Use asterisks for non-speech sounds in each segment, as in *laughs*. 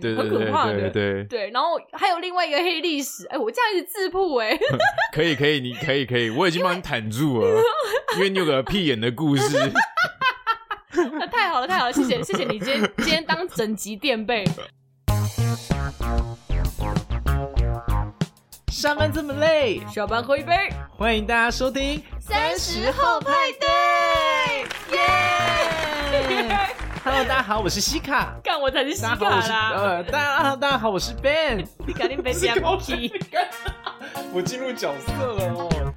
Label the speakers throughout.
Speaker 1: 对
Speaker 2: 很可怕的
Speaker 1: 对对
Speaker 2: *laughs*
Speaker 1: 对，
Speaker 2: 对，然后还有另外一个黑历史，哎，我这样一直自曝
Speaker 3: *laughs*
Speaker 2: 哎、
Speaker 1: 可以可以，你可以可以，我已经帮你坦住了，因为你有个屁眼的故事，
Speaker 2: 那太好了，太好了，谢谢谢谢你今天今天当整集垫背，
Speaker 3: 上班这么累，
Speaker 2: 小班喝一杯，
Speaker 3: 欢迎大家收听
Speaker 2: *laughs* 三十后派
Speaker 3: 对，耶 *laughs* ！Hello，大家好，我是西卡。
Speaker 2: 干我才是西
Speaker 3: 大家
Speaker 2: 卡
Speaker 3: 好，我是
Speaker 2: 啦，
Speaker 3: 呃，大家大家好，我是
Speaker 2: *laughs*
Speaker 3: Ben。
Speaker 2: 你赶紧被哎
Speaker 3: 是
Speaker 2: 加
Speaker 3: 高
Speaker 2: 皮，
Speaker 3: 我进入角色了哦。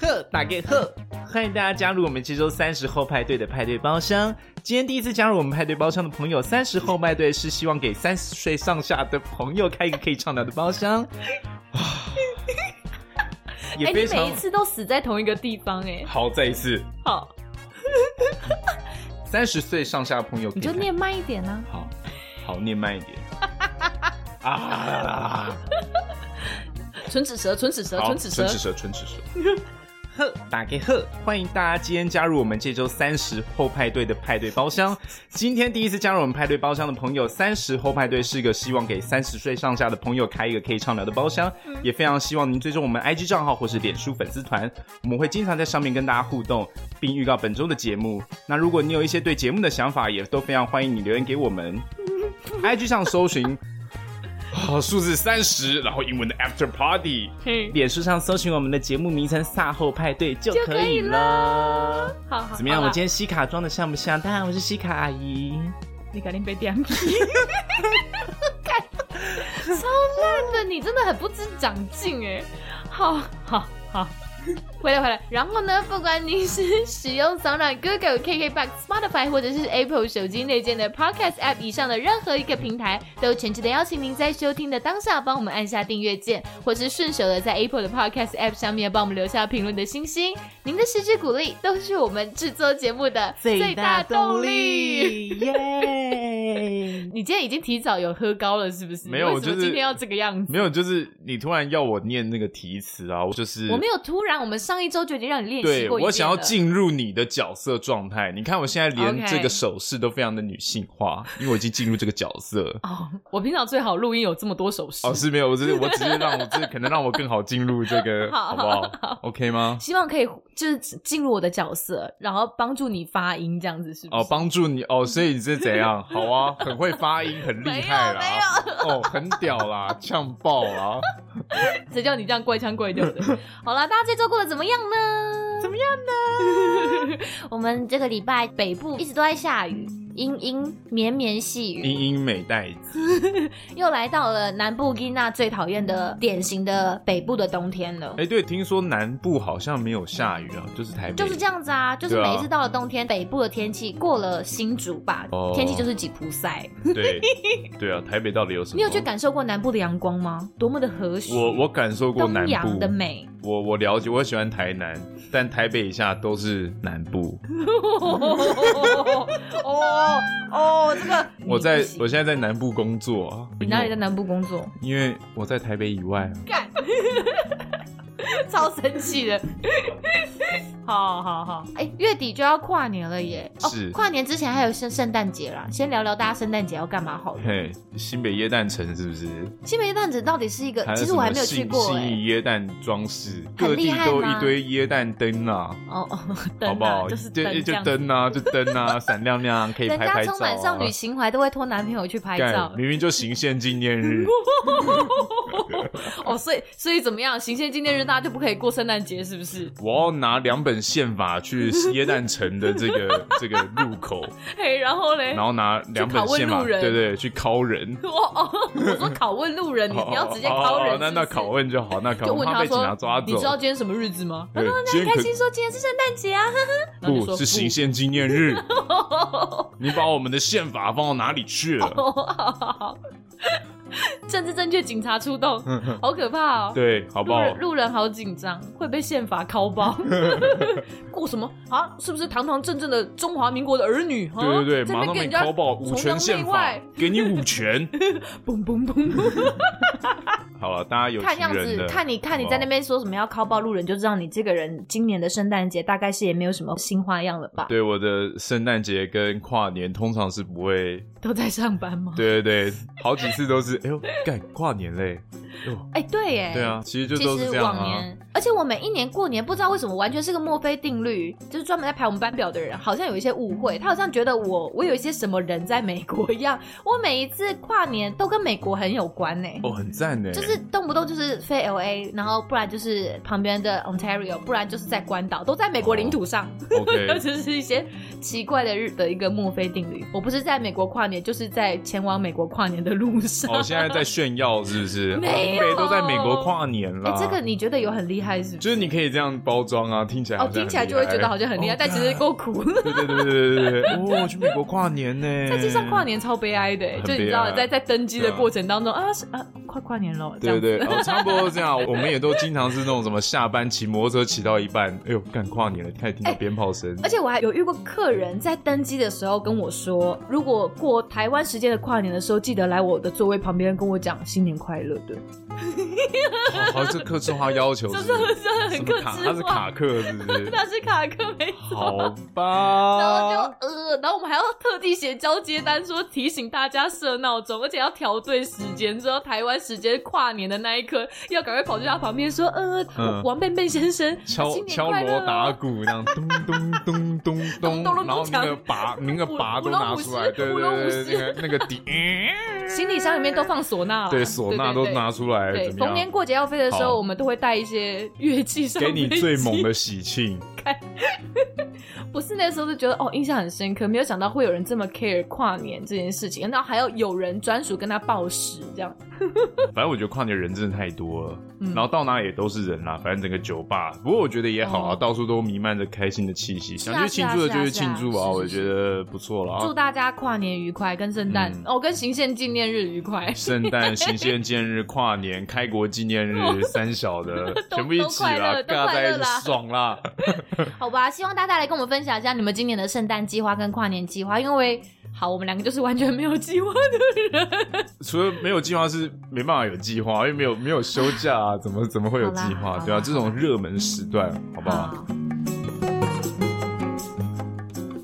Speaker 3: 呵，打给呵，欢迎大家加入我们这周三十后派对的派对包厢。今天第一次加入我们派对包厢的朋友，三十后派对是希望给三十岁上下的朋友开一个可以畅聊的包厢。 *sighs* 啊，也
Speaker 2: 哎、
Speaker 3: 非
Speaker 2: 你
Speaker 3: 常、
Speaker 2: 每一次都死在同一个地方哎、
Speaker 1: 好，再一次，
Speaker 2: 好，
Speaker 3: 三十岁上下的朋友可以
Speaker 2: 你
Speaker 3: 开，
Speaker 2: 就念慢一点啊呢、
Speaker 3: 好，好念慢一点。啊啦啦啦啦！
Speaker 2: 唇齿舌，唇齿舌，
Speaker 1: 好，
Speaker 2: 唇齿舌
Speaker 1: 唇，齿舌，唇齿舌，
Speaker 3: 呵，打给呵，欢迎大家今天加入我们这周三十后派对的派对包厢。今天第一次加入我们派对包厢的朋友，三十后派对是一个希望给三十岁上下的朋友开一个可以畅聊的包厢，
Speaker 1: 嗯
Speaker 3: 也非常希望您追踪我们 IG 账号或是脸书粉丝团，我们会经常在上面跟大家互动，并预告本周的节目。那如果你有一些对节目的想法，也都非常欢迎你留言给
Speaker 1: *laughs*
Speaker 3: 我们。IG 上搜寻啊
Speaker 1: 好，数字三十，然后英文的 After Party，
Speaker 2: 嘿，
Speaker 3: 脸书上搜寻我们的节目名称“撒后派对”就可以了。
Speaker 2: 好好，
Speaker 3: 怎么样？
Speaker 2: 好啦
Speaker 3: 我今天西卡装的像不像？大家好，我是西卡阿姨。
Speaker 2: 你赶紧被点皮。干超烂的，你真的很不知长进哎！好好好，回来回来。然后呢，不管你是使用扫描 Google、KKBox、Spotify 或者是 Apple 手机内建的 Podcast App 以上的任何一个平台，都诚挚的邀请您在收听的当下帮我们按下订阅键，或是顺手的在 Apple 的 Podcast App 上面帮我们留下评论的星星。您的实质鼓励都是我们制作节目的 *laughs* 最大动力。
Speaker 3: 耶！
Speaker 2: 你今天已经提早有喝高了，是不是？
Speaker 1: 没有
Speaker 2: 为什么
Speaker 1: 就是
Speaker 2: 今天要这个样子。
Speaker 1: 没有，就是你突然要我念那个题词啊，我就是
Speaker 2: 我没有突然，我们上一周就已经让你练习过一
Speaker 1: 对
Speaker 2: 遍了
Speaker 1: 我想要进入你的角色状态，你看我现在连
Speaker 2: OK
Speaker 1: 这个手势都非常的女性
Speaker 2: *laughs*
Speaker 1: 化，因为我已经进入这个角色。
Speaker 2: 哦。我平常最好录音有这么多手势，
Speaker 1: 哦，是没有，我只是我只是让我这可能让我更好进入这个，
Speaker 2: *laughs* 好
Speaker 1: 好不好？OK 吗？
Speaker 2: 希望可以就是进入我的角色，然后帮助你发音这样子，是不是？
Speaker 1: 哦，帮助你哦，所以你是怎
Speaker 2: *laughs*
Speaker 1: 样？好啊，很会发音，很厉害啦，哦，很屌
Speaker 2: *laughs*
Speaker 1: 啦，呛爆啦！
Speaker 2: 谁叫你这样怪腔怪调的？好啦，大家这周过得怎么样呢？怎么样呢？我们这个礼拜北部一直都在下雨，阴阴绵绵细雨，
Speaker 1: 英英美代子，
Speaker 2: 又来到了南部伊娜最讨厌的典型的北部的冬天了。
Speaker 1: 哎，对，听说南部好像没有下雨啊，就是台北，
Speaker 2: 就是这样子啊，就是
Speaker 1: 对啊
Speaker 2: 每一次到了冬天，北部的天气过了新竹吧，
Speaker 1: 哦
Speaker 2: 天气就是吉普
Speaker 1: *laughs*
Speaker 2: 赛。
Speaker 1: 样，对，对啊，台北到底有什么？
Speaker 2: 你有去？感受过南部的阳光吗？多么的和煦，
Speaker 1: 我我感受过
Speaker 2: 东
Speaker 1: 南
Speaker 2: 阳
Speaker 1: 部
Speaker 2: 的
Speaker 1: *laughs*
Speaker 2: 美。
Speaker 1: 我我了解，我喜欢台南，但台北以下都是南部。
Speaker 2: 哦哦哦，这个
Speaker 1: 我在
Speaker 2: 你不行
Speaker 1: 我现在在南部工作啊，
Speaker 2: 你哪里在南部工
Speaker 1: *laughs*
Speaker 2: 作？
Speaker 1: 因为？因为我在台北以外啊。
Speaker 2: 干，超生气的。 *laughs* 好好好，哎、月底就要跨年了耶！
Speaker 1: 是
Speaker 2: 哦，跨年之前还有圣圣诞节啦，先聊聊大家圣诞节要干嘛好了。
Speaker 1: 嘿，新北耶诞城是不是？
Speaker 2: 新北蛋子到底是一个
Speaker 1: 还，有
Speaker 2: 其
Speaker 1: 什
Speaker 2: 实我还
Speaker 1: 么
Speaker 2: 没有去
Speaker 1: 信
Speaker 2: 过哎、
Speaker 1: 信义耶诞装饰，
Speaker 2: 很
Speaker 1: 各
Speaker 2: 厉
Speaker 1: 地
Speaker 2: 害
Speaker 1: 都
Speaker 2: 吗
Speaker 1: 一堆耶诞灯啊，
Speaker 2: 哦哦，
Speaker 1: 好
Speaker 2: 灯
Speaker 1: 不
Speaker 2: 啊，
Speaker 1: 好？
Speaker 2: 就是
Speaker 1: 就
Speaker 2: 灯这
Speaker 1: 就
Speaker 2: 样子。
Speaker 1: 灯啊，就灯啊， *laughs* 闪亮亮，可以
Speaker 2: 人
Speaker 1: 拍
Speaker 2: 家
Speaker 1: 拍照
Speaker 2: 充满
Speaker 1: 啊。
Speaker 2: 少女情怀，都会托男朋友去拍照
Speaker 1: 干，明明就行宪纪
Speaker 2: *laughs*
Speaker 1: 念日，
Speaker 2: 哦，所以所以怎么样？行宪纪念日大家就不可以过圣诞节，是不
Speaker 1: *laughs*
Speaker 2: 是？
Speaker 1: 我要拿两本宪法去耶诞城的
Speaker 2: *laughs*
Speaker 1: 这个这个入口，
Speaker 2: 嘿，然后嘞，
Speaker 1: 然后拿两本
Speaker 2: 哎去拷
Speaker 1: 宪
Speaker 2: 问
Speaker 1: 法，
Speaker 2: 路人
Speaker 1: 对对，去拷人。
Speaker 2: 我哦，我说拷问路人，你
Speaker 1: 哦
Speaker 2: 你要直接
Speaker 1: 哦
Speaker 2: 拷人
Speaker 1: 哦，那那
Speaker 2: 是不是
Speaker 1: 拷，问就好，那拷
Speaker 2: 就
Speaker 1: 问
Speaker 2: 问
Speaker 1: 怕
Speaker 2: 他
Speaker 1: 被警察
Speaker 2: 说，
Speaker 1: 抓走。
Speaker 2: 你知道今天什么日子吗？
Speaker 1: 对
Speaker 2: 然后呢，
Speaker 1: 今天
Speaker 2: 很开
Speaker 1: 可
Speaker 2: 心说今天是圣诞节啊，呵呵。然后就
Speaker 1: 不
Speaker 2: 说
Speaker 1: 是行。宪纪念日，你把我们的宪法放到哪里去了？
Speaker 2: 哦，好好好， *laughs* 政治正确警察出动，好可怕哦。
Speaker 1: *laughs* 对，好不
Speaker 2: 路
Speaker 1: 好
Speaker 2: 人？路人好紧张，会被宪法拷
Speaker 1: *laughs*
Speaker 2: 包。过什么啊？是不是堂堂正正的中华民国的儿
Speaker 4: 哦
Speaker 2: 女？啊
Speaker 1: 对对对，
Speaker 2: 在
Speaker 1: 马
Speaker 2: 那
Speaker 1: 上
Speaker 2: 边给
Speaker 1: 被
Speaker 2: 人家
Speaker 1: 拷爆五
Speaker 2: 崇
Speaker 1: 权
Speaker 2: 洋
Speaker 1: 宪
Speaker 2: 媚
Speaker 1: 法
Speaker 2: 外，
Speaker 1: 给你五权，
Speaker 2: 嘣嘣嘣！
Speaker 1: 好了，大家 *laughs* 有
Speaker 4: 看样
Speaker 1: 情人
Speaker 4: 子
Speaker 1: 了，
Speaker 4: 看你看你
Speaker 1: 好不
Speaker 4: 在
Speaker 1: 好
Speaker 4: 那边说什么要靠暴路人，就知道你这个人今年的圣诞节大概是也没有什么新花样了吧？
Speaker 1: 对我的圣诞节跟跨年通常是不会，
Speaker 4: 都在上班吗？
Speaker 1: 对对对，好几次都是，哎呦，干跨年嘞，
Speaker 4: 哎、对耶，
Speaker 1: 对啊，其实就
Speaker 4: 其
Speaker 1: 都是这
Speaker 4: 实
Speaker 1: 样
Speaker 4: 往
Speaker 1: 啊。
Speaker 4: 年，而且我每一年过年，不知道为什么，完全是个墨菲定律，就是专门在排我们班表的人，好像有一些误会，他好像觉得我我有一些什么人在美国一样，我每一次跨年都跟美国很有关呢、
Speaker 1: 哦，很赞呢，
Speaker 4: 就是动不动就是飞 L A，然后不然就是旁边的 Ontario，不然就是在关岛，都在美
Speaker 1: 哦
Speaker 4: 国领土上， *laughs*
Speaker 1: OK，
Speaker 4: 就是一些奇怪的日的一个墨菲定律。我不是在美国跨年，就是在前往美国跨年的路上。
Speaker 1: 哦，现在在炫耀是不是？
Speaker 4: 没有
Speaker 1: 北都在美国跨年
Speaker 4: 哎、
Speaker 1: 了，
Speaker 4: 这个你觉得有很厉害是不是？
Speaker 1: 就是你可以这样包装啊，听起来
Speaker 4: 哦，
Speaker 1: 好像很
Speaker 4: 听起来就会觉得好像很厉害，
Speaker 1: 哦
Speaker 4: 但其实够苦。
Speaker 1: 对对对对对对对，哦，去美国跨年呢，
Speaker 4: 在街上跨。年超悲哀的、
Speaker 1: 嗯很
Speaker 4: 就你知
Speaker 1: 悲
Speaker 4: 道，
Speaker 1: 哀
Speaker 4: 在在登机的
Speaker 1: 对啊
Speaker 4: 过程当中啊是啊，快跨年喽，这
Speaker 1: 对
Speaker 4: 样
Speaker 1: 对，哦，差不多这样。 *laughs* 我们也都经常是那种什么下班骑摩托车骑到一半，哎呦，干跨年了，开始听到
Speaker 4: 哎
Speaker 1: 鞭炮声。
Speaker 4: 而且我还有遇过客人在登机的时候跟我说，如果过台湾时间的跨年的时候，记得来我的座位旁边跟我讲新年快乐的，
Speaker 1: 哦好，这客制化要求是不
Speaker 4: 这
Speaker 1: 是
Speaker 4: 真的
Speaker 1: 什
Speaker 4: 很
Speaker 1: 么
Speaker 4: 克
Speaker 1: 卡？
Speaker 4: 制
Speaker 1: 他是
Speaker 4: 化
Speaker 1: 卡。克是不是？
Speaker 4: 那是卡克没错。
Speaker 1: 好
Speaker 4: 然后就
Speaker 1: 吧，
Speaker 4: 呃，然后我们还要特地写交接单，说提醒大家设闹钟，而且要调对时间，知道台湾时间跨年的那一刻，要赶快跑去他旁边说，呃，
Speaker 1: 嗯
Speaker 4: 王贝贝先生，
Speaker 1: 敲
Speaker 4: 新年
Speaker 1: 敲
Speaker 4: 快乐
Speaker 1: 锣
Speaker 4: 哦
Speaker 1: 打鼓那样，
Speaker 4: *laughs*
Speaker 1: 咚咚咚咚咚，
Speaker 4: 咚咚咚
Speaker 1: 然后那个
Speaker 4: 锵
Speaker 1: 拔那个拔
Speaker 4: 舞
Speaker 1: 都
Speaker 4: 龙
Speaker 1: 拿
Speaker 4: 舞
Speaker 1: 出
Speaker 4: 狮
Speaker 1: 来，对
Speaker 4: 舞
Speaker 1: 对
Speaker 4: 龙舞
Speaker 1: 对
Speaker 4: 狮
Speaker 1: 对，那个那个
Speaker 4: *laughs*
Speaker 1: 笛，
Speaker 4: 行李箱里面都放唢呐啊，
Speaker 1: 对唢呐都
Speaker 4: 对对
Speaker 1: 拿出来，
Speaker 4: 对，
Speaker 1: 怎么
Speaker 4: 逢年
Speaker 1: 样？
Speaker 4: 过节要飞的时
Speaker 1: 好
Speaker 4: 候，我们都会带一些乐器上
Speaker 1: 给你
Speaker 4: 飞
Speaker 1: 最
Speaker 4: 机
Speaker 1: 猛。的喜庆，
Speaker 4: 不是那时候就觉得哦，印象很深刻，没有想到会有人这么 care 跨年这件事情，然后还要有人专属跟他报时这样。
Speaker 1: 反正我觉得跨年人真的太多了，
Speaker 4: 嗯
Speaker 1: 然后到哪里也都是人啦，反正整个酒吧，不过我觉得也好啊，
Speaker 4: 哦
Speaker 1: 到处都弥漫着开心的气息，
Speaker 4: 啊
Speaker 1: 想去庆祝的
Speaker 4: 是
Speaker 1: 就
Speaker 4: 啊
Speaker 1: 去庆祝
Speaker 4: 是啊是啊
Speaker 1: 我
Speaker 4: 是
Speaker 1: 觉得不错了
Speaker 4: 祝
Speaker 1: 啊。
Speaker 4: 大家跨年愉快，跟圣诞、
Speaker 1: 嗯。
Speaker 4: 哦，跟行宪纪念日愉快
Speaker 1: *laughs* 圣诞、行宪纪念日、跨年、开国纪
Speaker 4: *laughs*
Speaker 1: 念日、三小的，
Speaker 4: 哦都
Speaker 1: 全部一起啦，
Speaker 4: 都快乐都
Speaker 1: 尬
Speaker 4: 快
Speaker 1: 在
Speaker 4: 乐
Speaker 1: 一起
Speaker 4: 啦
Speaker 1: 爽啦！
Speaker 4: 好吧，希望大家来跟我们分享一下你们今年的圣诞计划跟跨年计划，因为好，我们两个就是完全没有计划的人。
Speaker 1: 除了没有计划是没办法有计划，因为没有没有休
Speaker 4: *laughs*
Speaker 1: 假啊，怎么怎么会有计
Speaker 4: 好
Speaker 1: 划？
Speaker 4: 啦
Speaker 1: 对
Speaker 4: 好
Speaker 1: 啊，
Speaker 4: 啦
Speaker 1: 这种热门时段，好不好？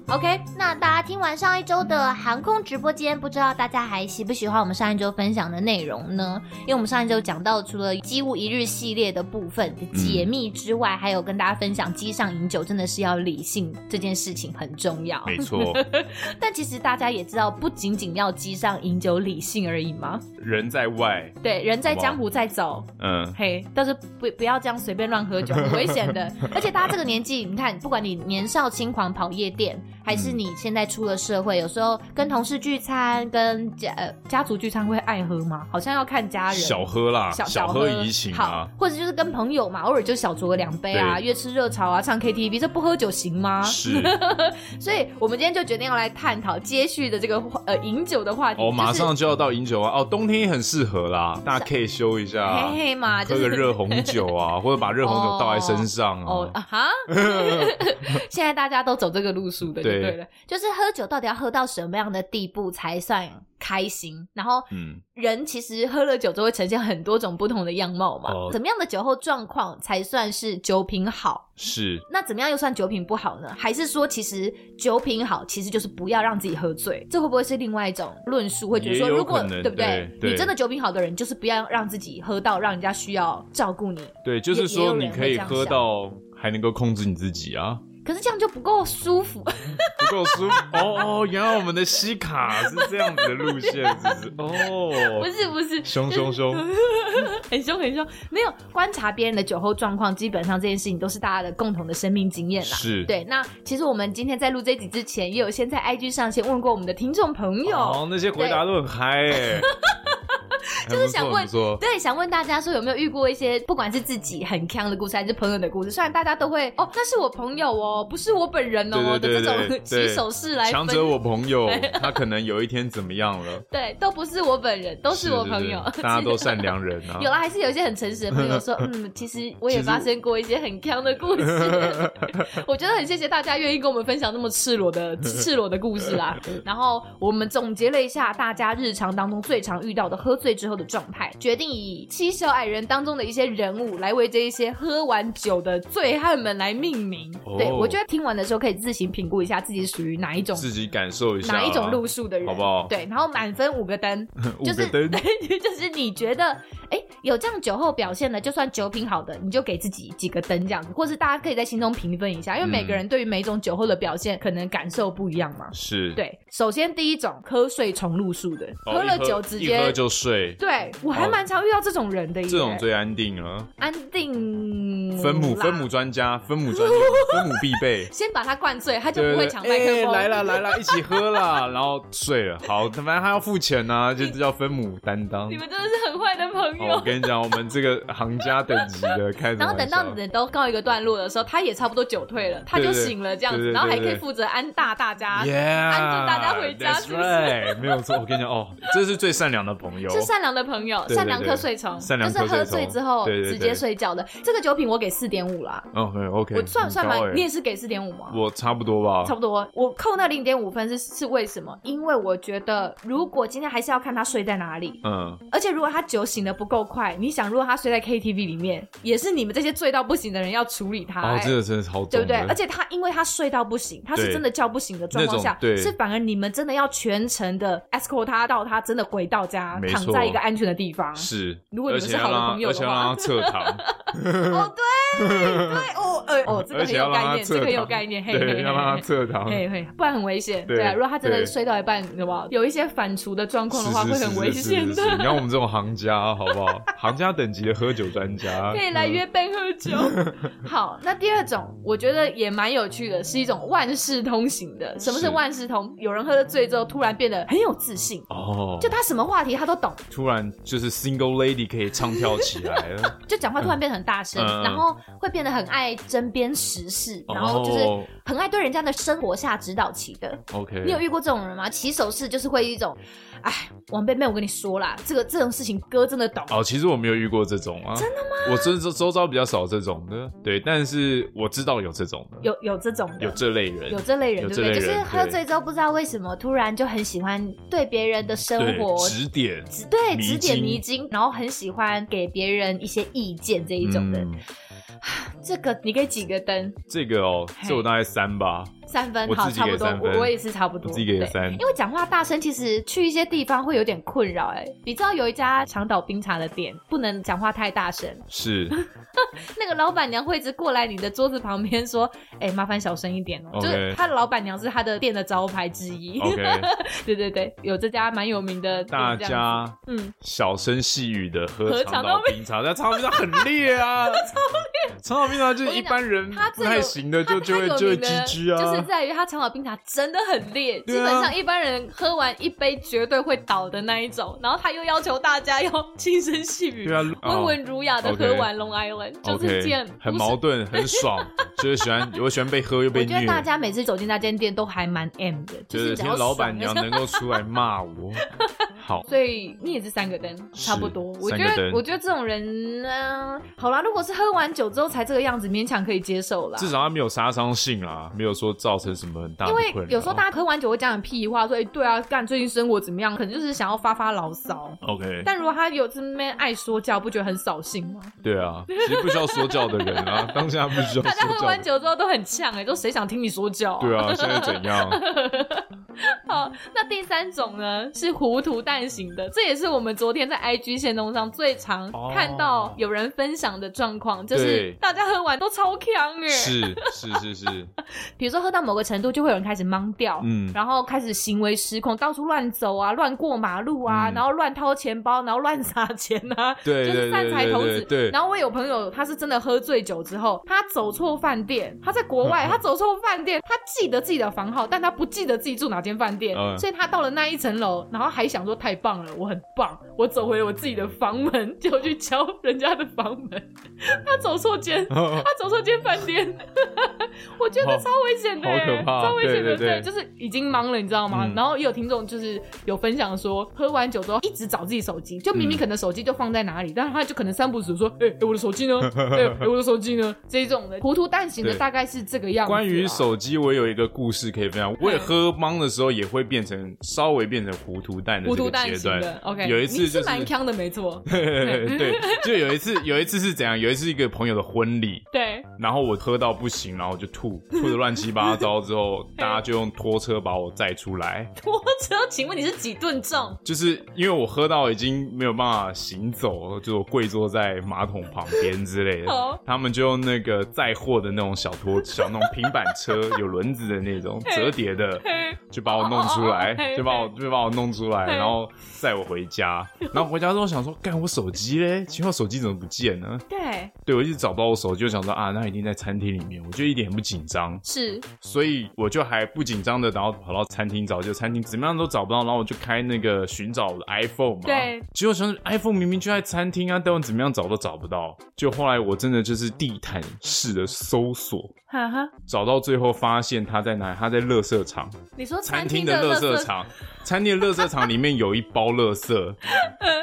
Speaker 4: OK，
Speaker 2: 那大家听完上一周的航空直播间，不知道大家还喜不喜欢我们上一周分享的内容呢？因为我们上一周讲到除了机务一日系列的部分的
Speaker 1: 嗯
Speaker 2: 解密之外，还有跟大家分享机上饮酒真的是要理性这件事情很重要。
Speaker 1: 没
Speaker 4: *laughs*
Speaker 1: 错，
Speaker 2: 但其实大家也知道，不仅仅要机上饮酒理性而已嘛。
Speaker 1: 人在外，
Speaker 4: 对，人在
Speaker 1: 好吧
Speaker 4: 江湖在走，
Speaker 1: 嗯，
Speaker 4: 嘿，但是不不要这样随便乱喝酒，很危险
Speaker 1: *laughs*
Speaker 4: 的。
Speaker 2: 而且大家这个年纪，你看，不管你年少轻狂跑夜店，还
Speaker 1: 嗯
Speaker 2: 是你现在出了社会，有时候跟同事聚餐、跟家呃
Speaker 4: 家族聚餐会爱喝吗？好像要看家人。
Speaker 1: 小喝啦，
Speaker 4: 小
Speaker 1: 小
Speaker 4: 喝
Speaker 1: 喝怡情
Speaker 2: 好
Speaker 1: 啊，，
Speaker 2: 或者就是跟朋友嘛，偶尔就小酌个两杯啊，
Speaker 1: 对
Speaker 2: 约吃热炒啊，唱 KTV，这不喝酒行吗？
Speaker 1: 是。
Speaker 4: *laughs*
Speaker 2: 所以我们今天就决定要来探讨接续的这个话呃饮酒的话题，
Speaker 1: 哦，马
Speaker 2: 就是
Speaker 1: 上就要到饮酒啊！哦，冬天也很适合啦，大家可以休一下啊，
Speaker 2: 嘿嘿嘛，就
Speaker 1: 喝个
Speaker 2: 是
Speaker 1: 热红酒
Speaker 2: *laughs*
Speaker 1: 啊，或者把热红酒倒在身上
Speaker 2: 哦
Speaker 1: 啊。
Speaker 2: 啊
Speaker 1: *laughs*
Speaker 2: 哈，现在大家都走这个路数的，
Speaker 1: 对
Speaker 2: 对对了，就是喝酒到底要喝到什么样的地步才算开心？然后
Speaker 1: 嗯，
Speaker 2: 人其实喝了酒就会呈现很多种不同的样貌嘛，
Speaker 1: 哦
Speaker 2: 怎么样的酒后状况才算是酒品好？
Speaker 1: 是
Speaker 2: 那怎么样又算酒品不好呢？还是说其实酒品好，其实就是不要让自己喝醉？这会不会是另外一种论述？会觉得说，
Speaker 1: 也有
Speaker 2: 如果
Speaker 1: 可能
Speaker 2: 对不
Speaker 1: 对对
Speaker 2: 你真的酒品好的人，就是不要让自己喝到让人家需要照顾你。
Speaker 1: 对，就是
Speaker 2: 也也
Speaker 1: 说
Speaker 2: 有
Speaker 1: 你
Speaker 2: 人
Speaker 1: 可以
Speaker 2: 会这样
Speaker 1: 喝到还能够控制你自己啊，
Speaker 2: 可是这样就不够舒服，
Speaker 1: 哦不够舒服。 *laughs* 哦哦，原来我们的西卡是这样子的路线，是不
Speaker 2: *laughs*
Speaker 1: 是？
Speaker 2: *laughs* 不
Speaker 1: 哦，
Speaker 2: 是不是，
Speaker 1: 凶凶凶，
Speaker 2: *laughs* 很凶很凶。没有观察别人的酒后状况，基本上这件事情都是大家的共同的生命经验啦。
Speaker 1: 是。
Speaker 2: 对，那其实我们今天在录这集之前，也有先在 IG 上先问过我们的听众朋友，
Speaker 1: 哦，那些回答都很嗨哎， *laughs* 就是
Speaker 2: 想问
Speaker 1: 不错，
Speaker 2: 对，想问大家说有没有遇过一些不管是自己很强的故事，还是朋友的故事？虽然大家都会哦，那是我朋友哦，不是我本人哦
Speaker 1: 对对对
Speaker 2: 的这
Speaker 1: 对对
Speaker 2: 种起手式来
Speaker 1: 强
Speaker 2: 分，
Speaker 1: 者我朋友，他可能有一天怎么样了？
Speaker 2: *laughs* 对，都不是我本人，都 *laughs* 是我朋友，。
Speaker 1: 是是是大家都善良人啊
Speaker 2: 有啦，还是有一些很诚实的朋友
Speaker 1: *laughs*
Speaker 2: 说，嗯，其实我也发生过一些很坑的故
Speaker 1: *laughs*
Speaker 2: 事。我觉得很谢谢大家愿意跟我们分享那么赤裸的赤
Speaker 1: *laughs*
Speaker 2: 裸的故事啦。然后我们总结了一下大家日常当中最常遇到的喝醉之后后的状态，决定以七小矮人当中的一些人物来为这一些喝完酒的醉汉们来命名。
Speaker 1: 哦
Speaker 2: 对我觉得听完的时候可以自行评估一下自己属于哪一种
Speaker 1: 自己感受一下啊
Speaker 2: 哪一种
Speaker 1: *laughs*
Speaker 2: 路数的人，
Speaker 1: 好不好
Speaker 2: 对，然后满分五个灯，
Speaker 1: 五
Speaker 2: 就是
Speaker 1: 个灯
Speaker 2: *laughs* 就是你觉得哎有这样酒后表现的，就算酒品好的，你就给自己几个灯这样子，或是大家可以在心中评分一下，因为
Speaker 1: 嗯
Speaker 2: 每个人对于每种酒后的表现可能感受不一样嘛。
Speaker 1: 是，
Speaker 2: 对，首先第一种瞌睡重露宿的，
Speaker 1: 哦，
Speaker 2: 了
Speaker 1: 一
Speaker 2: 酒直
Speaker 1: 一喝
Speaker 2: 接。
Speaker 1: 就睡，
Speaker 2: 对，我还
Speaker 1: 哦
Speaker 2: 蛮常遇到这种人的耶，
Speaker 1: 这种最安定了。
Speaker 2: 安定
Speaker 1: 分母
Speaker 2: 嗯啦
Speaker 1: 分母，专家，分母
Speaker 2: *laughs*
Speaker 1: 专业，分母必备。
Speaker 2: 先把他灌醉，他就
Speaker 1: 对
Speaker 2: 不
Speaker 1: 对
Speaker 2: 会
Speaker 1: 对，
Speaker 2: 抢麦克
Speaker 1: 哎
Speaker 2: 风。
Speaker 1: 来了来了，一起喝啦， *laughs* 然后睡了。好，反正他要付钱呐、
Speaker 2: *laughs*
Speaker 1: 啊，就这叫分母担当哦
Speaker 2: 你。们真的是很坏的朋
Speaker 1: 好，我
Speaker 2: 友。
Speaker 1: 跟你讲，我们这个行家等级的开什么玩笑
Speaker 2: 然后等到你们都告一个段落的时候，他也差不多酒退了，他就
Speaker 1: 对对
Speaker 2: 醒了这样
Speaker 1: 对
Speaker 2: 子，
Speaker 1: 对
Speaker 2: 然后还
Speaker 1: 对
Speaker 2: 可
Speaker 1: 对
Speaker 2: 以负责安大大家。
Speaker 1: Yeah，
Speaker 2: 安顿大家回家
Speaker 1: that's
Speaker 2: 是不是
Speaker 1: right，没有错，我跟你讲哦，这是最善良的朋友，
Speaker 2: 是善良的朋友，
Speaker 1: 对对
Speaker 2: 善良
Speaker 1: 对
Speaker 2: 瞌睡虫，
Speaker 1: 善良
Speaker 2: 就是
Speaker 1: 瞌睡
Speaker 2: 喝醉
Speaker 1: 虫
Speaker 2: 之后
Speaker 1: 对对
Speaker 2: 直
Speaker 1: 对
Speaker 2: 接睡觉的。这个酒品我给四点五啦，
Speaker 1: 哦没有，OK，
Speaker 2: 我算
Speaker 1: 很
Speaker 2: 算
Speaker 1: 高
Speaker 2: 完，
Speaker 1: 欸
Speaker 2: 你也是给四点五吗？
Speaker 1: 我差不多吧，
Speaker 2: 差不多，我扣那零点五分是是为什么？因为我觉得，如果今天还是要看他睡在哪里，
Speaker 1: 嗯，
Speaker 2: 而且如果他酒醒的不够快，你想，如果他睡在 KTV 里面，也是你们这些醉到不行的人要处理他、
Speaker 1: 哦
Speaker 2: 哎，
Speaker 1: 这个真的超重的，
Speaker 2: 对不对？而且他因为他睡到不行，他是
Speaker 1: 对
Speaker 2: 真的叫不醒的状况下
Speaker 1: 那种，对
Speaker 2: 是反而你们真的要全程的 escort 他到他真的回到家，
Speaker 1: 没
Speaker 2: 躺
Speaker 1: 错
Speaker 2: 在一个安全的地方。
Speaker 1: 是，
Speaker 2: 如果你
Speaker 1: 而
Speaker 2: 们是
Speaker 1: 且
Speaker 2: 好
Speaker 1: 要
Speaker 2: 的
Speaker 1: 让
Speaker 2: 朋友
Speaker 1: 而
Speaker 2: 的
Speaker 1: 且要
Speaker 2: 话
Speaker 1: 让他侧躺，
Speaker 2: 哦，对对哦，
Speaker 1: *laughs*
Speaker 2: 呃哦，这个
Speaker 1: 而
Speaker 2: 很
Speaker 1: 且要
Speaker 2: 有
Speaker 1: 让
Speaker 2: 概 *laughs*
Speaker 1: 他
Speaker 2: 念，这
Speaker 1: 侧
Speaker 2: 个
Speaker 1: 躺，
Speaker 2: 很有概念，嘿嘿嘿
Speaker 1: 对，要让他侧躺，
Speaker 2: 嘿嘿，不然很危险。
Speaker 1: 对
Speaker 2: 对啊，如果他真的
Speaker 1: 对
Speaker 2: 睡到一半，什么有一些反刍的状况
Speaker 1: 是
Speaker 2: 的话，
Speaker 1: 是
Speaker 2: 会很
Speaker 1: 是
Speaker 2: 危
Speaker 1: 是是
Speaker 2: 险
Speaker 1: 是
Speaker 2: 的。
Speaker 1: 是你看我们这种行家，好不好？行家等级的喝酒专
Speaker 2: *laughs*
Speaker 1: 家，嗯
Speaker 2: 可以来约杯喝
Speaker 1: *laughs*
Speaker 2: 酒。好，那第二种我觉得也蛮有趣的，是一种万事通行的。什么是
Speaker 1: 是
Speaker 2: 万事通？有人喝了醉之后，突然变得很有自信，
Speaker 1: 嗯哦，
Speaker 2: 就他什么话题他都懂，
Speaker 1: 突然就是 single lady 可以唱跳起来了，
Speaker 2: 就讲话突然变得很大声，
Speaker 1: 嗯嗯
Speaker 2: 然后会变得很爱针砭时事，然后就是
Speaker 1: 哦
Speaker 5: 很爱对人家的生活下指导棋的。
Speaker 1: OK，
Speaker 2: *laughs* 你有遇过这种人吗？起手式就是会一种，哎，王贝贝，我跟你说啦，这个这种事情哥真的懂。
Speaker 1: 哦，其实我没有遇过这种啊，真的吗？我真周周遭比较少这种的，对，但是我知道有这种的，
Speaker 2: 有有这种的，
Speaker 1: 有这类人，
Speaker 2: 有这类人，
Speaker 1: 有
Speaker 2: 对
Speaker 1: 这
Speaker 2: 不对？就
Speaker 1: 类人
Speaker 2: 是
Speaker 5: 就是喝
Speaker 1: 对
Speaker 5: 醉之后，不知道为什么突然就很喜欢对别人的生
Speaker 1: 对
Speaker 5: 活
Speaker 1: 指点
Speaker 5: 指对
Speaker 1: 迷
Speaker 5: 指点
Speaker 1: 津
Speaker 5: 迷津，然后很喜欢给别人一些意见这一种的。
Speaker 1: 嗯
Speaker 2: 这个你给几个灯？
Speaker 1: 这个哦，
Speaker 2: 嘿
Speaker 1: 这我大概三吧，
Speaker 2: 三分，
Speaker 1: 我
Speaker 2: 好，
Speaker 1: 自己
Speaker 2: 差不
Speaker 1: 给
Speaker 2: 多
Speaker 1: 三，分
Speaker 2: 我我也是差不
Speaker 1: 我
Speaker 2: 多，
Speaker 1: 自己给
Speaker 2: 对
Speaker 1: 三，
Speaker 2: 因为讲话大声，其实去一些地方会有点困扰。哎，你知道有一家长岛冰茶的店，不能讲话太大声。 *laughs*
Speaker 1: 是
Speaker 2: 那个老板娘会一直过来你的桌子旁边说：“ *laughs* 哎、麻烦小声一点哦。就
Speaker 1: OK
Speaker 2: 是他的老板娘是他的店的招牌之一。
Speaker 1: OK，
Speaker 2: *laughs* 对对对，有这家蛮有名的店
Speaker 1: 大
Speaker 2: 这样
Speaker 1: 家
Speaker 2: 子嗯，
Speaker 1: 小声细语的喝
Speaker 2: 喝
Speaker 1: 长
Speaker 2: 长
Speaker 1: 岛
Speaker 2: 岛
Speaker 1: 冰茶，但长岛冰茶很烈啊，长岛冰茶就是一般人
Speaker 2: 他
Speaker 1: 不
Speaker 2: 最有
Speaker 1: 太行的，就
Speaker 2: 它
Speaker 1: 就会
Speaker 2: 它
Speaker 1: 就
Speaker 2: 有名
Speaker 1: 会
Speaker 2: 的
Speaker 1: GG
Speaker 2: 就是
Speaker 1: 啊，
Speaker 2: 在于它长岛冰茶真的很烈，基
Speaker 1: 对啊
Speaker 2: 本上一般人喝完一杯绝对会倒的那一种。然后他又要求大家要 *laughs* 轻声细语，
Speaker 1: 对啊，
Speaker 2: 温
Speaker 1: 哦
Speaker 2: 文儒雅的喝
Speaker 1: OK
Speaker 2: 完 Long Island，、就是一
Speaker 1: OK，
Speaker 2: 件
Speaker 1: 很
Speaker 2: 不是
Speaker 1: 矛盾，很
Speaker 2: *laughs*
Speaker 1: 爽，就是喜欢，我喜欢被喝又
Speaker 2: 我
Speaker 1: 被
Speaker 2: 觉得
Speaker 1: 虐。
Speaker 2: 大家每次走进那间店都还蛮 M 的，
Speaker 1: 就是是
Speaker 2: 只
Speaker 1: 听
Speaker 2: 要
Speaker 1: 老板娘
Speaker 2: 爽就
Speaker 1: 能够出来
Speaker 2: *laughs*
Speaker 1: 骂我，好，
Speaker 2: 所以你也是三个灯，
Speaker 1: 是
Speaker 2: 差不多。我觉
Speaker 1: 三个
Speaker 2: 得，
Speaker 1: 灯
Speaker 2: 我觉得这种人呢、好啦，如果是喝完酒之后才这个样子，勉强可以接受啦。
Speaker 1: 至少他没有杀伤性啦，没有说造成什么很大的
Speaker 2: 因
Speaker 1: 困
Speaker 2: 为
Speaker 1: 扰。
Speaker 2: 有时候大家喝完酒会讲点屁话，说哎、对啊，干最近生活怎么样？可能就是想要发发牢骚。
Speaker 1: OK，
Speaker 2: 但如果他有这么爱说教，不觉得很扫兴吗？
Speaker 1: 对啊，其实不需要说教的人啊，当下不需要
Speaker 2: 大家喝
Speaker 1: 说
Speaker 2: 完
Speaker 1: 教。
Speaker 2: 酒之后都很呛哎、都谁想听你说教、啊？
Speaker 1: 对啊，现在怎样？
Speaker 2: *laughs* 好，那第三种呢是糊涂蛋型的，这也是我们昨天在 IG 线动上最常
Speaker 1: 哦
Speaker 2: 看到有人分享的状况，就是
Speaker 1: 对
Speaker 2: 大家喝完都超强哎、
Speaker 1: 是是是是，
Speaker 2: 比如说喝到某个程度，就会有人开始懵掉，
Speaker 1: 嗯
Speaker 2: 然后开始行为失控，到处乱走啊，乱过马路啊，
Speaker 1: 嗯
Speaker 2: 然后乱掏钱包，然后乱撒钱啊。
Speaker 1: *laughs* 对
Speaker 2: 就是
Speaker 1: 对
Speaker 2: 散
Speaker 1: 对
Speaker 2: 财
Speaker 1: 对
Speaker 2: 童
Speaker 1: 对
Speaker 2: 子。
Speaker 1: 对，
Speaker 2: 然后我有朋友，他是真的喝醉酒之后，他走错饭店，他在国
Speaker 1: 嗯
Speaker 2: 外，他走错饭店，他记得自己的房号，但他不记得自己住哪间饭店，
Speaker 1: 嗯
Speaker 2: 所以他到了那一层楼，然后还想说太棒了，我很棒，我走回了我自己的房门， *laughs* 就去敲人家的房门， *laughs* 他走错间。
Speaker 1: *laughs*
Speaker 2: 他走错间饭店， *laughs* 我觉得
Speaker 1: 好
Speaker 2: 超危险的、
Speaker 1: 好
Speaker 2: 欸，
Speaker 1: 可怕
Speaker 2: 超危险的，
Speaker 1: 对对对
Speaker 2: 就是已经忙了，你知道吗？
Speaker 1: 嗯
Speaker 2: 然后也有听众就是有分享说，喝完酒之后一直找自己手机，就明
Speaker 1: 嗯
Speaker 2: 明可能手机就放在哪里，但他就可能三不五
Speaker 1: *laughs*
Speaker 2: 时说，哎、哎我的手机呢？哎、哎我的手机呢？这一种的糊涂蛋型的
Speaker 1: 对
Speaker 2: 大概是这个样子啊、
Speaker 1: 关于手机，我有一个故事可以分享。我也喝懵的时候也会变成稍微变成糊涂蛋的
Speaker 2: 糊
Speaker 1: 这
Speaker 2: 涂
Speaker 1: 个
Speaker 2: 蛋
Speaker 1: 阶
Speaker 2: 型的
Speaker 1: 段。
Speaker 2: ，OK，
Speaker 1: 有一次
Speaker 2: 你
Speaker 1: 就是
Speaker 2: 是蛮强的，没错，
Speaker 1: *laughs* 对，就有一次有一次是怎样？有一次一个朋友的婚礼，
Speaker 2: 对，
Speaker 1: 然后我喝到不行，然后我就吐，吐的乱七八糟之
Speaker 2: *laughs*
Speaker 1: 后，大家就用拖车把我载出来。
Speaker 2: 拖车，请问你是几吨 *laughs* 重？
Speaker 1: 就是因为我喝到已经没有办法行走，就我跪坐在马桶旁边之类
Speaker 2: 好
Speaker 1: 的，他们就用那个载货的那种小拖小那种平板车，有轮子的那种折叠的，
Speaker 2: 嘿
Speaker 1: 就把我弄
Speaker 2: 哦
Speaker 1: 出
Speaker 2: 哦哦哦
Speaker 1: 来，
Speaker 2: 嘿
Speaker 1: 就把我就把我弄出来，
Speaker 2: 嘿
Speaker 1: 然后载我回家。然后回家之后想说，干我手机嘞？奇怪，我手机怎么不见了？
Speaker 2: 对，
Speaker 1: 对我一直找不到我手机，我想说啊，那一定在餐厅里面，我就一点也不紧张。
Speaker 2: 是
Speaker 1: 所以我就还不紧张的，然后跑到餐厅找，就餐厅怎么样都找不到，然后我就开那个寻找我的 iPhone 嘛，
Speaker 2: 对，
Speaker 1: 结果想说 iPhone 明明就在餐厅啊，但我怎么样找都找不到，就后来我真的就是地毯式的搜索，
Speaker 2: 哈哈，
Speaker 1: 找到最后发现它在哪里，它在垃圾场，
Speaker 2: 你说
Speaker 1: 餐
Speaker 2: 厅
Speaker 1: 厅的垃
Speaker 2: 圾
Speaker 1: 圾，场，餐厅的垃圾场里面有一包垃 *laughs* 圾，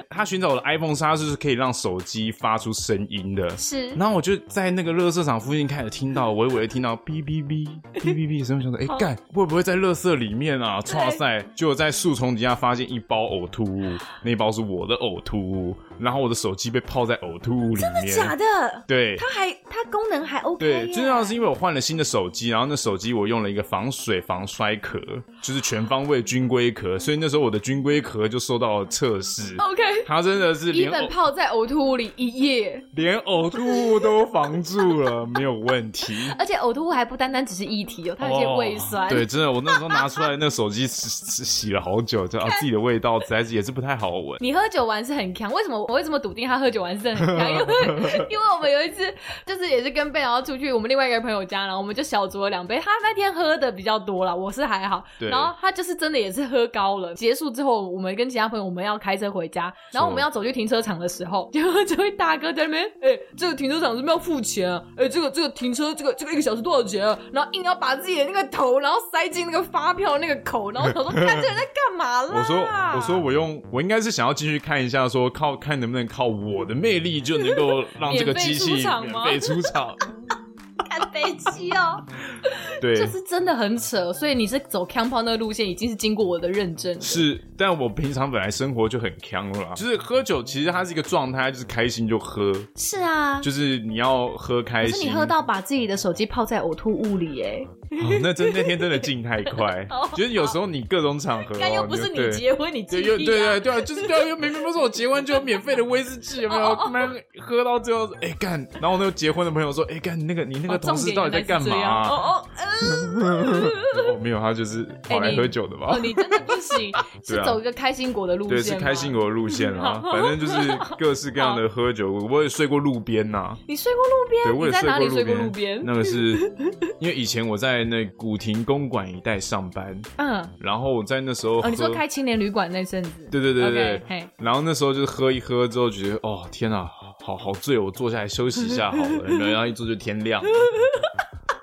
Speaker 1: 他寻找我的 iPhone 是它是可以让手机发出声音的，
Speaker 2: 是
Speaker 1: 然后我就在那个垃圾场附近开始听到，微微地听到哔哔哔哔哔哔的声音，想说，哎、干会不会在垃圾里面啊？哇塞！结果在树丛底下发现一包呕吐物，那包是我的呕吐物，然后我的手机被泡在呕吐物里面，
Speaker 2: 假的，
Speaker 1: 对。
Speaker 2: 它还它功能还 OK，啊
Speaker 1: 对，
Speaker 2: 耶
Speaker 1: 最重要的是因为我换了新的手机，然后那手机我用了一个防水防摔壳，就是全方位军规壳，所以那时候我的军规壳就受到了测试，
Speaker 2: OK，
Speaker 1: 它真的是
Speaker 2: 一
Speaker 1: 连
Speaker 2: 本
Speaker 1: 呕
Speaker 2: 泡在呕吐物里一夜，
Speaker 1: 连呕吐物都防住了，没有问
Speaker 2: *laughs*
Speaker 1: 题。
Speaker 2: 而且呕吐物还不单单只是液体哦，它有一些胃酸，
Speaker 1: 哦对，真的，我那时候拿出来那手机洗洗洗了好久，就啊自己的味道实在是也是不太好闻。
Speaker 2: 你喝酒玩是很强，为什么我会这么笃定他喝酒玩是很强？因
Speaker 1: *laughs*
Speaker 2: 为因为我们有一次就是也是跟贝然后出去，我们另外一个朋友家，然后我们就小酌了两杯。他那天喝的比较多啦，我是还好。
Speaker 1: 对
Speaker 2: 然后他就是真的也是喝高了。结束之后，我们跟其他朋友我们要开车回家，然后我们要走去停车场的时候，结果这位大哥在那边，哎、这个停车场是不是要付钱啊？哎、这个这个停车这个这个一个小时多少钱啊？然后硬要把自己的那个头，然后塞进那个发票那个口，然后我想说，
Speaker 1: *laughs*
Speaker 2: 看这人在干嘛啦？
Speaker 1: 我说，我说我用我应该是想要继续看一下，说靠看能不能靠我的魅力就能够让这个机器
Speaker 2: 免费出场吗
Speaker 1: 免费出
Speaker 2: *laughs*
Speaker 1: 场。
Speaker 5: 看飞机哦，
Speaker 1: *laughs* 对，
Speaker 2: 这是真的很扯，所以你是走康炮那个路线，已经是经过我的认证了。
Speaker 1: 是，但我平常本来生活就很呛了啦，就是喝酒其实它是一个状态，就是开心就喝，
Speaker 5: 是啊，
Speaker 1: 就是你要喝开
Speaker 2: 可
Speaker 1: 心。
Speaker 2: 是你喝到把自己的手机泡在呕吐物里、耶。
Speaker 1: *laughs* 哦那真那天真的进太
Speaker 2: *laughs*
Speaker 1: 快
Speaker 2: 哦，
Speaker 1: 就是有时候你各种场合哦，
Speaker 2: 哎，又不是
Speaker 1: 对
Speaker 2: 你结婚，你
Speaker 1: 对，
Speaker 2: 记
Speaker 1: 又对
Speaker 2: 忆啊
Speaker 1: 对。对啊，就是对啊，又明明不是我结婚就有免费的威士忌，有没
Speaker 2: 哦
Speaker 1: 有？他妈喝到最后，哎、干，然后那个结婚的朋友说，哎、干，你那个你那
Speaker 2: 哦
Speaker 1: 个同
Speaker 2: 重
Speaker 1: 事
Speaker 2: 点
Speaker 1: 到底在干嘛、
Speaker 2: 原来是这样
Speaker 1: 啊？
Speaker 2: 哦哦
Speaker 1: *laughs* 哦，没有，他就是跑来喝酒的吧？
Speaker 2: 哦，你真的不行，
Speaker 1: *laughs*
Speaker 2: 是
Speaker 1: 对啊
Speaker 2: 走一个开心果的路线
Speaker 1: 对，
Speaker 2: 吗
Speaker 1: 是开心。果的路线啦，反正就是各式各样的喝酒，我也睡过路边呐、
Speaker 2: 你睡过路边？
Speaker 1: 对，
Speaker 2: 你
Speaker 1: 我也
Speaker 2: 在哪里睡
Speaker 1: 睡
Speaker 2: 过
Speaker 1: 过
Speaker 2: 路
Speaker 1: 路
Speaker 2: 边？
Speaker 1: 那个是因为以前我在那古亭公馆一带上班，
Speaker 2: 嗯，
Speaker 1: 然后我在那时候喝，嗯
Speaker 2: 哦，你说开青年旅馆那阵子？
Speaker 1: 对对对对
Speaker 2: OK，嘿
Speaker 1: 然后那时候就是喝一喝之后，觉得哦天啊，好好醉，我坐下来休息一
Speaker 2: *laughs*
Speaker 1: 下好了，然后一坐就天亮了。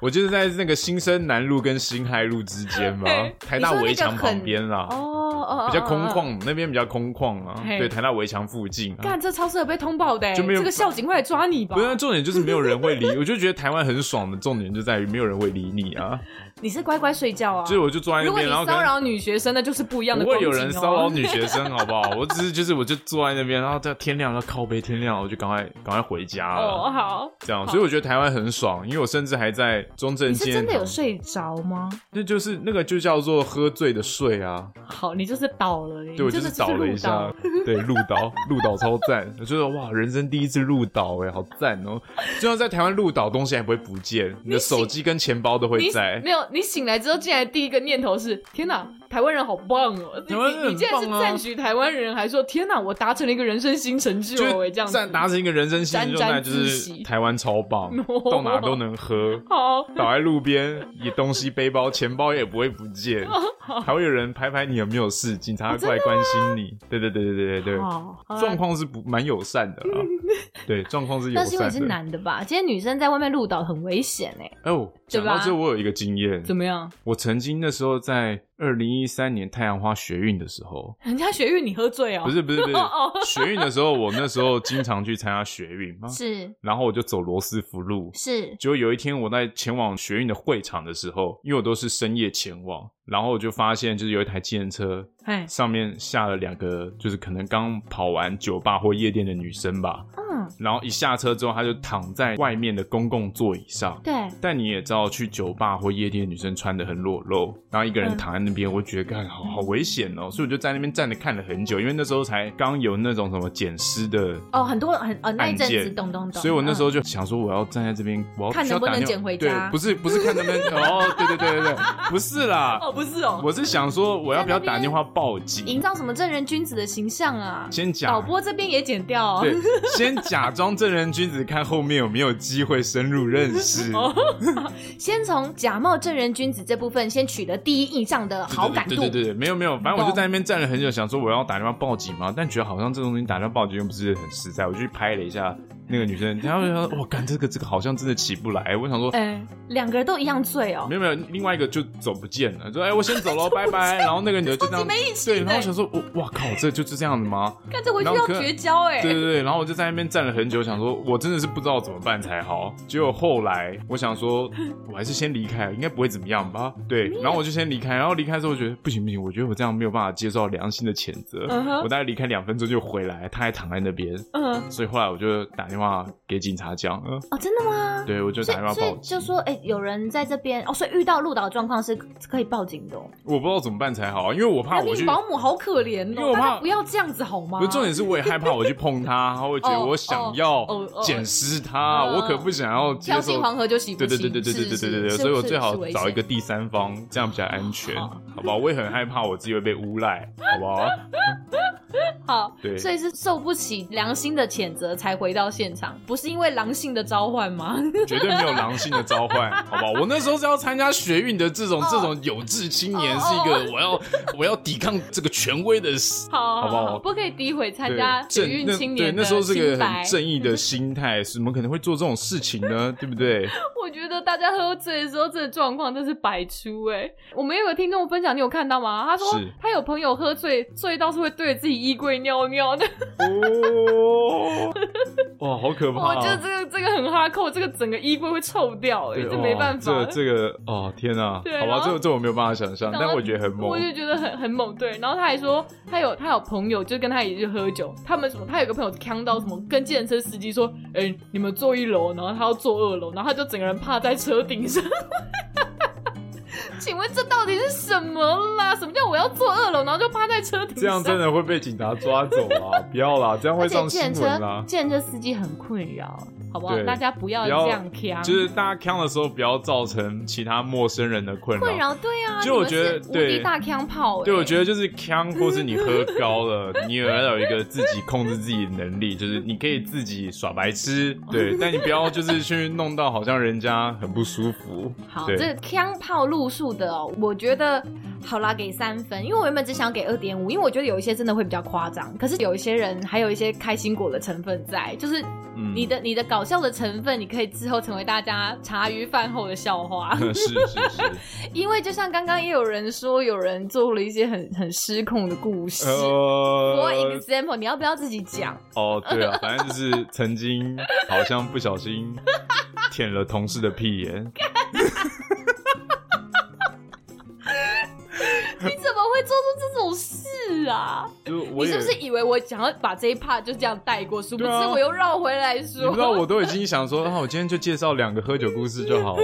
Speaker 1: 我就是在那个新生南路跟新海路之间嘛
Speaker 2: 嘿，
Speaker 1: 台大围墙旁边啦
Speaker 2: 哦，哦哦，哦
Speaker 1: 比较空。旷，那边比较空旷啊，
Speaker 2: 嘿
Speaker 1: 对，台大围墙附近啊。
Speaker 2: 干，这超适合被通报的耶，欸
Speaker 1: 就没有
Speaker 2: 这个校警会来抓你吧
Speaker 1: 不？是，重点就是没有人会理，我就觉得台湾很爽的重点就在于没有人会理你啊，
Speaker 2: 你是乖乖睡觉啊？
Speaker 1: 所以我就坐在
Speaker 2: 哦如
Speaker 1: 那
Speaker 2: 果
Speaker 1: 边，
Speaker 2: 你
Speaker 1: 然后可
Speaker 2: 骚
Speaker 1: 能
Speaker 2: 扰女学生，那就是不一样的
Speaker 1: 不
Speaker 2: 光
Speaker 1: 会
Speaker 2: 景哦。
Speaker 1: 有人骚扰女学生，好不好？我只是就是我就坐在那边，然后到天亮，然后靠背天亮，我就赶快赶快回家了。
Speaker 2: 哦，好，
Speaker 1: 这样，所以我觉得台湾很爽，因为我甚至还在中正
Speaker 2: 你是
Speaker 1: 纪念
Speaker 2: 真的有
Speaker 1: 堂，
Speaker 2: 睡着吗？
Speaker 1: 那就是那个就叫做喝醉的睡啊，
Speaker 2: 好，你就是倒了，欸你
Speaker 1: 对我
Speaker 2: 就
Speaker 1: 就是
Speaker 2: 只
Speaker 1: 倒了一
Speaker 2: 入
Speaker 1: 下
Speaker 2: 岛，
Speaker 1: 对，入岛，入岛超赞，我觉得哇，人生第一次入岛哎、好赞哦、就像在台湾入岛，东西还不会不见，你的手机跟钱包都会
Speaker 2: 你
Speaker 1: 在
Speaker 2: 没。有，你醒来之后，竟然第一个念头是：天哪，台湾人好棒哦！你
Speaker 1: 台湾人
Speaker 2: 你你竟然是
Speaker 1: 很棒啊
Speaker 2: 赞许台湾人，还说天哪，我达成了一个人生新成就
Speaker 1: 就
Speaker 2: 哎，这样子
Speaker 1: 赞达成一个人生新的
Speaker 2: 沾
Speaker 1: 状
Speaker 2: 沾
Speaker 1: 态，就
Speaker 2: 自
Speaker 1: 是
Speaker 2: 喜
Speaker 1: 台湾超
Speaker 2: *laughs*
Speaker 1: 棒
Speaker 2: No，
Speaker 1: 到哪都能喝，
Speaker 2: 好，
Speaker 1: 倒在路边，也东西背包钱包也不会不见，
Speaker 2: 哦
Speaker 1: 还会有人拍拍你有没有事，警察过来关心你。
Speaker 2: 哦
Speaker 1: 对对对对对对对，
Speaker 2: 好，啊嗯好啦
Speaker 1: 状况是不蛮友善的啦，对，状况是友
Speaker 5: 那是因为你是
Speaker 1: 善的。
Speaker 5: 男的吧？
Speaker 2: 今天女生在外面入岛很危险哎，
Speaker 1: 哦，
Speaker 2: 对
Speaker 1: 讲
Speaker 2: 吧
Speaker 1: 到这，我有一个经验，
Speaker 2: 怎么样？
Speaker 1: 我曾经那时候在二零一三年太阳花学运的时候，
Speaker 2: 人家学运你喝醉哦，
Speaker 1: 不是不是不是
Speaker 2: *laughs* 哦哦
Speaker 1: 学运的时候，我那时候经常去参加学运嘛，
Speaker 5: 是
Speaker 1: 然后我就走罗斯福路。
Speaker 5: 是，
Speaker 1: 结果有一天我在前往学运的会场的时候，因为我都是深夜前往，然后我就发现就是有一台计程车
Speaker 2: 哎，
Speaker 1: 上面下了两个，就是可能刚跑完酒吧或夜店的女生吧，
Speaker 5: 嗯，
Speaker 1: 然后一下车之后，她就躺在外面的公共座椅上。
Speaker 5: 对，
Speaker 1: 但你也知道，去酒吧或夜店，女生穿的很裸露，然后一个人躺在那边，我觉得干好好危险哦，所以我就在那边站着看了很久，因为那时候才刚有那种什么捡尸的，
Speaker 5: 哦，很多很呃那一
Speaker 1: 按
Speaker 5: 阵子，
Speaker 1: 键
Speaker 5: 懂懂懂，
Speaker 1: 所以我那时候
Speaker 5: 嗯
Speaker 1: 就想说，我要站在这边，我要
Speaker 2: 看
Speaker 1: 需要
Speaker 2: 能不能
Speaker 1: 打
Speaker 2: 捡
Speaker 1: 电话
Speaker 2: 回家
Speaker 1: 对，不是不是看能
Speaker 2: *laughs*
Speaker 1: 不能哦，对对对对对，不是啦，
Speaker 2: 哦不是哦，
Speaker 1: 我是想说我要不要打电话报
Speaker 2: 营
Speaker 1: 警，
Speaker 2: 造什么正人君子的形象啊？
Speaker 1: 先假
Speaker 2: 导播这边也剪掉哦，
Speaker 1: 对，先假装正人君子，看后面有没有机会深入认识。
Speaker 2: 哦
Speaker 5: 先从假冒正人君子这部分先取得第一印象的好感度，
Speaker 1: 对对对对，没有没有，反正我就在那边站了很久，想说我要打电话报警嘛，但觉得好像这种东西打电话报警又不是很实在，我就去拍了一下那个女生，然后就说，哇，干这个这个好像真的起不来，我想说。
Speaker 2: 哎，两个人都一样醉哦
Speaker 1: 没，有没有，另外一个就走不见了，说哎、我先走喽，拜拜。然后那个女的就这样，对，然后我想说，我哇靠，这就是这样子吗？
Speaker 2: 看这回去
Speaker 1: 然
Speaker 2: 要
Speaker 1: 后可
Speaker 2: 绝交哎，
Speaker 1: 对对对，然后我就在那边站了很久，想说我真的是不知道怎么办才好。结果后来我想说，我还是先离开，应该不会怎么样吧？对，然后我就先离开，然后离开之后我觉得不行不行，我觉得我这样没有办法接受到良心的谴责。
Speaker 2: 嗯哼
Speaker 1: 我大概离开两分钟就回来，他还躺在那边，
Speaker 2: 嗯，
Speaker 1: 所以后来我就打电话给警察讲，嗯、
Speaker 5: 哦，真的吗？
Speaker 1: 对我就
Speaker 5: 所
Speaker 1: 打电
Speaker 5: 以
Speaker 1: 话
Speaker 5: 所
Speaker 1: 报
Speaker 5: 以
Speaker 1: 警
Speaker 5: 就，说，哎、有人在这边哦，所以遇到鹿岛的状况是可以报警的、哦。
Speaker 1: 我不知道怎么办才好，因为我怕
Speaker 2: 那
Speaker 1: 我去
Speaker 2: 命。保姆好可怜
Speaker 1: 因为
Speaker 2: 哦，
Speaker 1: 我
Speaker 2: 大
Speaker 1: 怕
Speaker 2: 家不要这样子好吗
Speaker 1: 不？是重点是我也害怕我去碰他，他会觉得
Speaker 2: 哦
Speaker 1: 我想
Speaker 2: 哦
Speaker 1: 要
Speaker 2: 哦哦
Speaker 1: 捡拾他，
Speaker 2: 嗯
Speaker 1: 我可不想要接
Speaker 2: 跳
Speaker 1: 受
Speaker 2: 进黄河就洗不
Speaker 1: 对对
Speaker 2: 清，
Speaker 1: 对对对对对对对对，
Speaker 2: 是是
Speaker 1: 所以我最好
Speaker 2: 是危险
Speaker 1: 找一个第三方，这样比较安全，好不好？我也很害怕我自己会被诬赖，好不好？
Speaker 2: 好，
Speaker 1: 对
Speaker 2: 所以是受不起良心的谴责才回到现场，不是因为狼性的召唤吗？
Speaker 1: 绝对没有狼性的召唤，好不好？我那时候是要参加学运的这种这种有志青年，是一个我要我要抵抗这个权威的，
Speaker 2: 好
Speaker 1: 好不好
Speaker 2: 不可以诋毁参
Speaker 1: 对
Speaker 2: 加体
Speaker 1: 正
Speaker 2: 育
Speaker 1: 那
Speaker 2: 青
Speaker 1: 对
Speaker 2: 年的
Speaker 1: 那时候是
Speaker 2: 清
Speaker 1: 个
Speaker 2: 白
Speaker 1: 很正义的心态，怎么可能会做这种事情呢？对不对？
Speaker 2: 我觉得大家喝醉的时候，这个状况真是百出哎、我们有个听众分享，你有看到吗？他说
Speaker 1: 是
Speaker 2: 他有朋友喝醉，醉到是会对着自己衣柜尿尿的。 *laughs*
Speaker 1: 哦，哇，好可怕
Speaker 2: 我
Speaker 1: 哦！
Speaker 2: 觉得这个这个很哈扣，这个整个衣柜会臭掉哎、
Speaker 1: 对
Speaker 2: 这
Speaker 1: 哦
Speaker 2: 没办法。
Speaker 1: 这这个哦，天哪
Speaker 2: 对！
Speaker 1: 好
Speaker 2: 然
Speaker 1: 吧，
Speaker 2: 后
Speaker 1: 这个这我没有办法想象，
Speaker 2: 然后
Speaker 1: 但我觉得很猛
Speaker 2: 我。就觉得很很猛，对。然后他还说，他有他有朋友，就跟他一起去喝酒。他们什么，他有个朋友呛到什么，跟计程车司机说：“哎、你们坐一楼，然后他要坐二楼，然后他就整个人趴在车顶上。”请问这到底是什么啦？什么叫我要坐二楼，然后就趴在车顶上？
Speaker 1: 这样真的会被警察抓走
Speaker 2: *laughs*
Speaker 1: 啊！不要啦，这样
Speaker 5: 而
Speaker 1: 会
Speaker 5: 且
Speaker 1: 上
Speaker 5: 见
Speaker 1: 新闻啊啦
Speaker 5: 车。见车司机很困扰，
Speaker 2: 好不好？
Speaker 1: 对
Speaker 2: 大家不要
Speaker 1: 不要
Speaker 2: 这样呛。
Speaker 1: 就是大家呛的时候，不要造成其他陌生人的困
Speaker 5: 困
Speaker 1: 扰。
Speaker 5: 扰对啊，
Speaker 1: 就我觉得，
Speaker 2: 无敌
Speaker 1: 对
Speaker 2: 大呛炮、欸，
Speaker 1: 对，我觉得就是呛，或是你喝高了，你也要有一个自己控制自己的能力，就是你可以自己耍白痴，
Speaker 2: *laughs*
Speaker 1: 对，但你不要就是去弄到好像人家很不舒服。
Speaker 5: 好，
Speaker 1: 对
Speaker 5: 这个枪炮路数的哦，我觉得好啦，给三分，因为我原本只想给二点五，因为我觉得有一些真的会比较夸张，可是有一些人还有一些开心果的成分在，就是
Speaker 1: 嗯
Speaker 5: 你的、你的搞笑的成分，你可以之后成为大家茶余饭后的笑话
Speaker 1: *laughs* *laughs* ，是是是，
Speaker 5: 因为就像刚刚也有人说，有人做了一些很很失控的故事。For *laughs*
Speaker 1: 呃，
Speaker 5: example，你要不要自己
Speaker 1: *laughs*
Speaker 5: 讲？
Speaker 1: 哦，对啊，反正就是曾经好像不小心舔了同事的屁眼，
Speaker 5: 你怎么会做出这种事啊？
Speaker 1: *laughs* 就是我
Speaker 5: 你
Speaker 1: 也
Speaker 5: 是不是以为我想要把这一 part 就这样带过？殊不知
Speaker 1: 对啊
Speaker 5: 我又绕回来
Speaker 1: 你
Speaker 5: 说。
Speaker 1: 不知道，我都已经想说，啊，我今天就介绍两个喝酒故事就 *laughs* 好了。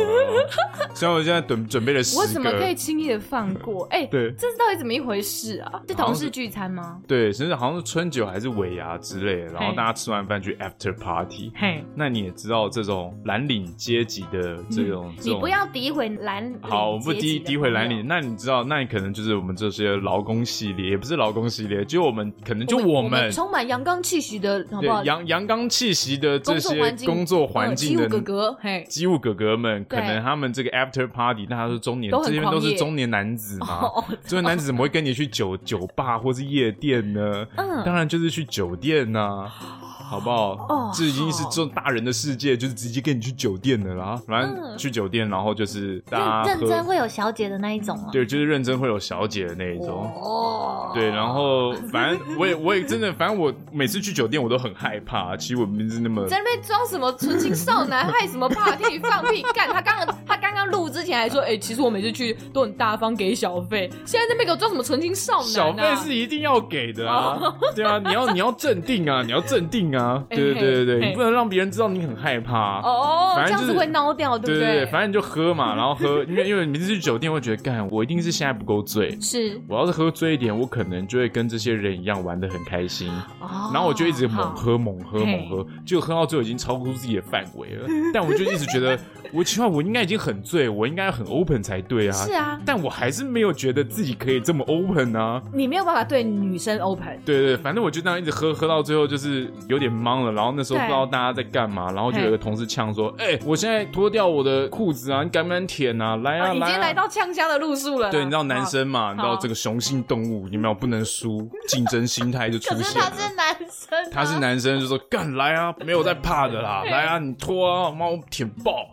Speaker 1: 虽然我现在准准备了十个，
Speaker 2: 我怎么可以轻易的放过？哎、
Speaker 1: 对
Speaker 2: 这是到底怎么一回事啊？
Speaker 5: 是同事聚餐吗？
Speaker 1: 对，甚至好像是春酒还是尾牙之类的，然后大家吃完饭去 after party。
Speaker 2: 嘿，
Speaker 1: 那你也知道，这种蓝领阶级的这种、这
Speaker 5: 嗯你
Speaker 1: 种
Speaker 5: 不。要诋毁蓝领
Speaker 1: 好，我不
Speaker 5: 阶级
Speaker 1: 诋
Speaker 5: 的
Speaker 1: 诋毁蓝
Speaker 5: 朋友
Speaker 1: 领，，那你知道，那你可能就是我们这些劳工系列，也不是劳工系列，就我们可能就
Speaker 5: 我
Speaker 1: 们
Speaker 5: 充满阳刚气息的好不好
Speaker 1: 对？阳阳刚气息的这
Speaker 5: 工作
Speaker 1: 些
Speaker 5: 环境
Speaker 1: 工作环境
Speaker 5: 呃
Speaker 1: 的
Speaker 5: 肌肉哥哥嘿
Speaker 1: 机务哥哥们，可
Speaker 5: 对
Speaker 1: 能他们这个 after party，大家都中年，
Speaker 5: 都很
Speaker 1: 这边
Speaker 5: 狂
Speaker 1: 都
Speaker 5: 野
Speaker 1: 是中年男子嘛 *laughs*
Speaker 5: 哦哦，
Speaker 1: 中年男子怎么会跟你去酒酒吧或是夜店呢？
Speaker 5: 嗯
Speaker 1: 当然就是去酒店呐、好不好？
Speaker 5: 哦
Speaker 1: 这已经是这种大人的世界，就是直接跟你去酒店的啦。反正
Speaker 5: 嗯
Speaker 1: 去酒店，然后就是大
Speaker 5: 认
Speaker 1: 家
Speaker 5: 认真
Speaker 1: 喝，
Speaker 5: 会有小姐的那一种
Speaker 2: 啊
Speaker 5: 吗？
Speaker 1: 对，就是认真会有小姐的那一种。
Speaker 5: 哦，
Speaker 1: 对，然后反正我也我也真的，反正我每次去酒店我都很害怕。其实我不是那么
Speaker 2: 在那边装什么纯情少男，害什么怕屁放
Speaker 1: *laughs*
Speaker 2: 屁干？他刚刚他刚刚录之前还说，哎、其实我每次去都很大方给小费，现在在那边给我装什么纯情少男、啊？哦
Speaker 1: 小费是一定要给的啊，对啊，你要你要镇定啊，你要镇定啊，对对对对
Speaker 2: 嘿
Speaker 1: 对，
Speaker 2: 嘿
Speaker 1: 你不能让别人知道你很害怕啊。
Speaker 2: 哦，
Speaker 1: 反
Speaker 2: 这
Speaker 1: 正
Speaker 2: 样
Speaker 1: 就是
Speaker 2: 子会孬掉，
Speaker 1: 对
Speaker 2: 不
Speaker 1: 对对，反正你就喝嘛，然后喝，因为因为每次去酒店会觉得，干，我一定是现在不够醉，
Speaker 2: 是
Speaker 1: 我要是喝醉一点，我可能就会跟这些人一样玩的很开心，
Speaker 2: 哦
Speaker 1: 然后我就一直猛
Speaker 2: 好
Speaker 1: 喝猛喝
Speaker 2: 嘿
Speaker 1: 猛喝，就喝到最后已经超乎自己的范围了，但我就一直
Speaker 2: *laughs*
Speaker 1: 觉得，我奇怪，我应该已经很醉，我应该很 open 才对啊，
Speaker 2: 是啊，
Speaker 1: 但我还是没有觉得自己可以这么 open 啊，
Speaker 2: 你没有办法对女生 open，
Speaker 1: 对对，反正我就这样一直喝，喝到最后就是有点懵了。然后那时候不知道大家在干嘛，然后就有个同事呛说：“哎、我现在脱掉我的裤子啊，你敢不敢舔啊？来啊，
Speaker 2: 啊，已经来
Speaker 1: 来、啊！”
Speaker 2: 到呛虾的路数了啦。
Speaker 1: 对，你知道男生嘛？你知道
Speaker 2: 好
Speaker 1: 这个雄性动物，你没有不能输，竞争心态就出
Speaker 5: 可是
Speaker 1: 现
Speaker 5: 他
Speaker 1: 了。
Speaker 5: 是男生啊，
Speaker 1: 他是男生，就说干来啊，没有在怕的
Speaker 2: *laughs*
Speaker 1: 啦，来啊，你脱啊，妈我舔爆，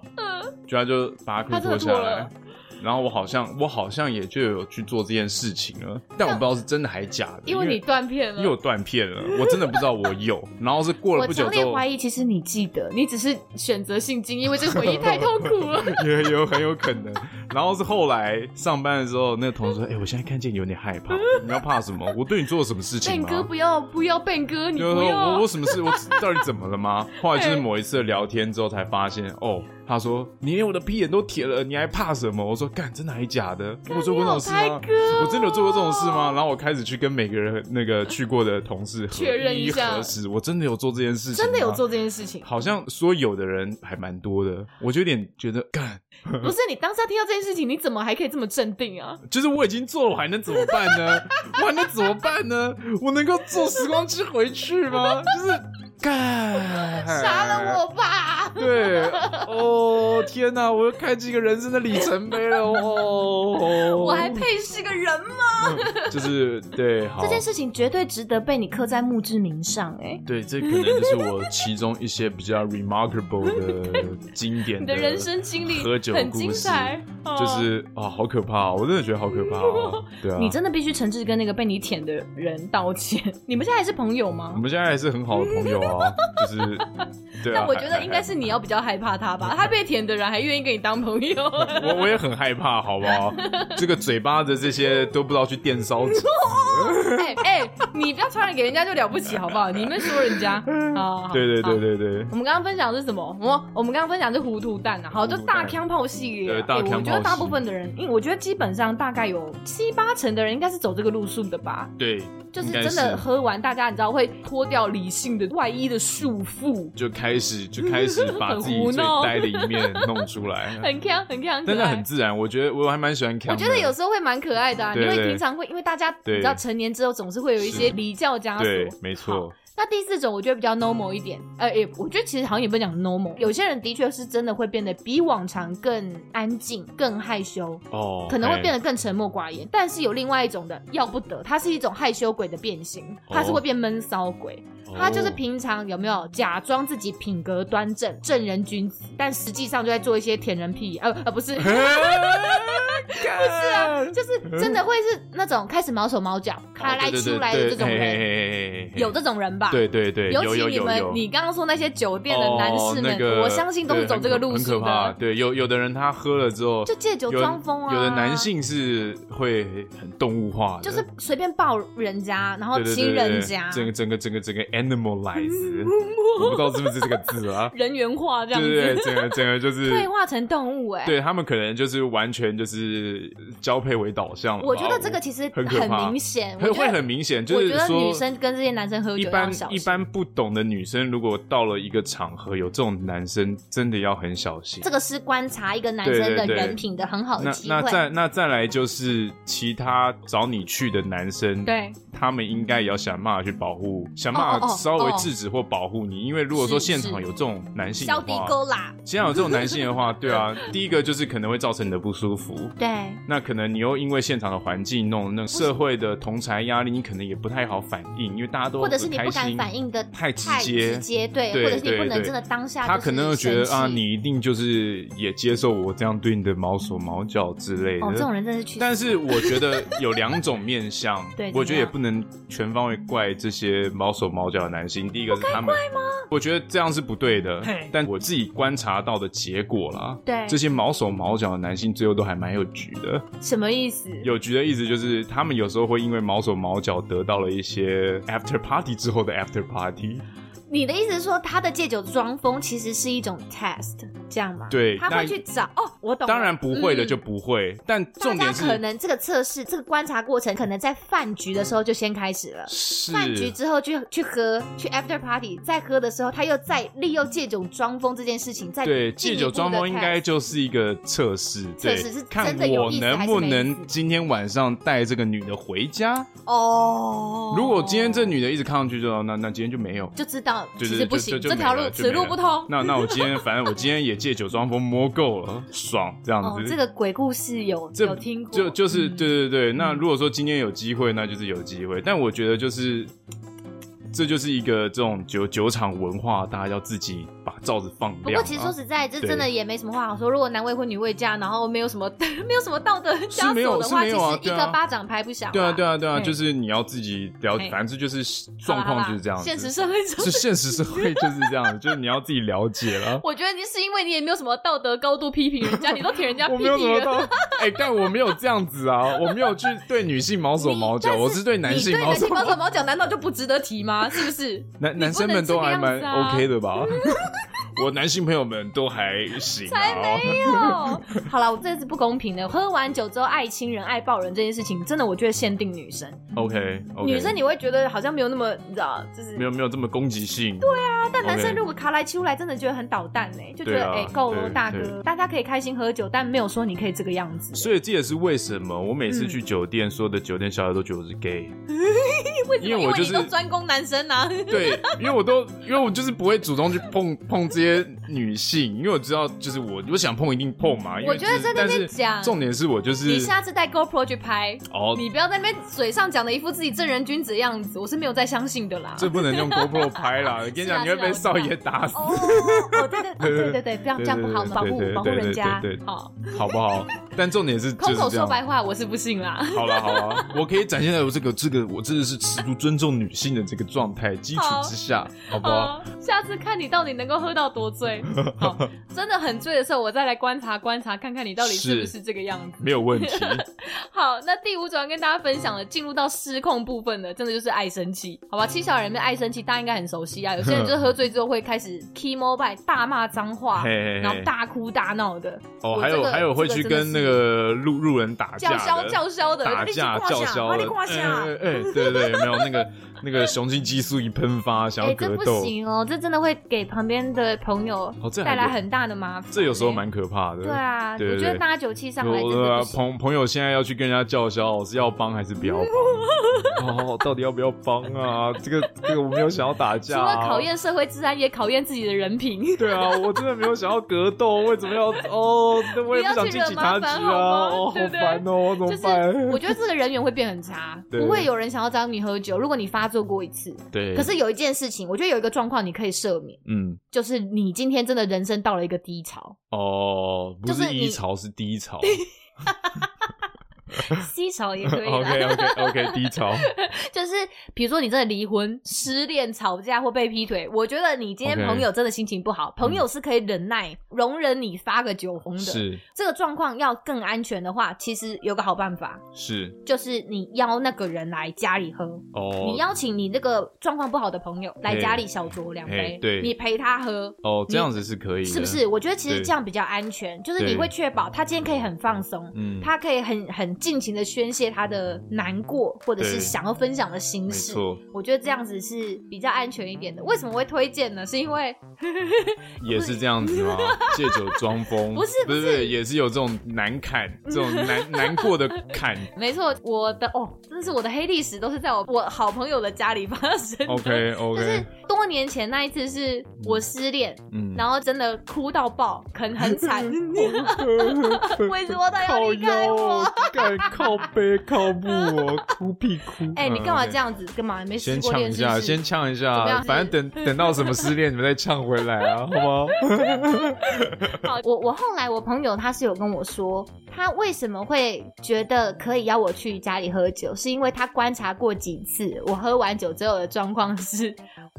Speaker 1: 就他就把他
Speaker 2: 嗯他
Speaker 1: 裤子
Speaker 2: 真的
Speaker 1: 脱下
Speaker 2: 脱
Speaker 1: 来
Speaker 2: 了，
Speaker 1: 然后我好像我好像也就有去做这件事情了，但我不知道是真的还假的，
Speaker 2: 因为你断片了，
Speaker 1: 又断片了，我真的不知道我
Speaker 2: *laughs*
Speaker 1: 有。然后是过了
Speaker 2: 我
Speaker 1: 不久
Speaker 2: 强
Speaker 1: 之
Speaker 2: 烈
Speaker 1: 后，
Speaker 2: 怀疑，其实你记得，你只是选择性经，因为这个回忆太痛苦了。
Speaker 1: *laughs* 也有很有可能。然后是后来上班的时候，那个同事说：“哎、我现在看见你有点害怕，你要怕什么？我对你做了什么事情
Speaker 2: 变
Speaker 1: 吗
Speaker 2: 哥？”不要不要变哥， *laughs* 你
Speaker 1: 就是
Speaker 2: 不
Speaker 1: 说我
Speaker 2: 要
Speaker 1: 我。什么事？我 *laughs* 到底怎么了吗？后来就是某一次的聊天之后才发现，哦，他说你连我的屁眼都舔了，你还怕什么？我说干，真的还假的？我有做过这种事
Speaker 2: 你好
Speaker 1: 吗
Speaker 2: 拍？哥哦
Speaker 1: 我真的有做过这种事吗？然后我开始去跟每个人那个去过的同事核
Speaker 2: 确认一
Speaker 1: 一
Speaker 2: 下
Speaker 1: 核实，我真的有做这件事情吗，
Speaker 2: 真的有做这件事情，
Speaker 1: 好像说有的人还蛮多的，我就有点觉得，干，
Speaker 2: 不是你当下听到这件事情，你怎么还可以这么镇定
Speaker 1: *laughs*
Speaker 2: 啊？
Speaker 1: 就是我已经做了，我还能怎么办呢？我还能怎么办呢？我能够坐时光机回去吗？就是干，
Speaker 2: 杀了我 *laughs* 吧！
Speaker 1: 对，哦天哪，我又开启一个人生的里程碑了哦！
Speaker 2: 我还配是个人吗？
Speaker 1: 就是对，好
Speaker 5: 这，件事情绝对值得被你刻在墓志铭上哎、
Speaker 1: 对，这可能就是我其中一些比较 remarkable 的经典
Speaker 2: 你的人生经历
Speaker 1: 喝酒
Speaker 2: 很
Speaker 1: 故
Speaker 2: 精
Speaker 1: 事
Speaker 2: 彩，哦
Speaker 1: 就是啊、好可怕、哦！我真的觉得好可怕、
Speaker 2: *laughs*
Speaker 1: 哦。对啊，
Speaker 2: 你真的必须诚挚跟那个被你舔的人道歉。 *laughs* 你们现在还是朋友吗
Speaker 1: 我？们现在还是很好的朋
Speaker 2: *laughs*
Speaker 1: 友啊，就是对啊。
Speaker 2: 但我觉得应该
Speaker 1: 是
Speaker 2: 是你要比较害怕他吧，他被舔的人还愿意跟你当朋
Speaker 1: *laughs*
Speaker 2: 友。
Speaker 1: *laughs* 我，我也很害怕，好不好？这个嘴巴的这些都不知道去电烧
Speaker 2: *laughs*
Speaker 1: 纸，
Speaker 2: 哎哎，你不要传染给人家就了不起好不好？你们说人
Speaker 1: *laughs*
Speaker 2: 家啊，好
Speaker 1: 对对。
Speaker 2: 好
Speaker 1: 对对对。
Speaker 2: 我们刚刚分享的是什么？我我们刚刚分享的是糊涂蛋啊，好，就
Speaker 1: 糊涂蛋
Speaker 2: 大枪炮系列啊。
Speaker 1: 对大
Speaker 2: 哎
Speaker 1: 枪炮
Speaker 2: 我觉得大部分的人，因为我觉得基本上大概有七八成的人应该是走这个路数的吧，
Speaker 1: 对，
Speaker 2: 就是
Speaker 1: 应该
Speaker 2: 真的喝完，大家你知道会脱掉理性的外衣的束缚，
Speaker 1: 就开始就开始把
Speaker 2: 很
Speaker 1: 自己
Speaker 2: 胡
Speaker 1: 最
Speaker 2: 闹
Speaker 1: 呆的一面弄出来，
Speaker 2: *laughs* 很强很强，
Speaker 1: 但
Speaker 2: 可
Speaker 1: *laughs* 那
Speaker 2: 爱
Speaker 1: 嗯很自然，我觉得我还蛮喜欢看。
Speaker 2: 我觉得有时候会蛮可爱的啊，
Speaker 1: 对
Speaker 2: 因
Speaker 1: 对
Speaker 2: 为平常会，因为大家你
Speaker 1: 对
Speaker 2: 知道成年之后总是会有一些
Speaker 1: 是
Speaker 2: 礼教枷
Speaker 1: 对，
Speaker 2: 锁。
Speaker 1: 没错，
Speaker 2: 那第四种我觉得比较 normal 一点，呃，也我觉得其实好像也不能讲 normal，有些人的确是真的会变得比往常更安静、更害羞，
Speaker 1: 哦，
Speaker 2: 可能会变
Speaker 1: 得
Speaker 2: 得更沉默寡言。但是有另外一种的，要不得，它是一种害羞鬼的变形，
Speaker 1: 哦
Speaker 2: 它是会变闷骚鬼，
Speaker 1: 哎
Speaker 2: 它就是
Speaker 1: *laughs*
Speaker 2: 平常有没有假装自己品格端正、正人君子，但实际上就在做一些舔人屁，呃 *laughs* 呃，不
Speaker 1: *laughs*
Speaker 2: 是。
Speaker 1: 嗯不
Speaker 2: 是啊，就是真的会是那种开始毛手毛脚、卡来出来的这种人，
Speaker 1: 人
Speaker 2: 有这种人吧？
Speaker 1: 对对对，
Speaker 2: 尤
Speaker 1: 有
Speaker 2: 其
Speaker 1: 有
Speaker 2: 你
Speaker 1: 有
Speaker 2: 们
Speaker 1: 有，
Speaker 2: 你刚刚说那些酒店的男士
Speaker 1: 哦那
Speaker 2: 们，
Speaker 1: 个
Speaker 2: 我相信都是
Speaker 1: 对
Speaker 2: 走这个路
Speaker 1: 很可
Speaker 2: 数
Speaker 1: 很可怕。
Speaker 2: 的，
Speaker 1: 对，有有的人他喝了之后
Speaker 2: 就借酒
Speaker 1: 有
Speaker 2: 装疯啊。
Speaker 1: 有的男。性是会很动物化的，
Speaker 2: 就是随便抱人家，
Speaker 5: 哦
Speaker 2: 然后
Speaker 1: 对对对
Speaker 2: 亲
Speaker 1: 对
Speaker 2: 人家，，
Speaker 1: 整个整个整个整个
Speaker 5: 嗯
Speaker 1: animalize，我 *laughs* 不知道是不是这个字啊
Speaker 5: *laughs*
Speaker 2: 人猿化这
Speaker 1: 对
Speaker 2: 样
Speaker 1: 对
Speaker 2: 子，
Speaker 1: 对，整个整个就是
Speaker 2: 退化成动物哎、
Speaker 1: 对他们可能就是完全就是交配为导向了吧。
Speaker 5: 我觉得这个其实
Speaker 1: 很可
Speaker 5: 很
Speaker 1: 怕
Speaker 5: 明显，
Speaker 1: 很
Speaker 5: 我觉
Speaker 1: 会
Speaker 5: 得
Speaker 1: 很明显，就
Speaker 5: 我
Speaker 1: 是
Speaker 5: 觉得
Speaker 1: 说
Speaker 5: 女生跟这些男生喝
Speaker 1: 一
Speaker 5: 酒
Speaker 1: 般
Speaker 5: 要小
Speaker 1: 一
Speaker 5: 心。
Speaker 1: 般不懂的女生，如果到了一个场合有这种男生，真的要很小心
Speaker 5: 这。个是观察一个男
Speaker 1: 对对
Speaker 5: 生的
Speaker 1: 对
Speaker 5: 人品的很好的
Speaker 1: 那
Speaker 5: 机
Speaker 1: 那
Speaker 5: 会。
Speaker 1: 再那再来就是其他找你去的男生，
Speaker 2: 对
Speaker 1: 他们应该也要想办法去保护，想办
Speaker 2: 哦
Speaker 1: 法
Speaker 2: 哦哦
Speaker 1: 稍微
Speaker 2: 哦
Speaker 1: 制止或保护你，因为如果
Speaker 5: 是
Speaker 1: 说现场
Speaker 5: 是
Speaker 1: 有这种男性的
Speaker 5: 肖迪
Speaker 1: 话，
Speaker 5: 勾啦，
Speaker 1: 现场有这种男性的话，对啊， *laughs* 第一个就是可能会造成你的不舒服，
Speaker 5: 对，
Speaker 1: 那可能你又因为现场的环境弄那社会的同才压力，你可能也不太好反应，因为大家都
Speaker 2: 或者是你
Speaker 1: 很
Speaker 2: 不
Speaker 1: 开
Speaker 2: 敢
Speaker 1: 心
Speaker 2: 反应的
Speaker 1: 太直接
Speaker 2: 直接，对，
Speaker 1: 对
Speaker 2: 或者是你不
Speaker 1: 对
Speaker 2: 能
Speaker 1: 对
Speaker 2: 真的当下就是生气，
Speaker 1: 他可能又觉得啊，你一定就是也接受我这样对你的毛手毛脚之类的。
Speaker 2: 哦，这种人真的是去死，，
Speaker 1: 但是我觉得有两种面相
Speaker 2: *laughs* 对
Speaker 1: 我
Speaker 2: 怎么
Speaker 1: 觉得也
Speaker 2: 样
Speaker 1: 不能全方位怪这些毛手毛脚的男性。第一个是他们，我觉得这样是不对的
Speaker 3: 嘿。
Speaker 1: 但我自己观察到的结果啦，
Speaker 2: 对
Speaker 1: 这些毛手毛脚的男性最后都还蛮有局的。
Speaker 6: 什么意思？
Speaker 1: 有局的意思就是，他们有时候会因为毛手毛脚得到了一些 after party 之后的 after party。
Speaker 2: 你的意思是说，他的借酒装疯其实是一种 test，这样吗？
Speaker 1: 对
Speaker 2: 他
Speaker 1: 但
Speaker 2: 会去找哦，我懂了。嗯
Speaker 1: 当然不会的就不会，但
Speaker 2: 大
Speaker 1: 重
Speaker 2: 家
Speaker 1: 点是
Speaker 2: 可能这个测试、这个观察过程，可能在饭局的时候就先开始了。
Speaker 1: 是
Speaker 2: 饭局之后去去喝，去 after party，再喝的时候，他又再利用借酒装疯这件事情，再
Speaker 1: 对，
Speaker 2: 进
Speaker 1: 借
Speaker 2: 一
Speaker 1: 酒
Speaker 2: 步
Speaker 1: 装
Speaker 2: 的
Speaker 1: 疯应该
Speaker 2: test
Speaker 1: 就是一个测试，
Speaker 2: 测
Speaker 1: 对，
Speaker 2: 试是
Speaker 1: 看
Speaker 2: 真的有
Speaker 1: 我
Speaker 2: 意思
Speaker 1: 能
Speaker 2: 还是
Speaker 1: 不
Speaker 2: 没意
Speaker 1: 能
Speaker 2: 思
Speaker 1: 今天晚上带这个女的回家。
Speaker 2: 哦。
Speaker 1: 如果今天这女的一直抗拒，就那那今天就没有。
Speaker 2: 就知道其
Speaker 1: 就是
Speaker 2: 实不
Speaker 1: 就
Speaker 2: 行，
Speaker 1: 就
Speaker 2: 这
Speaker 1: 没
Speaker 2: 条
Speaker 1: 了
Speaker 2: 路
Speaker 1: 就
Speaker 2: 此
Speaker 1: 没
Speaker 2: 路
Speaker 1: 了
Speaker 2: 不通。
Speaker 1: 那那我今天反正我今天也借酒装疯摸够了，爽这样
Speaker 6: 哦
Speaker 1: 子。，
Speaker 6: 这个鬼故事有
Speaker 1: 这
Speaker 6: 有听过，
Speaker 1: 就就是
Speaker 6: 嗯
Speaker 1: 对对对。那如果说今天有机会，那就是有机会。但我觉得就是，这就是一个这种酒酒场文化，大家要自己把罩子放亮啊。
Speaker 2: 不过其实说实在，这
Speaker 1: 对
Speaker 2: 真的也没什么话好说。如果男未婚女未嫁，然后没有什么 *laughs* 没有什么道德枷
Speaker 1: 没
Speaker 2: 锁
Speaker 1: 有
Speaker 2: 的话，
Speaker 1: 是没
Speaker 2: 其
Speaker 1: 有啊
Speaker 2: 实一
Speaker 1: 对
Speaker 2: 个
Speaker 1: 啊
Speaker 2: 巴掌拍不响。
Speaker 1: 对啊，对啊，对啊，
Speaker 2: 对
Speaker 1: 就是你要自己了解，
Speaker 2: 嘿
Speaker 1: 反正就是状
Speaker 2: 好啦
Speaker 1: 况
Speaker 2: 好啦
Speaker 1: 就是这样子。
Speaker 2: 现实社会中
Speaker 1: *laughs* 是现实社会就是这样子，就是你要自己了解了
Speaker 2: *laughs* 。我觉得你是因为你也没有什么道德高度批评人
Speaker 1: *laughs*
Speaker 2: 家，你都挺人家
Speaker 1: 我
Speaker 2: 批
Speaker 1: 没有什
Speaker 2: 评
Speaker 1: 么
Speaker 2: 人。
Speaker 1: 到， *laughs* 哎、但我没有这样子啊，我没有去对女性毛手毛脚，
Speaker 2: 你但
Speaker 1: 我是对男
Speaker 2: 你对
Speaker 1: 性
Speaker 2: 男
Speaker 1: 毛手
Speaker 2: 性
Speaker 1: 毛
Speaker 2: 毛手毛脚难道就不值得提
Speaker 1: *laughs*
Speaker 2: 吗？是不是？
Speaker 1: 男男生们都还蛮
Speaker 2: 这个样子啊
Speaker 1: OK
Speaker 2: *laughs*
Speaker 1: 的吧？我男性朋友们都还行啊，
Speaker 2: 哦，好了，我这是不公平的。喝完酒之后爱亲人、爱抱人这件事情，真的我觉得限定女生。
Speaker 1: OK OK，
Speaker 2: 女生你会觉得好像没有那么，你知道，就是
Speaker 1: 没有没有这么攻击性，对啊，
Speaker 2: 但男生
Speaker 1: OK
Speaker 2: 如果卡来秋来，真的觉得很捣蛋呢、就觉
Speaker 1: 对
Speaker 2: 得
Speaker 1: 啊
Speaker 2: 哎够了，
Speaker 1: 对
Speaker 2: 大哥，
Speaker 1: 对
Speaker 2: 大家可以开心喝酒，但没有说你可以这个样子。
Speaker 1: 所以这也是为什么我每
Speaker 2: 嗯
Speaker 1: 次去酒店，所有的酒店小姐都觉得我是 gay，因为我就是
Speaker 2: 因为你都专攻男生
Speaker 1: *laughs*
Speaker 2: 啊，
Speaker 1: 对，因为我都因为我就是不会主动去碰碰这些女性，因为我知道就是我我想碰一定碰嘛。因为
Speaker 2: 我觉得
Speaker 1: 就是
Speaker 2: 在那
Speaker 1: 但
Speaker 2: 边
Speaker 1: 是
Speaker 2: 讲
Speaker 1: 重点是我就是
Speaker 2: 你下次带 GoPro 去拍，
Speaker 1: 哦，
Speaker 2: 你不要在那边嘴上讲的一副自己正人君子的样子，我是没有再相信的啦。
Speaker 1: 这不能用 GoPro
Speaker 2: *laughs*
Speaker 1: 拍啦，跟你
Speaker 2: 是啊
Speaker 1: 讲你
Speaker 2: 是
Speaker 1: 会
Speaker 2: 啊我
Speaker 1: 被
Speaker 2: 知道
Speaker 1: 少爷打 *laughs* 死，
Speaker 2: 哦，哦对对哦对对对，不要这
Speaker 1: 对
Speaker 2: 样不好，
Speaker 1: 对对
Speaker 2: 保护
Speaker 1: 对对
Speaker 2: 保护人家
Speaker 1: 对对对。对
Speaker 2: 好，
Speaker 1: 好不好？但重点是就
Speaker 2: 空
Speaker 1: 是
Speaker 2: 口
Speaker 1: 这
Speaker 2: 说
Speaker 1: 样。
Speaker 2: 白话，我是不信啦。
Speaker 1: 好了好了，我可以展现在我这个这个我真的是十足尊重女性的这个状态基础
Speaker 2: 好
Speaker 1: 之下，好不
Speaker 2: *laughs*
Speaker 1: 好？
Speaker 2: 好，下次看你到底能够喝到多
Speaker 1: *laughs*
Speaker 2: 醉。好，真的很醉的时候，我再来观察观察，看看你到底是不
Speaker 1: 是
Speaker 2: 是这个样子。
Speaker 1: 没
Speaker 2: *laughs*
Speaker 1: 有问题，
Speaker 2: 好，那第五种要跟大家分享的，进入到失控部分的，真的就是爱生气，好吧？七小人们爱生气，大家应该很熟悉啊。有些人就是喝醉之后会开始 key mobile 大骂脏话，
Speaker 1: 嘿嘿嘿
Speaker 2: 然后大哭大闹的，
Speaker 1: 哦，
Speaker 2: 我
Speaker 1: 还有
Speaker 2: 这个
Speaker 1: 还有会
Speaker 2: 这个
Speaker 1: 去
Speaker 2: 真的
Speaker 1: 跟那
Speaker 2: 是
Speaker 1: 个路路人打架
Speaker 2: 叫嚣
Speaker 1: 的，
Speaker 2: 叫嚣的，
Speaker 1: 打
Speaker 2: 你
Speaker 1: 架
Speaker 2: 挂
Speaker 1: 叫
Speaker 2: 下
Speaker 1: 嚣
Speaker 2: 把
Speaker 1: 了
Speaker 2: 你挂，下。
Speaker 1: 哎
Speaker 2: *laughs*
Speaker 1: 哎哎对对，没有那个那个雄性激素一喷发，想
Speaker 2: 哎，
Speaker 1: 要
Speaker 2: 这
Speaker 1: 格
Speaker 2: 不
Speaker 1: 斗，
Speaker 2: 行哦，这真的会给旁边的朋友
Speaker 1: 哦这还
Speaker 2: 带来
Speaker 1: 有
Speaker 2: 很大的麻烦。
Speaker 1: 这有时候
Speaker 2: 哎
Speaker 1: 蛮可怕的。
Speaker 2: 对啊，
Speaker 1: 对
Speaker 2: 我
Speaker 1: 对
Speaker 2: 觉得
Speaker 1: 对
Speaker 2: 大家酒气上来真
Speaker 1: 我
Speaker 2: 的
Speaker 1: 啊
Speaker 2: 不行。
Speaker 1: 朋朋友现在要去跟人家叫嚣，是要帮还是不要帮？ *laughs* 哦，到底要不要帮啊？这个这个我没有想要打
Speaker 2: *laughs* 除
Speaker 1: 架、
Speaker 2: 了
Speaker 1: 啊，
Speaker 2: 考。验社会治安，也考验自己的人品。 *laughs*
Speaker 1: 对啊，我真的没有想要格斗，为什么要哦？那我也
Speaker 2: 不要
Speaker 1: 想
Speaker 2: 去
Speaker 1: 进
Speaker 2: 惹
Speaker 1: 警
Speaker 2: 麻
Speaker 1: 察局
Speaker 2: 烦
Speaker 1: 啊！
Speaker 2: 好吗
Speaker 1: 哦，好
Speaker 2: 对不对
Speaker 1: 烦哦，怎
Speaker 2: 就
Speaker 1: 么
Speaker 2: 是
Speaker 1: 办？
Speaker 2: 我觉得这个人缘会变很差，
Speaker 1: *laughs* 对
Speaker 2: 不会有人想要找你喝酒。如果你发作过一次，
Speaker 1: 对，
Speaker 2: 可是有一件事情，我觉得有一个状况你可以赦免，
Speaker 1: 嗯，
Speaker 2: 就是你今天真的人生到了一个低潮， *laughs*
Speaker 1: 哦，不
Speaker 2: 就是
Speaker 1: 是
Speaker 2: 你
Speaker 1: 一潮是低潮
Speaker 2: 低潮
Speaker 1: *laughs*
Speaker 2: 也可以啦。
Speaker 1: ，OK OK *laughs* OK，低潮。
Speaker 2: 就是比如说你真的离婚、失恋、吵架或被劈腿，我觉得你今天
Speaker 1: OK 嗯
Speaker 2: 朋友真的心情不好，朋友是可以忍耐、容忍你发个酒疯的。
Speaker 1: 是
Speaker 2: 这个状况要更安全的话，其实有个好办法，
Speaker 1: 是
Speaker 2: 就是你邀那个人来家里喝。
Speaker 1: 哦，
Speaker 2: 你邀请你那个状况不好的朋友来家里小酌两杯
Speaker 1: 嘿，对
Speaker 2: 你陪他喝。
Speaker 1: 哦，这样子是可以的，
Speaker 2: 是不是？？我觉得其实
Speaker 1: 对
Speaker 2: 这样比较安全，就是你
Speaker 1: 对
Speaker 2: 会确保他今天可以很放松，
Speaker 1: 嗯，
Speaker 2: 他可以很很尽情的宣泄他的难过，或者是
Speaker 1: 对
Speaker 2: 想要分享的心
Speaker 1: 没
Speaker 2: 事。
Speaker 1: 错，
Speaker 2: 我觉得这样子是比较安全一点的。为什么我会推荐呢？是因为
Speaker 1: 也是这样 *laughs* 子吗？借酒装疯，
Speaker 2: 不是
Speaker 1: 不
Speaker 2: 不是
Speaker 1: 也是有这种难坎， *laughs* 这种难难过的 *laughs* 坎。
Speaker 2: 没错，我的哦，真的是我的黑历史都是在我我好朋友的家里发生
Speaker 1: *laughs*
Speaker 2: 的。
Speaker 1: OK
Speaker 2: 就是
Speaker 1: OK，
Speaker 2: 多年前那一次是我失恋，
Speaker 1: 嗯，
Speaker 2: 然后真的
Speaker 1: *laughs*
Speaker 2: 哭到爆，很很惨，为什么他要
Speaker 1: 靠
Speaker 2: 离开
Speaker 1: 腰
Speaker 2: 我？
Speaker 1: 哦，干哎靠背靠步哦，哭屁哭。 *laughs*
Speaker 2: 哎、你干嘛
Speaker 1: 嗯
Speaker 2: 这？样子？干嘛？没试
Speaker 1: 先
Speaker 2: 过
Speaker 1: 呛
Speaker 2: 练
Speaker 1: 一
Speaker 2: 是
Speaker 1: 下，
Speaker 2: 不
Speaker 1: 先
Speaker 2: 是？
Speaker 1: 呛一
Speaker 7: 怎么
Speaker 1: 下，
Speaker 7: 样
Speaker 1: 反正等等到什么失恋，你们再呛回来啊，好不 *laughs* 好？
Speaker 2: 好
Speaker 7: 好，
Speaker 2: 呃我我后来我朋友他是有跟我说，他为什么会觉得可以邀我去家里喝酒，是因为他观察过几次我喝完酒之后的状况是，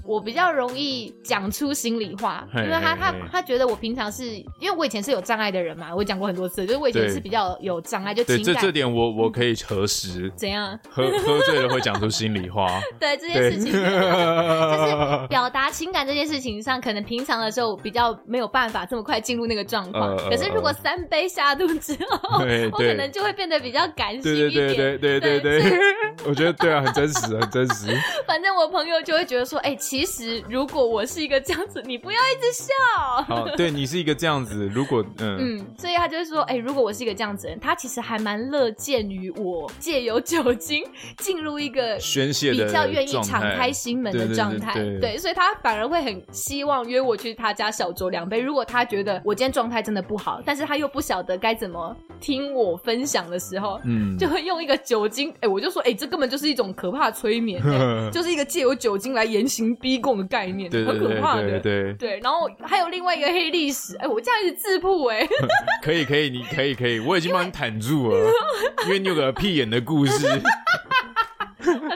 Speaker 2: 我比较容易讲出心里话，
Speaker 1: 嘿
Speaker 2: 因为他他
Speaker 1: 嘿嘿
Speaker 2: 他觉得我平常是因为我以前是有障碍的人嘛，我讲过很多次，就是我以前
Speaker 1: 对
Speaker 2: 是比较有障碍，就
Speaker 1: 对，
Speaker 2: 情
Speaker 1: 这这
Speaker 2: 感
Speaker 1: 点我我可以核实，
Speaker 2: 怎
Speaker 1: *laughs*
Speaker 2: 样， *laughs*
Speaker 1: 喝喝醉了会讲出心里话，
Speaker 2: 对这件
Speaker 1: 对，
Speaker 2: 事 *laughs* 情。
Speaker 1: *laughs*
Speaker 2: 就是表达情感这件事情上，可能平常的时候比较没有办法这么快进入那个状况。
Speaker 1: 呃
Speaker 2: 可是如果三杯下肚之后，
Speaker 1: 对
Speaker 2: *laughs* 我可
Speaker 1: 对
Speaker 2: 能就会变得比较感性
Speaker 1: 对 *laughs*
Speaker 2: 一点。
Speaker 1: 对对对对对对，我觉得对啊，很真实，很真实。
Speaker 2: *laughs* 反正我朋友就会觉得说，哎、其实如果我是一个这样子，你不要一直笑。
Speaker 1: 好，对你是一个这样子，如果嗯，
Speaker 2: 嗯，所以他就是说，哎、如果我是一个这样子的人，他其实还蛮乐见于我借由酒精进入一个
Speaker 1: 宣泄
Speaker 2: 比
Speaker 1: 的
Speaker 2: 较愿意
Speaker 1: 状
Speaker 2: 敞
Speaker 1: 态
Speaker 2: 开心门
Speaker 1: 对
Speaker 2: 的
Speaker 1: 对
Speaker 2: 状
Speaker 1: 对
Speaker 2: 态，
Speaker 1: 对
Speaker 2: 对，所以他反而会很希望约我去他家小酌两杯。如果他觉得我今天状态真的不好，但是他又不晓得该怎么听我分享的时候，
Speaker 1: 嗯，
Speaker 2: 就会用一个酒精，哎、我就说，哎、这根本就是一种可怕的催
Speaker 1: *laughs*
Speaker 2: 眠、哎就是一个借由酒精来严刑逼供的概念，
Speaker 1: 对对
Speaker 2: 很可
Speaker 1: 对
Speaker 2: 怕的。
Speaker 1: 对对，
Speaker 2: 对然后还有另外一个黑历史，哎、我这样一直自曝、哎，
Speaker 1: 可以可以，你可以可以，我已经
Speaker 2: *laughs*
Speaker 1: 帮你坦住了，因为你有个屁眼的故事，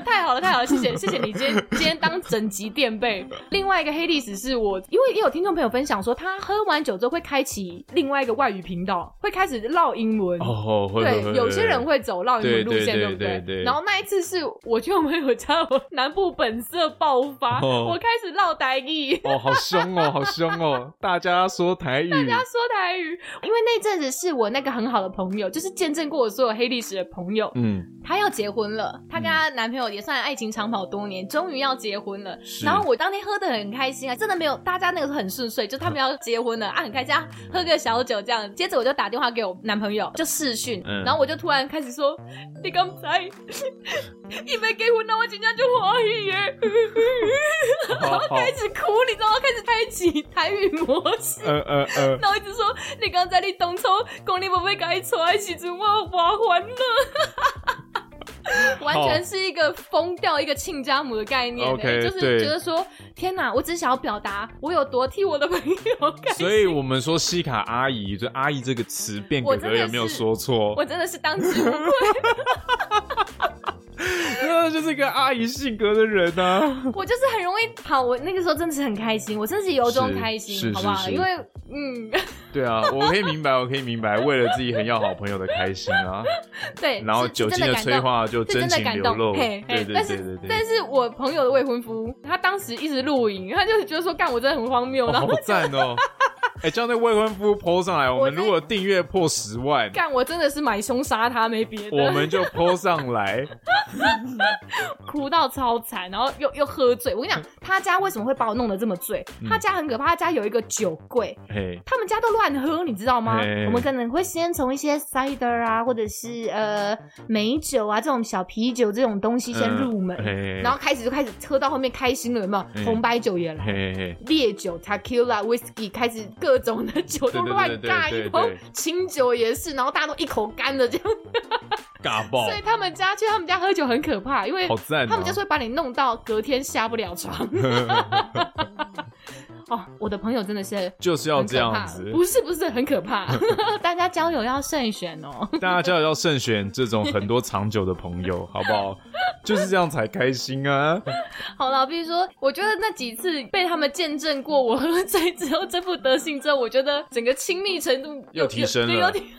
Speaker 2: 太好了，太好了，谢
Speaker 1: *laughs*
Speaker 2: 谢谢谢你今天今天当整集垫背。另外一个黑历史是我，因为也有听众朋友分享说，他喝完酒之后会开启另外一个外语频道，会开始唠英文。
Speaker 1: 哦，会会
Speaker 2: 对，
Speaker 1: 会，
Speaker 2: 有些人会走绕英文路线，
Speaker 1: 对对
Speaker 2: 不
Speaker 1: 对对对
Speaker 2: 然后那一次是我去我朋友家，我南部本色爆发，
Speaker 1: 哦
Speaker 2: 我开始唠台语，
Speaker 1: 哦，好凶哦，好凶哦，大家说台语，
Speaker 2: 他说台语。因为那阵子是我那个很好的朋友，就是见证过我所有黑历史的朋友，
Speaker 1: 嗯，
Speaker 2: 她要结婚了，她跟她男朋友也算爱情长跑多年，终于要结婚了。
Speaker 1: 是
Speaker 2: 然后我当天喝的很开心啊，真的没有，大家那个时候很顺
Speaker 1: *laughs*
Speaker 2: 遂，就他们要结婚了啊，很开心啊，喝个小酒这样。接着我就打电话给我男朋友，就视讯，
Speaker 1: 嗯
Speaker 2: 然后我就突然开始说：“你刚
Speaker 1: *laughs*
Speaker 2: 才因为结婚了，我今天就欢喜耶。
Speaker 1: 好好，
Speaker 2: *laughs* 开始哭，你知道吗？开始开启台语模式。
Speaker 1: 呃呃呃，
Speaker 2: 然后一直说，你刚才你当初讲你不要甲伊娶的时阵，我我还了，完全是一个疯掉一个亲家母的概念、欸
Speaker 1: OK，
Speaker 2: 就是
Speaker 1: 对
Speaker 2: 觉得说，天哪，我只想要表达我有多替我的朋
Speaker 1: *laughs*
Speaker 2: 友 *laughs* 开心。
Speaker 1: 所以我们说西卡阿姨，就阿姨这个词，变
Speaker 2: 我
Speaker 1: 哥
Speaker 2: 真
Speaker 1: 哥
Speaker 2: 的
Speaker 1: 有没有
Speaker 2: 是
Speaker 1: 说错
Speaker 2: 我？真的是当之
Speaker 1: *laughs*
Speaker 2: 无愧，
Speaker 1: 那啊就是一个阿姨性格的人啊。
Speaker 2: *laughs* 我就是很容易好。我那个时候真的是很开心，我真的是由衷
Speaker 1: 是
Speaker 2: 开心，
Speaker 1: 是
Speaker 2: 好不好？
Speaker 1: 是是
Speaker 2: 因为嗯， *laughs*
Speaker 1: 对啊，我可以明白，我可以明白，为了自己很要好朋友的开心啊，
Speaker 2: *laughs* 对，
Speaker 1: 然后
Speaker 2: 是
Speaker 1: 酒
Speaker 2: 是
Speaker 1: 精
Speaker 2: 真
Speaker 1: 的
Speaker 2: 感
Speaker 1: 催
Speaker 2: 动
Speaker 1: 化就是
Speaker 2: 真
Speaker 1: 真
Speaker 2: 的
Speaker 1: 情
Speaker 2: 感
Speaker 1: 流
Speaker 2: 动，
Speaker 1: 露，
Speaker 2: 嘿嘿
Speaker 1: 对对
Speaker 2: 但
Speaker 1: 对
Speaker 2: 是
Speaker 1: 对对，
Speaker 2: 但是我朋友的未婚夫，他当时一直录影，他就是觉得说，干我真的很荒谬，
Speaker 1: 哦
Speaker 2: 然后
Speaker 1: 好赞哦！
Speaker 2: *laughs*
Speaker 1: 哎，叫那未婚夫 PO 上来，我们
Speaker 2: 真
Speaker 1: 如果订阅破十
Speaker 2: *laughs*
Speaker 1: 万，
Speaker 2: 干我真的是买凶杀他，没别的，
Speaker 1: 我们就 PO 上来。
Speaker 2: 哭到超惨，然后又又喝醉。我跟你
Speaker 1: 嗯
Speaker 2: 讲，他家为什么会把我弄得这么醉？他家很可怕，他家有一个酒柜。
Speaker 1: 嘿，
Speaker 2: 他们家都乱喝，你知道吗？
Speaker 1: 嘿
Speaker 2: 我们可能会先从一些 cider 啊，或者是呃美酒啊这种小啤酒这种东西先
Speaker 1: 嗯
Speaker 2: 入门，
Speaker 1: 嘿
Speaker 2: 然后开始就开始喝到后面开心了，有没有？
Speaker 1: 嗯
Speaker 2: 红白酒也来，
Speaker 1: 嘿嘿嘿，
Speaker 2: 烈酒、tequila、whisky 开始各种的酒都
Speaker 1: 对对对
Speaker 2: 乱
Speaker 1: 对对
Speaker 2: 尬
Speaker 1: 对
Speaker 2: 一
Speaker 1: 对
Speaker 2: 通，清酒也是，然后大家都一口干的这样。
Speaker 1: 尬爆
Speaker 2: 所，以他们家去他们家喝酒很可怕，因为
Speaker 1: 好赞哦！
Speaker 2: 他们就是会把你弄到隔天下不了床。哦，我的朋友真的是
Speaker 1: *laughs* 就是要
Speaker 2: 很
Speaker 1: 这
Speaker 2: 可
Speaker 1: 样
Speaker 2: 怕，
Speaker 1: 子，
Speaker 2: 不是不是很可
Speaker 1: *laughs*
Speaker 2: 怕，大家交友要慎选哦。
Speaker 1: 大家就要慎选这种很多长久的朋友，好不
Speaker 2: *laughs*
Speaker 1: 好？就是这样才开心啊！
Speaker 2: 好了，比如说，我觉得那几次被他们见证过我喝醉之后这副德行之后，我觉得整个亲密程度
Speaker 1: 又提升了
Speaker 2: 对又提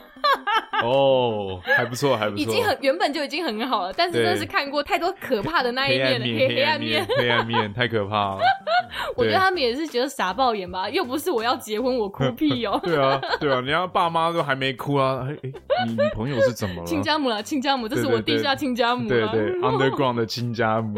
Speaker 1: 哦，还不错，还不错，
Speaker 2: 已经很原本就已经很好了，但是真的
Speaker 1: 对
Speaker 2: 是看过太多可怕的那一面了，
Speaker 1: 黑暗面，
Speaker 2: 黑
Speaker 1: 黑
Speaker 2: 暗
Speaker 1: 暗
Speaker 2: 面
Speaker 1: 面，。黑暗面，太可怕了。
Speaker 2: *laughs* 我觉得
Speaker 1: 对。
Speaker 2: 他们也是觉得傻爆眼吧，又不是我要结婚，我哭屁哦
Speaker 1: *laughs* 对啊，对啊，人家爸妈都还没哭啊！哎、哎，你你朋友是怎么
Speaker 2: 亲
Speaker 1: 了？
Speaker 2: 家母了，亲家母，这是我啊
Speaker 1: 对对对
Speaker 2: 地下亲家母
Speaker 1: 对啊
Speaker 2: 了。
Speaker 1: *laughs* 对，underground 的亲家母，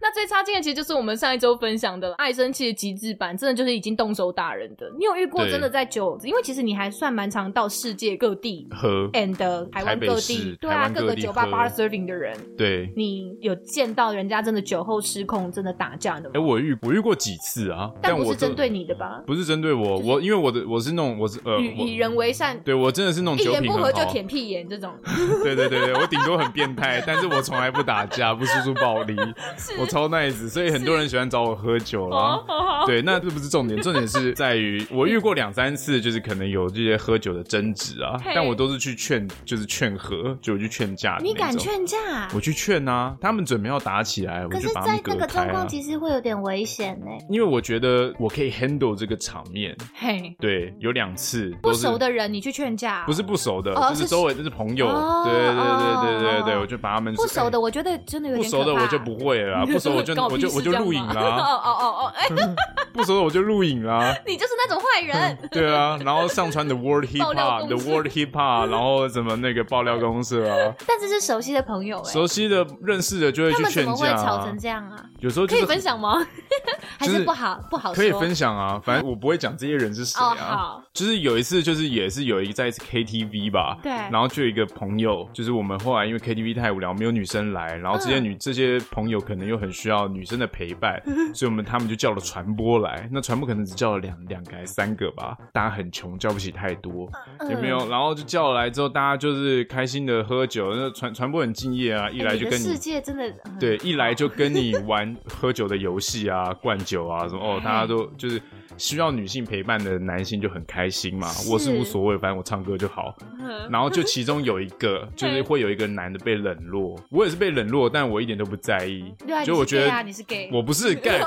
Speaker 2: 那最差劲的其实就是我们上一周分享的啦爱生气的极致版，真的就是已经动手打人的。你有遇过
Speaker 1: 对
Speaker 2: 真的在酒，因为其实你还算蛮常到世界各地
Speaker 1: 喝，
Speaker 2: and 呃台湾
Speaker 1: 嗯台北
Speaker 2: 各
Speaker 1: 市
Speaker 2: 地，对
Speaker 1: 台
Speaker 2: 啊，
Speaker 1: 湾
Speaker 2: 各
Speaker 1: 各
Speaker 2: 个
Speaker 1: 地
Speaker 2: 酒吧
Speaker 1: 喝
Speaker 2: bar serving 的人，
Speaker 1: 对，
Speaker 2: 你有见到人家真的酒后失控，真的打架的
Speaker 1: 哎，
Speaker 2: 吗？
Speaker 1: 我遇我遇过几次啊，
Speaker 2: 但不
Speaker 1: 我
Speaker 2: 是针
Speaker 1: 就
Speaker 2: 对你的吧？
Speaker 1: 不是针对我，我因为我的我是那种我是呃
Speaker 2: 与
Speaker 1: 我
Speaker 2: 以人为善，
Speaker 1: 对我真的是那种
Speaker 2: 一
Speaker 1: 酒
Speaker 2: 言
Speaker 1: 品
Speaker 2: 不
Speaker 1: 很
Speaker 2: 合就
Speaker 1: 好，
Speaker 2: 舔屁眼这种，
Speaker 1: 对对对对，我顶多很变
Speaker 5: *laughs*
Speaker 1: 态，但是我从来不打架，不输出暴力，我超 nice，所以很多人喜欢找我喝酒啦
Speaker 2: 哦。好好
Speaker 1: 对，那这不是重点，重点是在于我遇过两三次，就是可能有这些喝酒的争执啊
Speaker 2: 嘿，
Speaker 1: 但我都是去劝，就是劝和，就我去劝架的那
Speaker 5: 你
Speaker 1: 种。
Speaker 5: 敢劝架？
Speaker 1: 我去劝啊，他们准备要打起来，我
Speaker 5: 可，
Speaker 1: 就是把他们
Speaker 5: 在那
Speaker 1: 隔
Speaker 5: 个
Speaker 1: 开
Speaker 5: 状
Speaker 1: 啊
Speaker 5: 况。其实会有点危险呢、
Speaker 1: 因为我觉得我可以 handle 这个场面，
Speaker 2: 嘿，
Speaker 1: 对，有两次都
Speaker 2: 不
Speaker 1: 是
Speaker 2: 熟的人你去劝架啊，
Speaker 1: 不是不熟的，
Speaker 5: 哦
Speaker 1: 就是
Speaker 5: 是
Speaker 1: 周围就是朋友，
Speaker 5: 哦
Speaker 1: 对对对对对对，
Speaker 5: 哦
Speaker 1: 我就把他们
Speaker 5: 不熟的，
Speaker 1: 哎
Speaker 5: 我觉得真的有
Speaker 1: 不
Speaker 5: 点可
Speaker 1: 熟
Speaker 5: 怕。 *laughs*
Speaker 1: 的我就不会了啦，不
Speaker 2: *laughs*
Speaker 1: 熟我就
Speaker 2: 搞
Speaker 1: 我
Speaker 2: 屁
Speaker 1: 就
Speaker 2: 事
Speaker 1: 我就
Speaker 2: 这样
Speaker 1: 录
Speaker 2: 吗
Speaker 1: 影啊
Speaker 2: 哦
Speaker 1: 啦，
Speaker 2: 哦哦哦，哎，
Speaker 1: 不熟的我就录影啦。
Speaker 2: 你就是那种坏人，
Speaker 1: 对
Speaker 5: *laughs*
Speaker 1: 啊，然后上传 The World Hip
Speaker 2: 爆料公
Speaker 1: Hop The
Speaker 2: 社
Speaker 1: World Hip Hop，然后什么那个爆料公社
Speaker 5: *laughs*
Speaker 1: 啊，
Speaker 5: 但是是熟悉的朋友哎、
Speaker 1: 熟悉的认识的就会
Speaker 5: 他
Speaker 1: 去
Speaker 5: 们怎
Speaker 1: 劝
Speaker 5: 么会
Speaker 1: 架
Speaker 5: 吵
Speaker 1: 啊
Speaker 5: 成。这样啊？
Speaker 1: 有时候
Speaker 2: 可
Speaker 1: 就
Speaker 2: 以
Speaker 1: 是
Speaker 2: 分享
Speaker 1: *laughs*
Speaker 2: 吗？
Speaker 5: 还
Speaker 1: 就是是
Speaker 5: 不好不好说？
Speaker 1: 可以分享啊，反正我不会讲这些人是谁
Speaker 2: 哦，
Speaker 1: 啊。
Speaker 2: 好，
Speaker 1: 就是有一次，就是也是有一在 KTV 吧，
Speaker 5: 对
Speaker 1: 然后就有一个朋友，就是我们后来因为 KTV 太无聊，没有女生来，然后这些
Speaker 5: 嗯
Speaker 1: 女、这些朋友可能又很需要女生的陪
Speaker 5: *laughs*
Speaker 1: 伴，所以我们他们就叫了传播来。那传播可能只叫了两两个还三个吧，大家很穷，叫不起太多，
Speaker 5: 嗯
Speaker 1: 有没
Speaker 2: 嗯
Speaker 1: 有？然后就叫来之后，大家就是开心的喝酒。那传传播很敬业啊，一
Speaker 5: 哎
Speaker 1: 来
Speaker 5: 你
Speaker 1: 就
Speaker 5: 的
Speaker 1: 跟你
Speaker 5: 世界真的嗯
Speaker 1: 对，一来就跟你玩喝酒的游戏啊、灌酒啊什么哦，大家
Speaker 5: 嗯
Speaker 1: 都就是需要女性陪伴的男性就很开心嘛。我是
Speaker 5: 是
Speaker 1: 无所谓，反正我唱歌就好。
Speaker 2: 嗯
Speaker 1: *laughs* 然后就其中有一个，就是会有一个男的被冷落，我也是被冷落，但我一点都不在意
Speaker 5: 对啊，。
Speaker 1: 就我觉
Speaker 5: 你是 gay 啊，
Speaker 1: 得
Speaker 5: 你是 gay，
Speaker 1: 我不
Speaker 5: *laughs*
Speaker 1: 是干，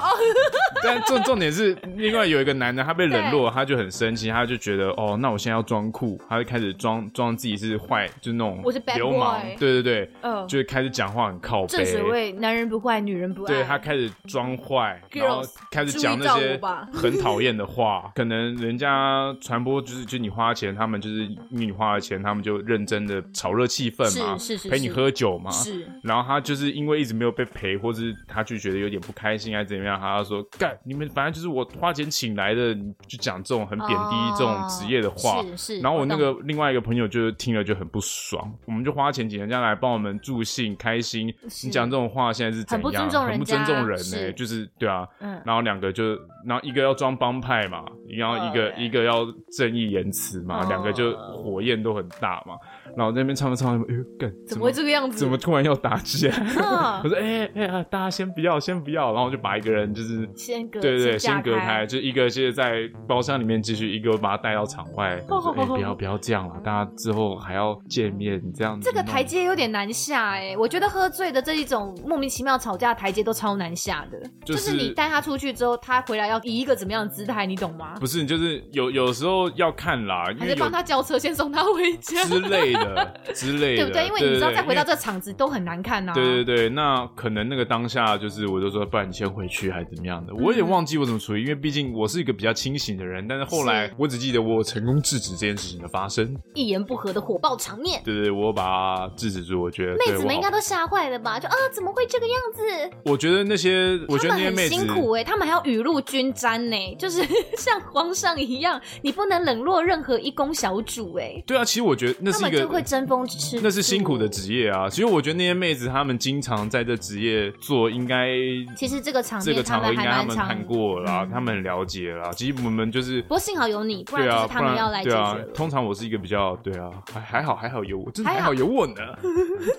Speaker 1: 但重重点是，另外有一个男的他被冷落，他就很生气，他就觉得哦，那我现在要装酷，他就开始装装自己是坏，就是那种
Speaker 2: 我是 bad
Speaker 1: 流氓
Speaker 2: boy，
Speaker 1: 对对对，
Speaker 2: 嗯，
Speaker 1: 就是开始讲话很靠
Speaker 2: 正
Speaker 1: 背。
Speaker 2: 所谓男人不坏，女人不爱，
Speaker 1: 对他开始装坏，然后
Speaker 2: Girls，
Speaker 1: 开始讲那
Speaker 2: 注意照
Speaker 1: 些
Speaker 2: 顾吧
Speaker 1: *laughs* 很讨厌的话。可能人家传播就是就你花钱，他们就是因为你花了钱，他们就认真的炒热气氛嘛，
Speaker 5: 是是是
Speaker 1: 陪你
Speaker 5: 是
Speaker 1: 喝酒嘛。
Speaker 2: 是
Speaker 1: 然后他就是因为一直没有被陪，或是他就觉得有点不开心，还是怎么样，他就说干你们反正就是我花钱请来的，你就讲这种很贬
Speaker 2: 啊
Speaker 1: 低这种职业的
Speaker 2: 哦
Speaker 1: 话。
Speaker 5: 是是。
Speaker 1: 然后我那
Speaker 5: 懂
Speaker 1: 个另外一个朋友就听了就很不爽，我们就花钱请人家来帮我们助兴开心，
Speaker 5: 是
Speaker 1: 你讲这种话现在是怎
Speaker 5: 很不
Speaker 1: 样？
Speaker 5: 尊重
Speaker 1: 很
Speaker 5: 人
Speaker 1: 不尊
Speaker 5: 家
Speaker 1: 重人呢、
Speaker 5: 是
Speaker 1: 就是对啊。
Speaker 5: 嗯
Speaker 1: 然后两个就，然后一个要装帮派嘛，然
Speaker 5: 呃
Speaker 1: 后一个、
Speaker 2: 对
Speaker 1: 一个要正义言辞嘛，
Speaker 2: 哦
Speaker 1: 两个就火焰都很大嘛。然后在那边唱着唱着，哎呦，干
Speaker 2: 怎么会这个样子？
Speaker 1: 怎么突然要打起来？
Speaker 2: 啊
Speaker 1: *laughs* 我说哎哎啊，大家先不要，先不要，然后就把一个人就是。
Speaker 2: *laughs* 先隔
Speaker 1: 对对，
Speaker 2: 架
Speaker 1: 先隔开，，就一个是在包厢里面继续，一个把他带到场
Speaker 2: *laughs*
Speaker 1: 外。我说：“哎、不要不要这样了，大家之后还要见面，这样子
Speaker 2: 这个
Speaker 1: 弄
Speaker 2: 台阶有点难下哎、我觉得喝醉的这一种莫名其妙吵架的台阶都超难下的，
Speaker 1: 就
Speaker 2: 就是
Speaker 1: 是
Speaker 2: 你带他出去之后，他回来要以一个怎么样的姿态，你懂吗？
Speaker 1: 不是，就是有有时候要看啦，因
Speaker 2: 还
Speaker 1: 为
Speaker 2: 是帮
Speaker 1: 有
Speaker 2: 他叫车，先送他回家，
Speaker 1: 之类的之类
Speaker 2: *laughs*
Speaker 1: 的，
Speaker 2: 对不对？因为你知道再回到
Speaker 1: 对
Speaker 2: 这场子都很难看呐、啊。
Speaker 1: 对对对对，那可能那个当下就是，我就说，不然你先回去还是怎么样的？我
Speaker 2: 嗯
Speaker 1: 有点忘记我怎么处理，因为毕竟我是一个比较清醒的人，但是后来我只记得我成功制止这件事情的发生，
Speaker 5: 一言不合的火爆场面，
Speaker 1: 对对对，我把它制止住。我觉得
Speaker 5: 妹
Speaker 1: 对
Speaker 5: 子
Speaker 1: 我
Speaker 5: 们应该
Speaker 1: 好
Speaker 5: 都吓坏了吧？就啊，怎么会这个样子？
Speaker 1: 我觉得那些，我觉
Speaker 5: 他
Speaker 1: 得那
Speaker 5: 们
Speaker 1: 些
Speaker 5: 很
Speaker 1: 妹子
Speaker 5: 辛苦哎、他们还要雨露均沾呢、就是 *laughs* 像皇上一样，你不能冷落任何一公小主哎、
Speaker 1: 对啊，其实我觉得那
Speaker 5: 他
Speaker 1: 是一
Speaker 5: 们
Speaker 1: 个
Speaker 5: 就会争风吃醋。
Speaker 1: 那是辛苦的职业啊。其实我觉得那些妹子她们经常在这职业做，应该
Speaker 5: 其实这个场
Speaker 1: 这个
Speaker 5: 面他
Speaker 1: 场合
Speaker 5: 们
Speaker 1: 应
Speaker 5: 还
Speaker 1: 该他
Speaker 5: 蛮
Speaker 1: 们
Speaker 5: 常
Speaker 1: 看过了啦，他们很了解了啦。其实我们就是
Speaker 5: 不。过幸好有你，不
Speaker 1: 对
Speaker 5: 然就
Speaker 1: 啊，
Speaker 5: 是他
Speaker 1: 不
Speaker 5: 们要
Speaker 1: 然
Speaker 5: 来
Speaker 1: 对
Speaker 5: 解决
Speaker 1: 啊
Speaker 5: 了。，
Speaker 1: 通常我是一个比较对啊，还还好还好有我，真的
Speaker 5: 还
Speaker 1: 还
Speaker 5: 好
Speaker 1: 好有我
Speaker 5: *laughs*
Speaker 1: 呢，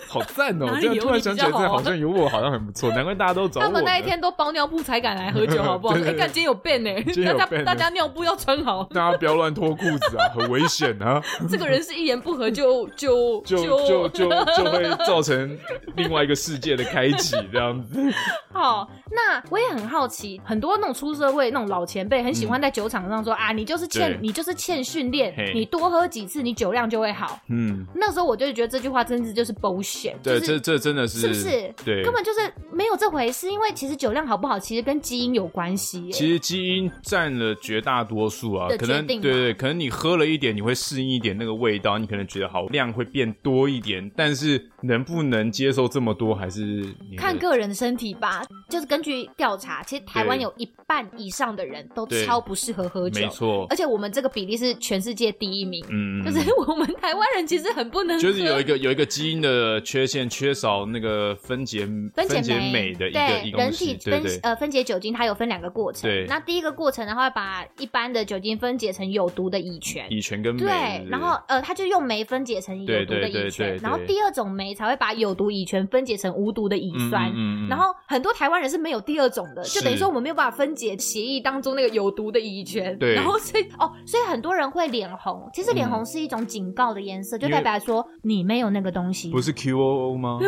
Speaker 1: 好赞哦！
Speaker 2: 哪里
Speaker 1: 这样
Speaker 2: 有
Speaker 1: 突然
Speaker 2: 你
Speaker 1: 想
Speaker 2: 比
Speaker 1: 起来，
Speaker 2: 较
Speaker 1: 真的
Speaker 2: 好
Speaker 1: 好像有我，好像很不错，难怪大家都找我
Speaker 2: 他
Speaker 1: 呢。
Speaker 2: 们那一天都包尿布才敢来喝酒，好不好？
Speaker 1: *laughs* 对
Speaker 2: 哎
Speaker 1: 对，对
Speaker 2: 看今天有变呢、
Speaker 1: 今天有
Speaker 2: 大
Speaker 1: ban
Speaker 2: 家
Speaker 1: 呢
Speaker 2: 大家尿布要穿好。
Speaker 1: 大家不要乱脱裤子啊，很危险啊，
Speaker 2: 这个人是一言不合
Speaker 1: *laughs*
Speaker 2: 就就
Speaker 5: *laughs*
Speaker 1: 就就就就会造成另外一个世界的开启，这样子。
Speaker 2: *laughs* 好，那我也很好奇，很多那种出社会那种老前辈，很喜欢在酒场上说、啊，你就是欠
Speaker 1: 嗯对
Speaker 2: 你就是欠训练
Speaker 1: 嘿，
Speaker 2: 你多喝几次，你酒量就会好。
Speaker 1: 嗯，
Speaker 2: 那时候我就觉得这句话真是就是 bullshit，
Speaker 1: 对，
Speaker 2: 就
Speaker 1: 这
Speaker 2: 是
Speaker 1: 这真的是
Speaker 5: 是不是
Speaker 1: 对，
Speaker 5: 根本就是没有这回事，因为其实酒量好不好，其实跟基因有关系耶、
Speaker 1: 其实基因占了绝大多数啊
Speaker 5: 的，
Speaker 1: 可
Speaker 5: 决
Speaker 1: 能对
Speaker 5: 定
Speaker 1: 对，可能你喝了一点，你会适应一点那个味道，你可能觉得好量会变多一点，但是能不能接受这么多，还是你的
Speaker 5: 看个人的身体吧，就是根据调查，其实台湾有一半以上的人都
Speaker 1: 对
Speaker 5: 超不适合喝酒
Speaker 1: 没，错
Speaker 5: 而，且我们这个比例是全世界第一名，
Speaker 1: 嗯，
Speaker 5: 就是 *laughs* 我们台湾人其实很不能喝，
Speaker 1: 就是有一个有一个基因的缺陷，缺少那个分解
Speaker 5: 分解
Speaker 1: 解酶的一个
Speaker 5: 对
Speaker 1: 一个
Speaker 5: 人
Speaker 1: 东西，
Speaker 5: 体
Speaker 1: 对
Speaker 5: 分
Speaker 1: 对
Speaker 5: 呃分解酒精，它有分两个过程
Speaker 1: 对。
Speaker 5: 那第一个过程的话，把一般的酒精分解成有毒的乙醛，
Speaker 1: 乙醛跟酶，
Speaker 5: 对，然后呃，它就用酶分解成有
Speaker 1: 对
Speaker 5: 毒的
Speaker 1: 对对
Speaker 5: 乙醛
Speaker 1: 对，对
Speaker 5: 然后第二种酶才会把有毒乙醛分解成无毒的乙
Speaker 1: 嗯
Speaker 5: 酸。
Speaker 1: 嗯嗯嗯
Speaker 5: 然后很多台湾人是没有第二种的，就是等于说我们没有办法分解协议当中那个有毒的乙醛。
Speaker 1: 对嗯
Speaker 5: 然后所以哦，所以很多人会脸红。其实脸红是一种警告的颜色，就
Speaker 1: 因为
Speaker 5: 代表说你没有那个东西。
Speaker 1: 不是 QOO
Speaker 5: *laughs*
Speaker 1: 吗？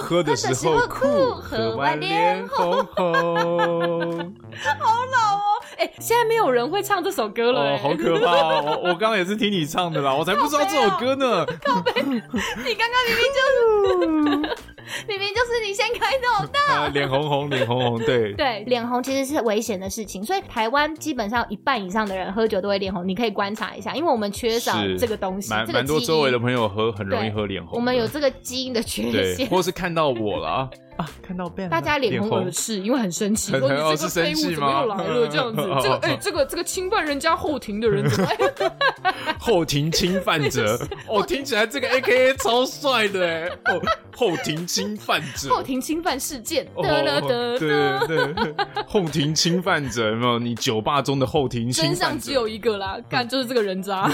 Speaker 1: 喝的时候
Speaker 5: 喝的时候
Speaker 1: 酷，
Speaker 5: 酷
Speaker 1: 喝
Speaker 5: 喝
Speaker 1: 完
Speaker 5: 完
Speaker 1: 脸
Speaker 5: 脸
Speaker 1: 红红。
Speaker 5: 哎、现在没有人会唱这首歌了、
Speaker 1: 哦，
Speaker 5: 哎
Speaker 1: 好可怕哦！我我刚刚也是听你唱的啦，我才不知道这首歌呢。
Speaker 5: 哦你刚刚明明就是， *laughs* 明明就是你先开
Speaker 1: *laughs*
Speaker 5: 脑袋。
Speaker 1: 啊，脸红红，脸红红，对，
Speaker 5: *laughs* 对，脸红其实是危险的事情，所以台湾基本上一半以上的人喝酒都会脸红，你可以观察一下，因为我们缺少
Speaker 1: 是
Speaker 5: 这个东西，
Speaker 1: 蛮
Speaker 5: 这个
Speaker 1: 蛮
Speaker 5: 基
Speaker 1: 多
Speaker 5: 因。
Speaker 1: 周围的朋友喝很容易
Speaker 5: 对
Speaker 1: 喝脸红的。
Speaker 5: 我们有这个基因的缺
Speaker 1: 对，
Speaker 5: 陷，
Speaker 1: 或是看到我了啊啊，看到 Ben，了
Speaker 2: 大家
Speaker 3: *laughs*
Speaker 2: 脸红耳赤，因为很生气，
Speaker 1: 很
Speaker 2: 说你
Speaker 1: *laughs* 很哦
Speaker 2: 这个
Speaker 1: 是生
Speaker 2: 废物
Speaker 1: 气
Speaker 2: 怎么又
Speaker 1: 吗
Speaker 2: 来了？这样子
Speaker 1: *laughs* 哦，
Speaker 2: 这个哎，这个这个侵犯人家后庭的人怎
Speaker 1: *laughs*
Speaker 5: 哎
Speaker 2: 么？
Speaker 1: 后庭侵犯
Speaker 5: *laughs*
Speaker 1: 者，哦，听起来这个 A K A 超帅的哎，哦，后庭侵犯者，
Speaker 2: 后庭侵犯事件，
Speaker 1: 哦
Speaker 2: 得了得了，
Speaker 1: 对对对，后庭侵犯者有没有？你酒吧中的后庭侵
Speaker 2: 真相
Speaker 1: 犯
Speaker 2: 只
Speaker 1: 者，
Speaker 2: 有一个啦，干就是这个人
Speaker 1: *laughs*
Speaker 2: 渣。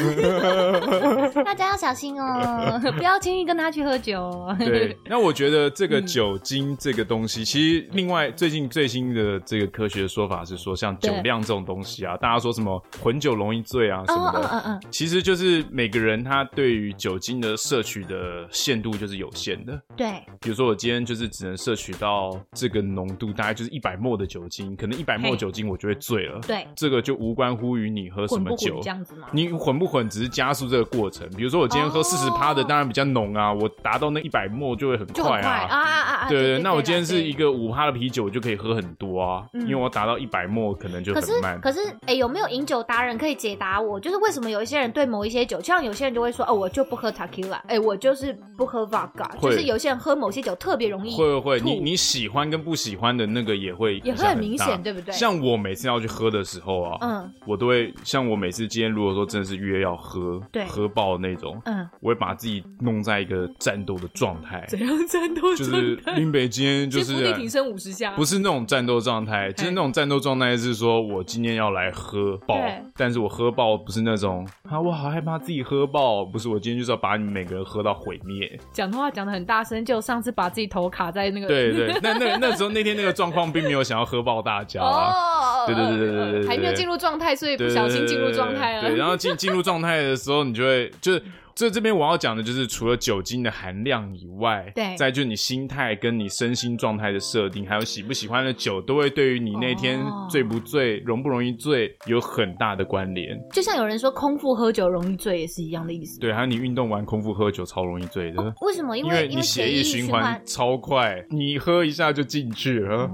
Speaker 5: 大家要小心哦，不要轻易跟他去喝酒哦。
Speaker 1: 对。那我觉得这个酒精这个东西，其实另外最近最新的这个科学说法是说，像酒
Speaker 5: 对
Speaker 1: 量这种东西啊，大家说什么混酒容易醉啊什么
Speaker 5: 嗯哦，
Speaker 1: 的，
Speaker 5: 嗯嗯嗯，
Speaker 1: 其实就是每个人他对于酒精的摄取的限度就是有限的。
Speaker 5: 对，
Speaker 1: 比如说我今天就是只能摄取到这个浓度，大概就是一百沫的酒精，可能一百沫
Speaker 5: 嘿
Speaker 1: 酒精我就会醉了。
Speaker 5: 对
Speaker 1: 这个就无关乎于你喝什
Speaker 5: 混
Speaker 1: 么
Speaker 5: 不混
Speaker 1: 酒
Speaker 5: 这。样子嘛？
Speaker 1: 你混不混只是加速这个过程，比如说我今天喝
Speaker 5: 哦
Speaker 1: 四十趴的，当然比较浓啊，我达到那一百沫就会很
Speaker 5: 就很
Speaker 1: 快
Speaker 5: 快啊
Speaker 1: 啊。
Speaker 5: 啊啊啊！
Speaker 1: 对
Speaker 5: 对
Speaker 1: 对，那我今天是一
Speaker 5: 个。
Speaker 1: 个五趴的啤酒，我就可以喝很多啊，
Speaker 5: 嗯
Speaker 1: 因为我达到一百沫可能就
Speaker 5: 可
Speaker 1: 很
Speaker 5: 是
Speaker 1: 慢。
Speaker 5: 可是，哎、有没有饮酒达人可以解答我？就是为什么有一些人对某一些酒，像有些人就会说，哦，我就不喝 tequila，哎、我就是不喝 vodka，
Speaker 1: 会
Speaker 5: 就是有些人喝某些酒特别容易
Speaker 1: 会会会，
Speaker 5: 吐
Speaker 1: 你你喜欢跟不喜欢的那个也会
Speaker 5: 也
Speaker 1: 影
Speaker 5: 会
Speaker 1: 响
Speaker 5: 很明
Speaker 1: 大
Speaker 5: 显，对不对？
Speaker 1: 像我每次要去喝的时候啊，
Speaker 5: 嗯
Speaker 1: 我都会像我每次今天如果说真的是约要喝，
Speaker 5: 对
Speaker 1: 喝爆那种，
Speaker 5: 嗯，
Speaker 1: 我会把自己弄在一个战斗的状态，
Speaker 2: *laughs* 怎样战 *laughs* 斗
Speaker 1: 就
Speaker 2: 状
Speaker 1: 是
Speaker 2: 态？
Speaker 1: 林北今天就
Speaker 2: 接伏地挺
Speaker 1: 是。
Speaker 2: 身五十下，啊
Speaker 1: 不是那种战斗状态，就是那种战斗状态是说，我今天要来喝爆
Speaker 5: 对，
Speaker 1: 但是我喝爆不是那种啊，我好害怕自己喝爆，不是，我今天就是要把你们每个人喝到毁灭。
Speaker 2: 讲的话讲的很大声，就上次把自己头卡在那个
Speaker 1: 对
Speaker 2: *laughs*
Speaker 1: 对，那那那时候那天那个状况并没有想要喝爆大家啊，
Speaker 2: 哦，
Speaker 1: 对对对对对对对
Speaker 2: 还没有进入状态，所以不
Speaker 1: 对
Speaker 2: 小心进入状态啊
Speaker 1: 对，
Speaker 2: 了。
Speaker 1: 然后进进入状态的时候，你就会就是。这这边我要讲的就是，除了酒精的含量以外，
Speaker 5: 对
Speaker 1: 再就是你心态跟你身心状态的设定，还有喜不喜欢的酒，都会对于你那天
Speaker 5: 哦
Speaker 1: 醉不醉、容不容易醉有很大的关联。
Speaker 5: 就像有人说空腹喝酒容易醉也是一样的意思。
Speaker 1: 对，还有你运动完空腹喝酒超容易醉的，
Speaker 5: 为什么？因
Speaker 1: 嗯因
Speaker 5: 为
Speaker 1: 你血
Speaker 5: 液
Speaker 1: 循
Speaker 5: 环
Speaker 1: 环。超快，你喝一下就进去了。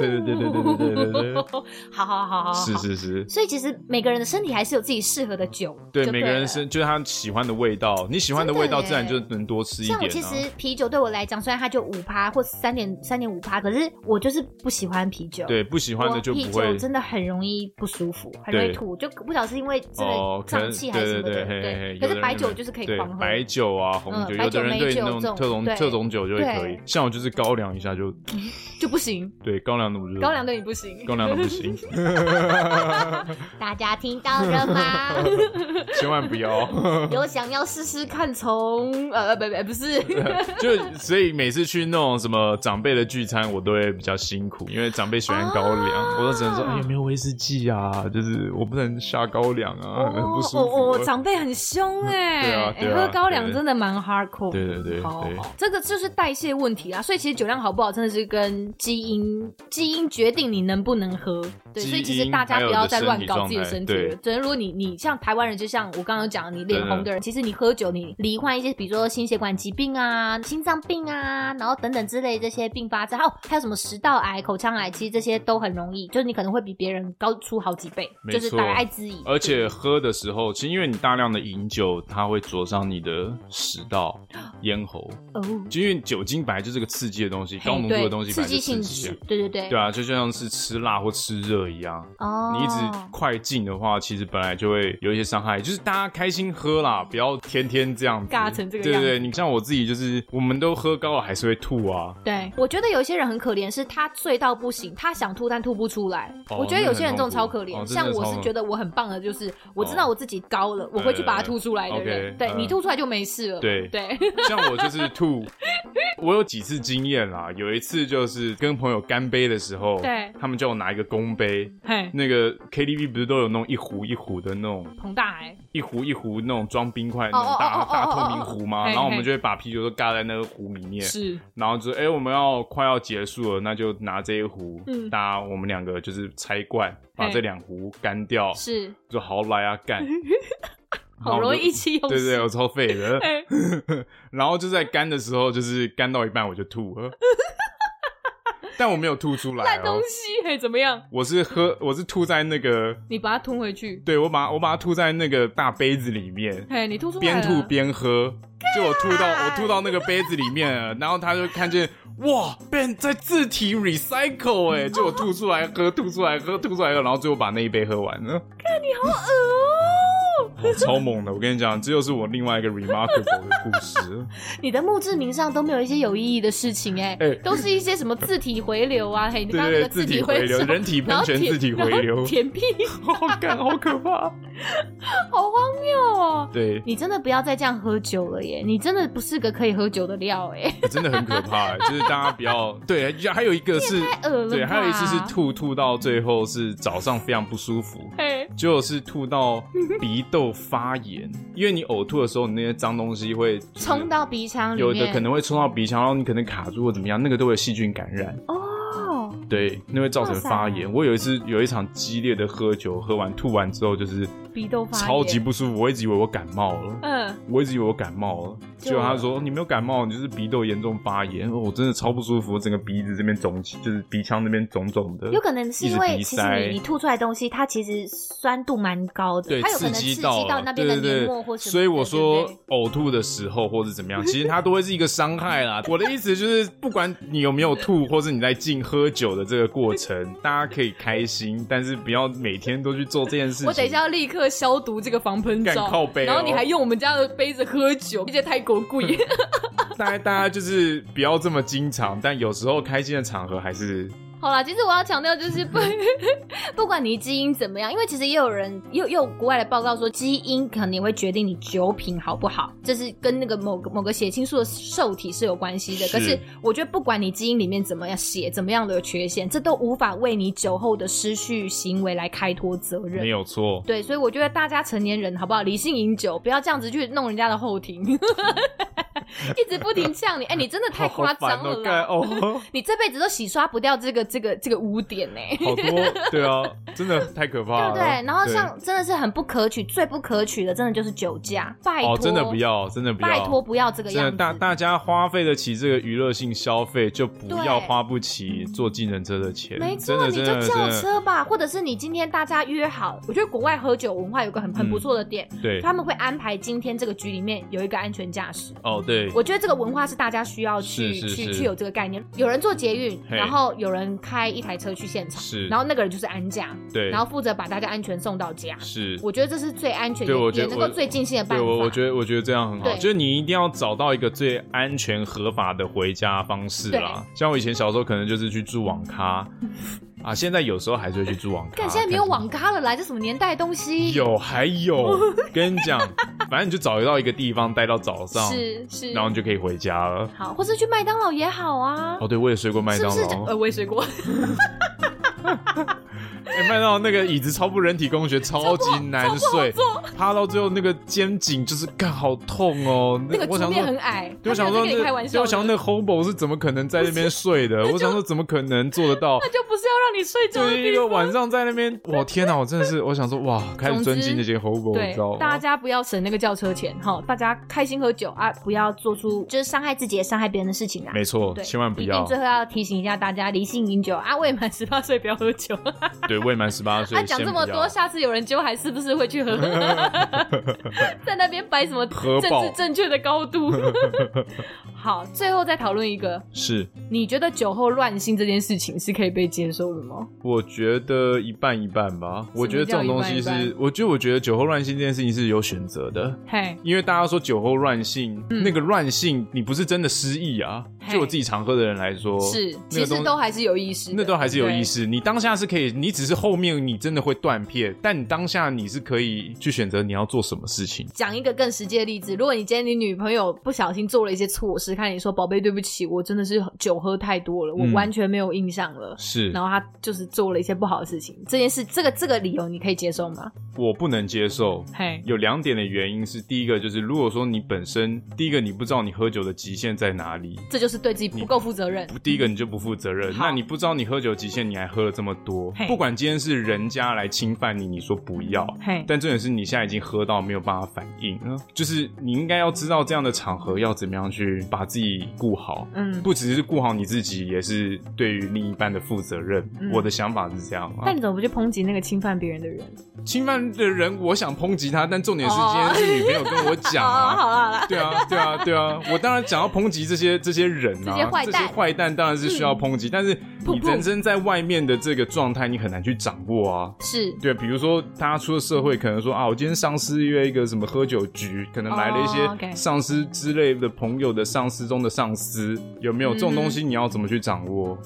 Speaker 1: 对对对对对对对
Speaker 2: *laughs*
Speaker 1: 对对，
Speaker 5: 好好好好好。
Speaker 1: 是。是是。
Speaker 5: 所以其实每个人的身体还是有自己适合的酒，
Speaker 1: 对
Speaker 5: 就
Speaker 1: 每个人
Speaker 5: 了。
Speaker 1: 是就是他喜欢的味道，你喜欢的味道
Speaker 5: 真的耶
Speaker 1: 自然就能多吃一点、啊。
Speaker 5: 像我其实啤酒对我来讲，虽然它就五趴或三点三点五趴，可是我就是不喜欢啤酒。
Speaker 1: 对，不喜欢的就
Speaker 5: 我
Speaker 1: 不
Speaker 5: 啤
Speaker 1: 会
Speaker 5: 酒真的很容易不舒服，很容易吐，就不晓得是因为真
Speaker 1: 哦
Speaker 5: 的，
Speaker 1: 可能
Speaker 5: 胀气还
Speaker 1: 对
Speaker 5: 是什
Speaker 1: 对
Speaker 5: 么的。
Speaker 1: 对，嘿嘿嘿
Speaker 5: 可
Speaker 1: 有的
Speaker 5: 是
Speaker 1: 人
Speaker 5: 白酒就是可以
Speaker 1: 对
Speaker 5: 狂喝。
Speaker 1: 白酒啊，红
Speaker 5: 嗯
Speaker 1: 酒，
Speaker 5: 白
Speaker 1: 有的
Speaker 5: 酒
Speaker 1: 人
Speaker 5: 美
Speaker 1: 对
Speaker 5: 酒
Speaker 1: 那种
Speaker 5: 这种
Speaker 1: 特种
Speaker 5: 对
Speaker 1: 特种酒就会可以
Speaker 5: 对，
Speaker 1: 像我就是高粱一下就
Speaker 2: 就不行，
Speaker 1: 对高粱的我就是
Speaker 2: 高粱对你不行。
Speaker 1: *laughs* 高粱的不行，
Speaker 5: 大家听到了吗？
Speaker 1: *laughs* 千万不要。 *laughs*
Speaker 5: 有想要试试看从
Speaker 2: 呃，不不不是，
Speaker 1: 就所以每次去那种什么长辈的聚餐，我都会比较辛苦，因为长辈喜欢高
Speaker 5: 啊
Speaker 1: 粱，我都只能说哎有没有威士忌啊，就是我不能下高粱啊，很不舒服。
Speaker 2: 哦哦，长辈很凶哎、
Speaker 1: *laughs* 对啊对啊
Speaker 2: 哎喝高粱
Speaker 1: 对
Speaker 2: 真的蛮
Speaker 5: *laughs*
Speaker 2: hardcore。
Speaker 1: 对对对
Speaker 2: 好
Speaker 5: 哦
Speaker 1: 对
Speaker 2: 好，这个就是代谢问题啊，所以其实酒量好不好真的是跟基因
Speaker 5: 基因决定你能不能喝，
Speaker 1: 基
Speaker 5: 对，
Speaker 1: 因
Speaker 5: 所以其实大家不要再乱搞自己的身体
Speaker 1: 还有你的身体
Speaker 5: 了
Speaker 1: 状态。
Speaker 5: 只能如果你你像台湾人，就像我刚刚讲，你脸
Speaker 1: 对
Speaker 5: 红的人，其实你喝酒，你罹患一些比如说心血管疾病啊、心脏病啊，然后等等之类这些并发症，还有还有什么食道癌、口腔癌，其实这些都很容易，就是你可能会比别人高出好几倍，
Speaker 1: 没
Speaker 5: 就
Speaker 1: 错
Speaker 5: 是大概爱之以。
Speaker 1: 而且喝的时候，其实因为你大量的饮酒，它会灼伤你的食
Speaker 5: *gasps*
Speaker 1: 道、咽喉，
Speaker 5: 哦，
Speaker 1: 就因为酒精本来就是个刺激的东西，
Speaker 5: 嘿
Speaker 1: 高浓度
Speaker 5: 哎对
Speaker 1: 的东西本
Speaker 5: 刺
Speaker 1: 来就
Speaker 5: 激
Speaker 1: 刺
Speaker 5: 性
Speaker 1: 激
Speaker 5: 质
Speaker 1: 啊。，
Speaker 5: 对对对，
Speaker 1: 对啊，就像是吃辣或吃热一样，
Speaker 5: 哦，
Speaker 1: 你一直快进的话，其实本来就会有一些伤害。就是大家开心喝啦，不要天天这样子
Speaker 5: 尬成这个
Speaker 1: 对
Speaker 5: 样
Speaker 1: 对
Speaker 5: 子
Speaker 1: 对，你像我自己，就是我们都喝高了还是会吐啊。
Speaker 5: 对，我觉得有一些人很可怜，是他醉到不行，他想吐但吐不出来。
Speaker 1: 哦
Speaker 5: 我觉得有些人这种超可
Speaker 1: 那
Speaker 5: 怜，
Speaker 1: 很痛苦哦
Speaker 5: 像
Speaker 1: 真的
Speaker 5: 我
Speaker 1: 超
Speaker 5: 是
Speaker 1: 痛
Speaker 5: 觉得我很棒的，就是我知道
Speaker 1: 哦
Speaker 5: 我自己高了，我会去把它吐出来的人。
Speaker 1: OK，
Speaker 5: 对、
Speaker 1: 嗯
Speaker 5: 你吐出来就没事了。
Speaker 1: 对 *laughs*
Speaker 5: 对，
Speaker 1: 像我就是吐，我有几次经验啦。有一次就是跟朋友干杯的时候，
Speaker 5: 对
Speaker 1: 他们叫我拿一个公杯，
Speaker 5: 嘿，
Speaker 1: 那个 KTV 不是都有那种一壶一壶的那种，
Speaker 5: 彭大海，
Speaker 1: 一壶一壶那种装冰块的那
Speaker 5: 哦
Speaker 1: 种大、
Speaker 5: 哦哦哦
Speaker 1: 大
Speaker 5: 哦
Speaker 1: 透
Speaker 5: 哦
Speaker 1: 明
Speaker 5: 哦
Speaker 1: 壶嘛，
Speaker 5: 嘿
Speaker 1: 然后我
Speaker 5: 嘿
Speaker 1: 们就会把啤酒都尬在那个壶里面，
Speaker 5: 是
Speaker 1: 然后就哎、诶我们要快要结束了，那就拿这一壶，
Speaker 5: 嗯
Speaker 1: 大家我们两个就是拆罐，把
Speaker 5: 嘿
Speaker 1: 这两壶干掉，
Speaker 5: 是，
Speaker 1: 就好来啊
Speaker 5: *laughs*
Speaker 1: 干，然后
Speaker 5: 好
Speaker 1: 我
Speaker 5: 容
Speaker 1: 就
Speaker 5: 易意气用
Speaker 1: 对对，
Speaker 5: 事。
Speaker 1: 我超废
Speaker 5: *laughs*
Speaker 1: 的。
Speaker 5: 哎
Speaker 1: *laughs* 然后就在干的时候，就是干到一半我就吐了， *laughs* 但我没有吐出来
Speaker 5: 烂
Speaker 1: 哦
Speaker 5: 东，西，嘿，怎么样？
Speaker 1: 我是喝，我是吐在那个，
Speaker 5: 你把它吞回去。
Speaker 1: 对我把我把它吐在那个大杯子里面，
Speaker 5: 嘿，你吐出来
Speaker 1: 边
Speaker 5: 了。
Speaker 1: 吐边喝，就我吐到我吐到那个杯子里面了，然后他就看见哇，Ben 在自体 recycle 哎、就我吐出来喝，吐出来喝，吐出来喝，然后最后把那一杯喝完了。
Speaker 5: 哦，
Speaker 1: 哦 *laughs* 超猛的！我跟你讲，这就是我另外一个 remarkable 的故事。
Speaker 5: 你的墓志铭上都没有一些有意义的事情、哎、
Speaker 1: 哎
Speaker 5: 都是一些什么字体回流啊，嘿，你
Speaker 1: 对
Speaker 5: 刚刚那
Speaker 1: 对，
Speaker 5: 个
Speaker 1: 自
Speaker 5: 体
Speaker 1: 体回流，
Speaker 5: 手
Speaker 1: 人体
Speaker 5: 然
Speaker 1: 喷
Speaker 5: 后
Speaker 1: 泉，
Speaker 5: 舔
Speaker 1: 自体回
Speaker 5: 然
Speaker 1: 流
Speaker 5: 后，舔屁，
Speaker 1: *laughs* 好感好可怕。
Speaker 5: *laughs* 好荒谬哦！
Speaker 1: 对，
Speaker 5: 你真的不要再这样喝酒了耶！你真的不是个可以喝酒的料哎， *laughs*
Speaker 1: 真的很可怕欸。就是大家不要对，还有一个是，
Speaker 5: 太恶了吧
Speaker 1: 对，还有一次
Speaker 5: 啊
Speaker 1: 是吐吐到最后是早上非常不舒服，
Speaker 5: 嘿，
Speaker 1: 就是吐到鼻窦发炎，因为你呕吐的时候，你那些脏东西会就是
Speaker 5: 冲到鼻腔里
Speaker 1: 有
Speaker 5: 面，
Speaker 1: 的可能会冲到鼻腔，然后你可能卡住或怎么样，那个都有细菌感染。
Speaker 5: 哦，
Speaker 1: 对，那会造成发
Speaker 5: 哇
Speaker 1: 炎。我有一次有一场激烈的喝酒，喝完吐完之后就是
Speaker 5: 鼻窦发炎
Speaker 1: 超级不舒服，我一直以为我感冒了，
Speaker 5: 嗯，
Speaker 1: 我一直以为我感冒了，
Speaker 5: 就
Speaker 1: 结果他说你没有感冒，你就是鼻窦严重发炎，哦我真的超不舒服，我整个鼻子这边肿起，就是鼻腔那边肿肿的，
Speaker 2: 有可能是因
Speaker 1: 一直
Speaker 2: 为
Speaker 1: 鼻
Speaker 2: 其实
Speaker 1: 塞
Speaker 2: 你你吐出来的东西，它其实酸度蛮高的，
Speaker 1: 对，
Speaker 2: 它有可能
Speaker 1: 激
Speaker 2: 激到
Speaker 1: 了
Speaker 2: 那边
Speaker 1: 对
Speaker 2: 的
Speaker 1: 对
Speaker 2: 黏
Speaker 1: 对
Speaker 2: 膜或，什么的。
Speaker 1: 所以我说
Speaker 2: 对不对
Speaker 1: 呕吐的时候或是怎么样，其实它都会是一个伤害啦。我的意思就是，不管你有没有吐，或是你在进喝酒的这个过程，大家可以开心，但是不要每天都去做这件事情。
Speaker 5: 我等一下要立刻消毒这个防喷
Speaker 1: 干
Speaker 5: 罩，
Speaker 1: 靠背哦
Speaker 5: 然后你还用我们家的杯子喝酒，这些
Speaker 1: *laughs*
Speaker 5: 泰国贵，
Speaker 1: 大家大家就是不要这么经常，但有时候开心的场合还是
Speaker 5: 好啦，其实我要强调
Speaker 2: *laughs*
Speaker 5: 就是不，
Speaker 2: 不管你基因怎么样，因为其实也有人也有也有国外的报告说，基因可能也会决定你酒品好不好，这是跟那个某个某个血清素的受体是有关系的。
Speaker 1: 是
Speaker 2: 可是我觉得不管你基因里面怎么样血怎么样的有缺陷，这都无法为你酒后的失序行为来开脱责
Speaker 1: 没
Speaker 2: 任。
Speaker 1: 有错。
Speaker 2: 对，所以我觉得大家成年人好不好，理性饮酒，不要这样子去弄人家的后
Speaker 1: *laughs*
Speaker 2: 庭， *laughs* 一直不停呛你。哎、你真的太夸张
Speaker 1: 好
Speaker 2: 了
Speaker 1: 烦哦
Speaker 2: 啦！
Speaker 1: 干哦，
Speaker 2: 你这辈子都洗刷不掉这个这个这个污点呢、 *laughs*
Speaker 1: 好多对啊，真的太可怕
Speaker 2: 对
Speaker 1: 了。
Speaker 2: 不对？然后像真的是很不可取，最不可取的，真的就是酒驾。拜
Speaker 1: 对
Speaker 2: 托，
Speaker 1: 哦，真的不，要，真的不要，
Speaker 2: 拜托不要这个
Speaker 1: 真
Speaker 2: 样
Speaker 1: 的，
Speaker 2: 子。
Speaker 1: 大大家花费得起这个娱乐性消费，就不
Speaker 2: 对
Speaker 1: 要花不起坐计程车的钱。
Speaker 2: 没
Speaker 1: 真
Speaker 2: 错，
Speaker 1: 的
Speaker 2: 你
Speaker 1: 真
Speaker 2: 就
Speaker 1: 的
Speaker 2: 叫
Speaker 1: 真的
Speaker 2: 车吧，或者是你今天大家约好，我觉得国外喝酒文化有个很很不错的点，
Speaker 1: 对，
Speaker 2: 他们会安排今天这个局里面有一个安全驾驶。
Speaker 1: 哦对，
Speaker 2: 我觉得这个文化是大家需要去
Speaker 1: 是是
Speaker 2: 去
Speaker 1: 是
Speaker 2: 去有这个概念。有人做捷运，
Speaker 1: 嘿
Speaker 2: 然后有人开一台车去现场，
Speaker 1: 是，
Speaker 2: 然后那个人就是安驾，
Speaker 1: 对，
Speaker 2: 然后负责把大家安全送到家。
Speaker 1: 是，
Speaker 2: 我觉得这是最安全
Speaker 1: 对我
Speaker 2: 也
Speaker 1: 觉
Speaker 2: 也
Speaker 1: 得
Speaker 2: 能够
Speaker 1: 我
Speaker 2: 最尽兴的办
Speaker 1: 对
Speaker 2: 法。
Speaker 1: 我我觉得我觉得这样很好，
Speaker 2: 对
Speaker 1: 就是你一定要找到一个最安全合法的回家方式啦。像我以前小时候可能就是去住网咖啊，现在有时候还是会去住网咖。
Speaker 2: 干，现在没有网咖了啦，这什么年代的东西？
Speaker 1: 有还
Speaker 2: *laughs*
Speaker 1: 有，跟你讲，反正你就找到一个地方待到早上，
Speaker 2: 是是，
Speaker 1: 啊然后你就可以回家了。
Speaker 2: 好，或是去麦当劳也好啊。
Speaker 1: 哦，对，我也睡过麦
Speaker 2: 是不
Speaker 1: 当
Speaker 2: 是
Speaker 1: 劳。
Speaker 5: 呃，我也水果，
Speaker 1: 哎，麦当劳那个椅子超不人体工学，超级难睡，趴到最后那个肩颈就是干好痛哦。
Speaker 2: 那个桌
Speaker 1: 我想
Speaker 2: 面
Speaker 1: 说
Speaker 2: 很矮，
Speaker 1: 对，我想说
Speaker 2: 他没有在跟
Speaker 1: 那
Speaker 2: 你开玩笑
Speaker 1: 对
Speaker 2: 的，
Speaker 1: 我想说那 hobo 是怎么可能在那边睡的？我想说怎么可能做
Speaker 2: *laughs*
Speaker 1: 得到？
Speaker 2: 他就不是要让你睡觉
Speaker 1: 就
Speaker 2: 的
Speaker 1: 是一
Speaker 2: 地
Speaker 1: 个
Speaker 2: 方。
Speaker 1: 晚上在那边，我天哪！我真的是，我想说哇，开始尊敬那些 hobo，你
Speaker 2: 对
Speaker 1: 知道，
Speaker 2: 大
Speaker 1: 吗？
Speaker 2: 家不要省那个轿车钱哈，大家开心喝酒啊，不要做出
Speaker 5: 就是伤害自己也伤害别人的事情啊。
Speaker 1: 没错，
Speaker 2: 对
Speaker 1: 千万不
Speaker 5: 一定
Speaker 1: 要
Speaker 5: 最后要提醒一下大家，
Speaker 2: 理性饮酒啊，未满十八岁不要喝酒。
Speaker 1: 对未满十八
Speaker 2: *laughs*
Speaker 1: 岁
Speaker 2: 啊，讲
Speaker 1: 先
Speaker 2: 这
Speaker 1: 不
Speaker 2: 么多，
Speaker 1: 要。
Speaker 2: 下次有人揪还是不是会去
Speaker 1: *laughs*
Speaker 2: 喝？在那边摆什么
Speaker 1: 喝
Speaker 2: 政
Speaker 1: 爆
Speaker 2: 治正确的高度？ *laughs* 好，最后再讨论一个，
Speaker 1: 是，
Speaker 2: 你觉得酒后乱性这件事情是可以被接受的吗？
Speaker 1: 我觉得一半一半吧。我觉得这种东西
Speaker 2: 什么叫一半一
Speaker 1: 是，我就我觉得酒后乱性这件事情是有选择的。
Speaker 2: 嘿，
Speaker 1: 因为大家说酒后乱性，那个乱性你不是真的失忆啊。
Speaker 2: 嗯嘿
Speaker 1: 就我自己常喝的人来说，
Speaker 2: 是，其
Speaker 1: 那个东
Speaker 2: 实
Speaker 1: 西
Speaker 2: 都还是有意识的，
Speaker 1: 那都还是有意
Speaker 2: 对。
Speaker 1: 识。你当下是可以，你只是后面你真的会断片，但你当下你是可以去选择你要做什么事情。
Speaker 2: 讲一个更实际的例子，如果你今天你女朋友不小心做了一些错事，看你说宝贝对不起，我真的是酒喝太多了，我
Speaker 1: 嗯
Speaker 2: 完全没有印象了，
Speaker 1: 是
Speaker 2: 然后她就是做了一些不好的事情，这件事这个这个理由你可以接受吗？
Speaker 1: 我不能接受。
Speaker 2: 嘿，
Speaker 1: 有两点的原因是，第一个就是，如果说你本身，第一个你不知道你喝酒的极限在哪里，
Speaker 2: 这就是对自己不够负责任。
Speaker 1: 不，第一个你就不负责任。
Speaker 2: 嗯好
Speaker 1: 那你不知道你喝酒极限，你还喝了这么多
Speaker 2: 嘿，
Speaker 1: 不管今天是人家来侵犯你，你说不要，
Speaker 2: 嘿，
Speaker 1: 但重点是你现在已经喝到没有办法反应，嗯就是你应该要知道这样的场合要怎么样去把自己顾好。
Speaker 2: 嗯，
Speaker 1: 不只是顾好你自己，也是对于另一半的负责任。
Speaker 2: 嗯
Speaker 1: 我的想法是这样啊
Speaker 2: 但。你怎么不去抨击那个侵犯别人的人？
Speaker 1: 侵犯的人，我想抨击他，但重点是
Speaker 2: 哦
Speaker 1: 今天是女朋友跟我讲
Speaker 2: *laughs*
Speaker 1: 啊。
Speaker 2: 好啦好啦，
Speaker 1: *laughs* 对啊，对啊，对啊！我当然想要抨击这些这些人啊，
Speaker 5: 这些坏蛋
Speaker 1: 坏蛋当然是需要抨
Speaker 2: 嗯
Speaker 1: 击，但是你人生在外面的这个状态，你很难去掌握啊。
Speaker 2: 是
Speaker 1: 对，比如说大家出了社会，可能说啊，我今天上司约一个什么喝酒局，可能来了一
Speaker 2: 哦，OK
Speaker 1: 些上司之类的朋友的上司中的上司，有没有这种东西？你要怎么去掌握？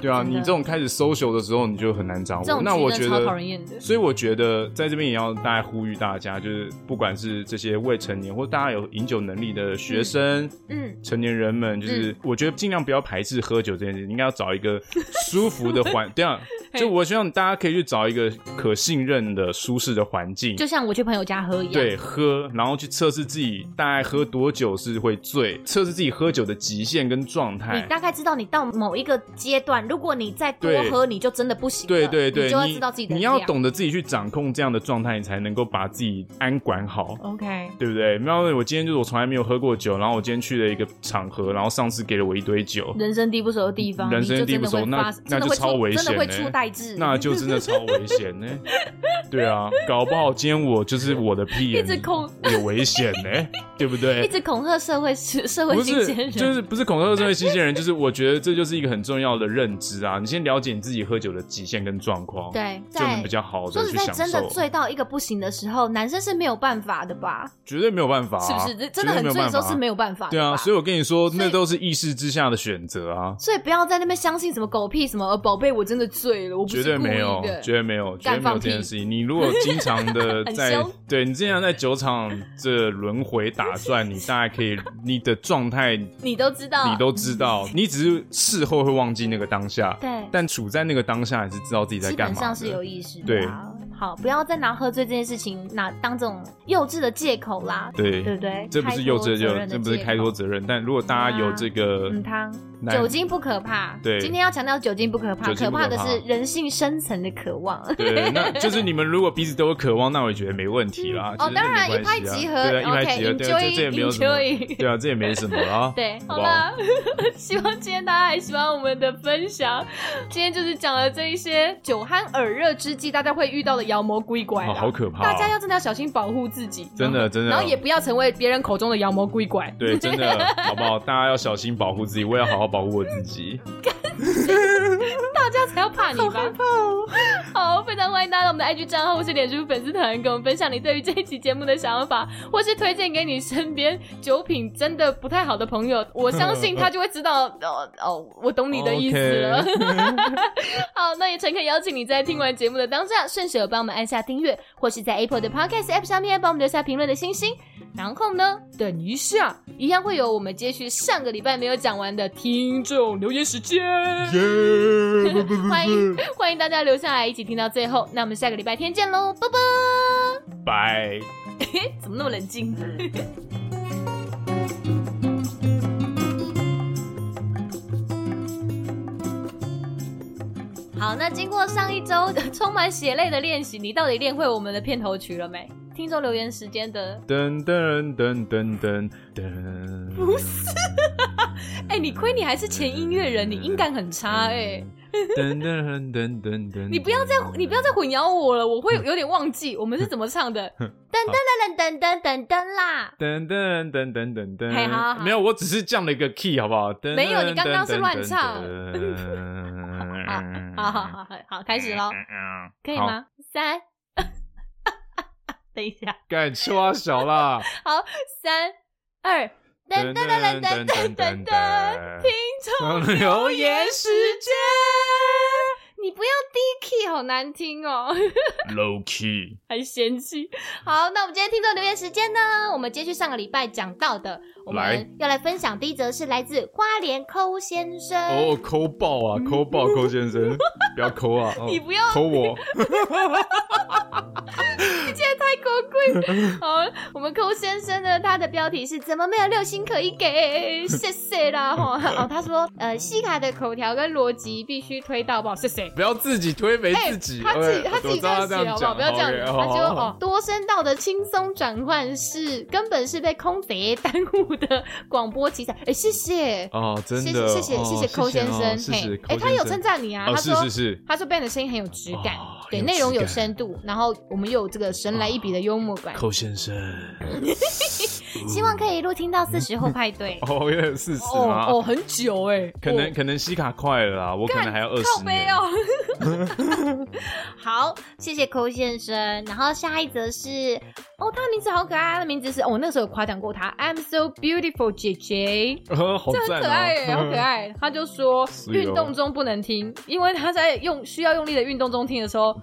Speaker 1: 对啊，
Speaker 2: 嗯真的
Speaker 1: 你这种开始 social 的时候，你就很难掌
Speaker 2: 这
Speaker 1: 握。
Speaker 2: 种
Speaker 1: 那我
Speaker 2: 局
Speaker 1: 觉
Speaker 2: 真的超讨
Speaker 1: 得
Speaker 2: 人厌的。
Speaker 1: 所以我觉得在这边也要大家呼吁大家，就是不管是这些未成年或大家有饮酒能力的学生、
Speaker 2: 嗯，
Speaker 1: 成年人们，
Speaker 5: 嗯
Speaker 1: 就是我觉得尽量不要排斥喝酒这件事，你应该要找一个舒服的
Speaker 5: *laughs*
Speaker 1: 环，这样就我希望大家可以去找一个可信任的、舒适的环境。
Speaker 5: 就像我去朋友家喝一样，
Speaker 1: 对，喝，然后去测试自己大概喝多久是会醉，测试自己喝酒的极限跟状
Speaker 5: 你
Speaker 1: 态。
Speaker 5: 大概知道你到某一个阶段，如果你再多
Speaker 1: 对
Speaker 5: 喝，你就真的不行
Speaker 1: 对
Speaker 5: 了，
Speaker 1: 对对，
Speaker 5: 你就会知道自己的
Speaker 1: 你要
Speaker 5: 量。
Speaker 1: 懂得自己去掌控这样的状态，你才能够把自己安管好。
Speaker 2: OK，
Speaker 1: 对不对？然后我今天就是我从来没有喝过酒，然后我今天去了一个场合，然后上司给了我一堆酒，
Speaker 2: 人生地不熟的地方，
Speaker 1: 人
Speaker 2: 你
Speaker 1: 生
Speaker 2: 就
Speaker 1: 地
Speaker 2: 真
Speaker 1: 不
Speaker 2: 的
Speaker 1: 熟，
Speaker 2: 会
Speaker 1: 那
Speaker 2: 发生，
Speaker 1: 那
Speaker 5: 真的
Speaker 1: 就
Speaker 5: 会
Speaker 1: 超
Speaker 5: 出
Speaker 1: 危
Speaker 5: 真的
Speaker 1: 险
Speaker 5: 会
Speaker 1: 呢、
Speaker 5: 出代
Speaker 2: 嗯
Speaker 5: 志
Speaker 1: 那就真的超危险呢、对啊，搞不好今天我就是我的屁眼
Speaker 2: 一直控
Speaker 1: 有危险呢、对不
Speaker 5: 一
Speaker 1: 对？
Speaker 5: 直恐吓社会社
Speaker 1: 不
Speaker 5: 会新鲜
Speaker 1: 是，
Speaker 5: 人，
Speaker 1: 就是不是恐吓社会新鲜人，就是我觉得这就是一个很重要的认知啊！你先了解你自己喝酒的极限跟状况，，
Speaker 5: 对，
Speaker 1: 就能
Speaker 5: 在
Speaker 1: 比较好
Speaker 5: 说
Speaker 1: 的
Speaker 5: 实
Speaker 1: 去
Speaker 5: 在，
Speaker 1: 享
Speaker 5: 真的
Speaker 1: 受，
Speaker 5: 醉到一个不行的时候，男生是没有办法的吧？
Speaker 1: 绝对没有办法、
Speaker 2: 是不
Speaker 1: 啊，
Speaker 2: 是？这真的很
Speaker 1: 绝对
Speaker 2: 醉的时候
Speaker 1: 办法
Speaker 2: 是没有办法的
Speaker 1: 对啊，
Speaker 2: 吧
Speaker 1: 所以我跟你说，那都是意识之下的选择啊，
Speaker 5: 所以不要在那边相信什么狗屁
Speaker 2: 什么？呃宝贝，我真的醉了，我不
Speaker 1: 绝
Speaker 2: 是
Speaker 1: 对
Speaker 2: 故意
Speaker 1: 没有，
Speaker 2: 的。
Speaker 1: 绝对没有，绝对没有
Speaker 2: 放
Speaker 1: 这
Speaker 2: 屁
Speaker 1: 件事情。你如果经常
Speaker 5: *laughs*
Speaker 1: 的
Speaker 2: 很
Speaker 1: 在
Speaker 2: 凶，
Speaker 1: 对你经常在酒场这轮回打转，你大概可以，你的状态你
Speaker 5: 嗯
Speaker 2: 你都知道，
Speaker 1: 都知道，你只是事后会忘记那个当下，
Speaker 5: 对，
Speaker 1: 但处在那个当下，还是知道自己在
Speaker 5: 基
Speaker 1: 干
Speaker 5: 本
Speaker 1: 嘛
Speaker 5: 上是有
Speaker 1: 的。
Speaker 5: 意识
Speaker 1: 对
Speaker 5: 的、啊。好，不要再拿喝醉这件事情拿当这种幼稚的借口啦，对
Speaker 1: 对，
Speaker 5: 不对？
Speaker 1: 这不是幼稚
Speaker 5: 开脱责任
Speaker 1: 这
Speaker 5: 的
Speaker 1: 不是
Speaker 5: 借
Speaker 1: 开
Speaker 5: 口
Speaker 1: 脱责任，但如果大家有这个
Speaker 5: 嗯汤。
Speaker 1: 难
Speaker 5: 酒精不可怕，
Speaker 1: 对
Speaker 5: 今天要强调酒精不可怕，
Speaker 1: 酒精不可怕
Speaker 5: 的是人性深层的渴望。
Speaker 1: 对，那就是你们如果彼此都有渴望，那我也觉得没问题啦。
Speaker 5: 哦
Speaker 1: 其实，
Speaker 5: 当然
Speaker 1: 没关
Speaker 5: 一拍
Speaker 1: 系啊
Speaker 5: 即合
Speaker 1: 对啊，一拍即合，对啊，这这也没有什么，
Speaker 5: ，OK，enjoy，enjoy。
Speaker 1: 对啊，这也没什么啦。
Speaker 5: 对，
Speaker 2: 好
Speaker 1: 好不好
Speaker 2: 啦， *laughs* 希望今天大家还喜欢我们的分享。今天就是讲了这一些酒酣耳热之际，大家会遇到的妖魔鬼怪啦、
Speaker 1: 哦好可怕哦
Speaker 2: 大家要真的要小心保护自己，
Speaker 1: 真的真的
Speaker 2: 然后也不要成为别人口中的妖魔鬼
Speaker 1: *laughs*
Speaker 2: 怪。
Speaker 1: 对，真的，好不好？大家要小心保护自己，我也要好好保护我自己。
Speaker 2: 才要怕你吧？好 *laughs*
Speaker 1: 哦
Speaker 2: 非常欢迎大家到我们的 IG 账号或是脸书粉丝团，跟我们分享你对于这一期节目的想法，或是推荐给你身边酒品真的不太好的朋友，我相信他就会知道，哦哦，我懂你的意思
Speaker 1: *laughs*
Speaker 2: 了。好，那也诚恳邀请你在听完节目的当下，顺手帮我们按下订阅，或是在 Apple 的 Podcast App 上面帮我们留下评论的星星。然后呢，等一下，一样会有我们接续上个礼拜没有讲完的听众留言时间。
Speaker 1: 耶！
Speaker 2: 欢迎欢欢迎大家留下来一起听到最后。那我们下个礼拜天见喽，拜拜！
Speaker 1: 拜。
Speaker 2: 怎么那么冷静？ *laughs* 好，那经过上一周 *laughs* 的充满血泪的练习，你到底练会我们的片头曲了没？听众留言时间的，
Speaker 1: 噔噔噔噔噔噔，
Speaker 2: 不是哎、你亏你还是前音乐人，你音感很差哎、
Speaker 1: 噔噔噔噔噔，
Speaker 2: 你不要再你不要再混淆我了，我会有点忘记我们是怎么唱的。 *laughs*
Speaker 5: 噔噔噔噔噔啦！
Speaker 1: 噔噔噔噔噔噔，
Speaker 2: 嘿好好好
Speaker 1: 没有，我只是降了一个 key，好不好？噔
Speaker 2: 没有你刚刚是乱唱
Speaker 1: 噔
Speaker 2: 好好好好好，开始喽，
Speaker 1: 嗯
Speaker 2: 可以吗？三， *laughs* 等一下，
Speaker 1: 敢吃蛙小啦！
Speaker 2: 好，三二，
Speaker 1: 噔噔噔噔
Speaker 5: 噔噔噔
Speaker 1: 噔
Speaker 5: 噔噔
Speaker 1: 噔
Speaker 5: 噔
Speaker 1: 噔
Speaker 5: 噔，
Speaker 2: 听众
Speaker 1: 从留言时
Speaker 2: 你不要低 key，好难听哦，
Speaker 1: low key，
Speaker 2: *laughs* 还嫌弃。
Speaker 5: 好，那我们今天听众留言时间呢？我们接续上个礼拜讲到的，我
Speaker 1: 来
Speaker 5: 们要来分享第一则是来自花莲抠先生。
Speaker 1: 哦，抠爆
Speaker 2: *laughs*
Speaker 1: 啊，抠爆，抠先生，不要抠啊，哦
Speaker 2: 你不要哎
Speaker 1: 抠
Speaker 2: *laughs*
Speaker 1: 我，
Speaker 2: 太高贵。好，我们抠先生呢，他的标题是“怎么没有六星可以给？”谢谢啦
Speaker 1: *laughs*
Speaker 2: 哈。哦，他说，呃，西卡的口条跟逻辑必须推到爆，谢谢。
Speaker 1: 不要自己推肥自己，
Speaker 2: 他自己
Speaker 1: OK，
Speaker 2: 他自
Speaker 1: 我
Speaker 2: 己
Speaker 1: 知道他
Speaker 2: 这
Speaker 1: 这
Speaker 2: 样写
Speaker 1: 样
Speaker 2: 好不好？
Speaker 1: 讲，
Speaker 2: 不要这样子，
Speaker 1: OK，
Speaker 2: 他
Speaker 1: 好
Speaker 2: 就
Speaker 1: 好好
Speaker 2: 哦，多声道的轻松转换是根本是被空姐耽误的广播奇才。哎，谢谢，
Speaker 1: 哦，真
Speaker 2: 谢谢
Speaker 1: 的，
Speaker 2: 谢谢
Speaker 1: 哦
Speaker 2: 谢谢抠先生，
Speaker 1: 谢谢
Speaker 2: 嘿，
Speaker 1: 抠
Speaker 2: 哎，
Speaker 1: 先生，
Speaker 2: 他有称赞你啊，
Speaker 1: 哦，
Speaker 2: 他
Speaker 1: 是
Speaker 2: 说
Speaker 1: 是是，
Speaker 2: 他说 Ben 的声音很有质感
Speaker 1: 哦，
Speaker 2: 对，
Speaker 1: 有
Speaker 2: 内容
Speaker 1: 质
Speaker 2: 有
Speaker 1: 感哦
Speaker 2: 深度，然后我们又有这个神来一笔的幽默感，
Speaker 1: 抠先生，
Speaker 5: 希望可以一路
Speaker 1: 嗯
Speaker 5: 听到四十后派
Speaker 1: *laughs*
Speaker 5: 对。
Speaker 1: 哦，有点事实
Speaker 2: 哦哦，
Speaker 1: 吗？
Speaker 2: 很久哎、
Speaker 1: 可
Speaker 2: 哦
Speaker 1: 能可能西卡快了啦，我可能还要二
Speaker 2: 靠
Speaker 1: 十
Speaker 2: 背
Speaker 1: 年。
Speaker 2: 哦，
Speaker 5: 好，谢谢抠先生。然后下一则是
Speaker 2: 哦，他的名字好可爱，他的名字是哦，我那时候有夸奖过他，I'm so beautiful 姐姐，
Speaker 1: 哦， *laughs* 好
Speaker 2: 这很
Speaker 1: 赞
Speaker 2: 可
Speaker 1: 哦
Speaker 2: 爱耶，好可。
Speaker 1: *laughs*
Speaker 2: 爱。他就说
Speaker 1: 是哦
Speaker 2: 运动中不能听，因为他在用需要用力的运动中听的时候，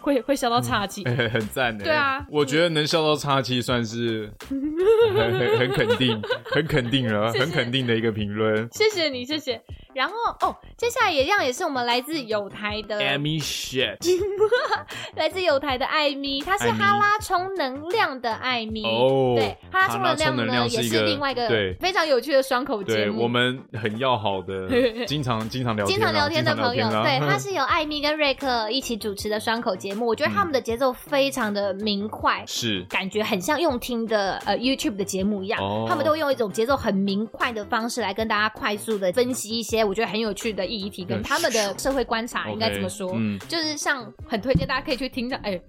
Speaker 2: 会会笑到岔气。
Speaker 1: 哎、很赞的。哎
Speaker 2: 对啊
Speaker 1: 我觉得能笑到岔气算是很很很肯定，很肯定了，
Speaker 2: 谢谢
Speaker 1: 很肯定的一个评论。
Speaker 2: 谢谢你，谢谢。然后哦，
Speaker 5: 接下来也一样，也是我们来自有台的
Speaker 1: Amy shit，
Speaker 5: 来自有台的艾米，她是
Speaker 1: 艾米
Speaker 5: 哈拉充能量的艾米。
Speaker 1: 哦，
Speaker 5: 对，哈拉充
Speaker 1: 哈拉充能
Speaker 5: 能量
Speaker 1: 量
Speaker 5: 呢
Speaker 1: 是
Speaker 5: 也
Speaker 1: 一个
Speaker 5: 是另外一个
Speaker 1: 对
Speaker 2: 非常有趣的双口节
Speaker 1: 对
Speaker 2: 目，
Speaker 1: 我们很要好的，经常经常聊天
Speaker 5: 经
Speaker 1: 啊，
Speaker 5: 常聊天的朋
Speaker 1: 经
Speaker 5: 友，
Speaker 1: 常聊
Speaker 5: 对，
Speaker 1: 天啊
Speaker 5: 他是由艾米跟瑞克一起主持的双口节目，我
Speaker 1: 嗯
Speaker 5: 觉得他们的节奏非常的明快。
Speaker 1: *laughs* 是
Speaker 5: 感觉很像用听的呃 YouTube 的节目一样，
Speaker 1: 哦
Speaker 5: 他们都会用一种节奏很明快的方式来跟大家快速的分析一些我觉得很有趣的议题跟
Speaker 1: 对
Speaker 5: 他们的社会观察，应该怎么说？
Speaker 1: OK，嗯，
Speaker 5: 就是像
Speaker 2: 很推荐大家可以去听一下。哎，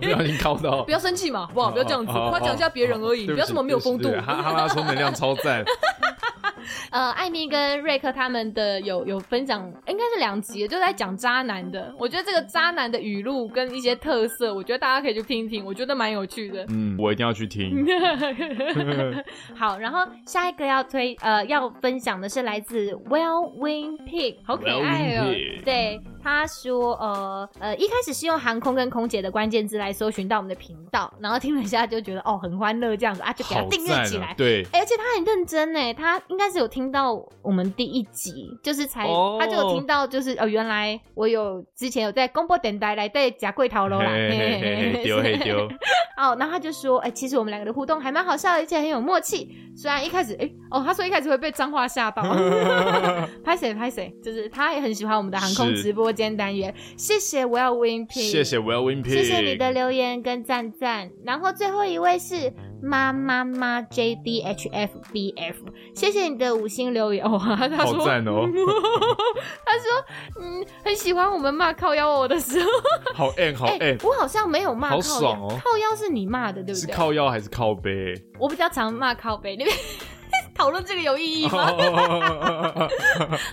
Speaker 1: 不小心靠到
Speaker 2: *laughs* 不。要生气嘛，好不好？不要这样子，
Speaker 1: 哦哦哦
Speaker 2: 夸奖一下别人而已，
Speaker 1: 哦对
Speaker 2: 不要这么没有
Speaker 1: 起
Speaker 2: 风度
Speaker 1: 对。哈哈拉充能量超赞， *laughs*
Speaker 2: 呃，艾米跟瑞克他们的有有分享，应该是两集，就在讲渣男的。我觉得这个渣男的语录跟一些特色，我觉得大家可以去听听，我觉得蛮有趣的。
Speaker 1: 嗯，我一定要去听。
Speaker 5: *laughs* 好，然后下一个要推呃要分享的是来自 Well Wing Pig，
Speaker 2: 好可爱哦、
Speaker 1: Well, Winky
Speaker 5: 对，他说，呃呃，一开始是用航空跟空姐的关键字来搜寻到我们的频道，然后听了一下就觉得哦很欢乐这样子啊，就给他
Speaker 1: 好
Speaker 5: 订阅
Speaker 1: 赞
Speaker 5: 起来。
Speaker 1: 啊！对，
Speaker 5: 哎而且他很认真哎，他应该是有听到我们第一集，就是才、
Speaker 1: 哦
Speaker 5: 他就有听到，就是哦，原来我有之前有在公播等待来在假柜头楼啦，
Speaker 1: 嘿嘿
Speaker 5: 嘿嘿
Speaker 1: 嘿嘿
Speaker 5: 嘿
Speaker 1: 丢嘿丢，
Speaker 5: 哦，然后他就说，哎、其实我们两个的互动还蛮好笑，而且很有默契。虽然一开始，哎、哦，他说一开始会被脏话吓到， *laughs*
Speaker 2: 拍谁拍谁，就是他也很喜欢我们的航空
Speaker 1: 是
Speaker 2: 直播间单元。谢谢我要 Win P，
Speaker 1: 谢谢 Well Win Pig，
Speaker 5: 谢谢你的留言跟赞赞。然后最后一位是妈妈妈 J D H F B F，谢谢你的五星留言哦。
Speaker 2: 哇，他
Speaker 1: 好
Speaker 2: 说
Speaker 5: *laughs*
Speaker 1: 赞
Speaker 2: *laughs*
Speaker 1: 哦，
Speaker 2: 他说嗯很喜欢我们骂靠腰
Speaker 5: 哦
Speaker 2: 我的时候，
Speaker 1: 好 N 好
Speaker 5: 哎、
Speaker 1: N，
Speaker 5: 我好像没有骂靠
Speaker 1: 好
Speaker 5: 腰，
Speaker 1: 爽哦
Speaker 5: 靠腰是你骂的对不
Speaker 1: 是
Speaker 5: 对？
Speaker 1: 靠腰还是靠背？
Speaker 2: 我比较常骂靠背，
Speaker 1: *laughs*
Speaker 2: 你们讨论这个有意义吗？
Speaker 1: 哦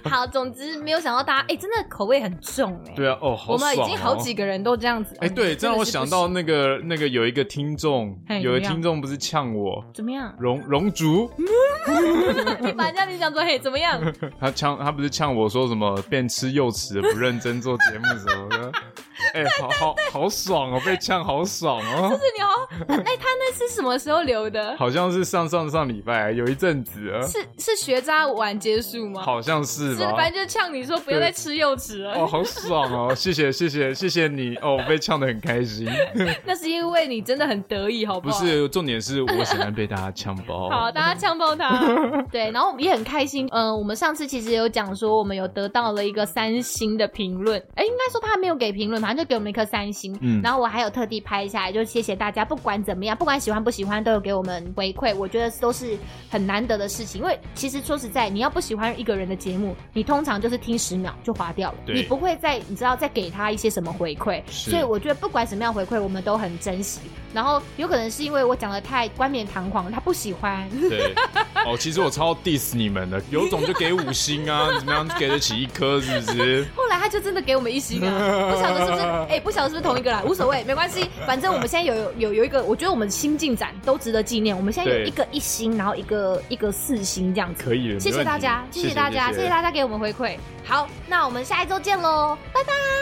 Speaker 5: 好，总之没有想到大家，哎、真的口味很重哎、
Speaker 1: *laughs* 对啊，哦，好
Speaker 2: 我
Speaker 1: 爽
Speaker 2: 们
Speaker 1: 哦
Speaker 2: 已经好几。个人都这样子，
Speaker 1: 哎，
Speaker 5: 嗯
Speaker 1: 对，这让我想到那个那个有一个听众
Speaker 2: 嘿，
Speaker 1: 有个
Speaker 2: 怎么样嗯
Speaker 1: 听众不是呛我
Speaker 5: 怎么样？
Speaker 1: 荣荣竹， *laughs*
Speaker 2: 你把人家你想说嘿怎么样？
Speaker 1: 他呛他不是呛我说什么边吃又吃不认真做节目什么的，哎、好好好爽哦，被呛好爽哦，
Speaker 5: 你哦，哎，他那是什么时候留的？
Speaker 1: 好像是上上上礼拜有一阵子了，
Speaker 5: 是是学渣晚结束吗？
Speaker 1: 好像是
Speaker 5: 是，
Speaker 1: 吧？
Speaker 5: 反正就是呛你说不要再吃柚子
Speaker 1: 哦，
Speaker 5: 了。
Speaker 1: 好爽 *laughs* 哦！谢谢谢谢谢谢你哦，我被呛得很开心。
Speaker 5: *laughs* 那是因为你真的很得意，
Speaker 1: *laughs*
Speaker 5: 好
Speaker 1: 不
Speaker 5: 好？
Speaker 1: 是，重点是我喜欢被大家呛包。
Speaker 5: 好，大家呛
Speaker 1: *laughs*
Speaker 5: 爆他。 *laughs* 对，然后我们也很开心。嗯、我们上次其实有讲说，我们有得到了一个三星的评论，哎，应该说他还没有给评论，反正就给我们一颗三星。
Speaker 1: 嗯
Speaker 5: 然后我还有特地拍下来，就谢谢大家，不管怎么样，不管喜欢不喜欢，都有给我们回馈，我觉得都是很难得的事情。因为其实说实在，你要不喜欢一个人的节目，你通常就是听十秒就划掉了，
Speaker 1: 对
Speaker 5: 你不会再你知道再给他一些什么回馈。
Speaker 1: 是
Speaker 5: 所以我觉得不管什么样回馈，我们都很珍惜。然后有可能是因为我讲的太冠冕堂皇，他不喜欢。
Speaker 1: 对，哦，其实我超 diss 你们的，有种就给五星啊，你怎么样给得起一颗是不是？
Speaker 5: 后来他就真的给我们一星
Speaker 1: *laughs*
Speaker 5: 啊，不晓得是不是？哎、不晓得是不是同一个啦，无所谓，没关系，反正我们现在有有有一个，我觉得我们新进展都值得纪念。我们现在有
Speaker 1: 对
Speaker 5: 一个一星，然后一个一个四星这样子。
Speaker 1: 可以了，
Speaker 5: 谢
Speaker 1: 没
Speaker 5: 谢
Speaker 1: 问题
Speaker 5: 大家，谢
Speaker 1: 谢
Speaker 5: 谢大家，谢谢大家给我们回馈。好，那我们下一周见喽，拜拜。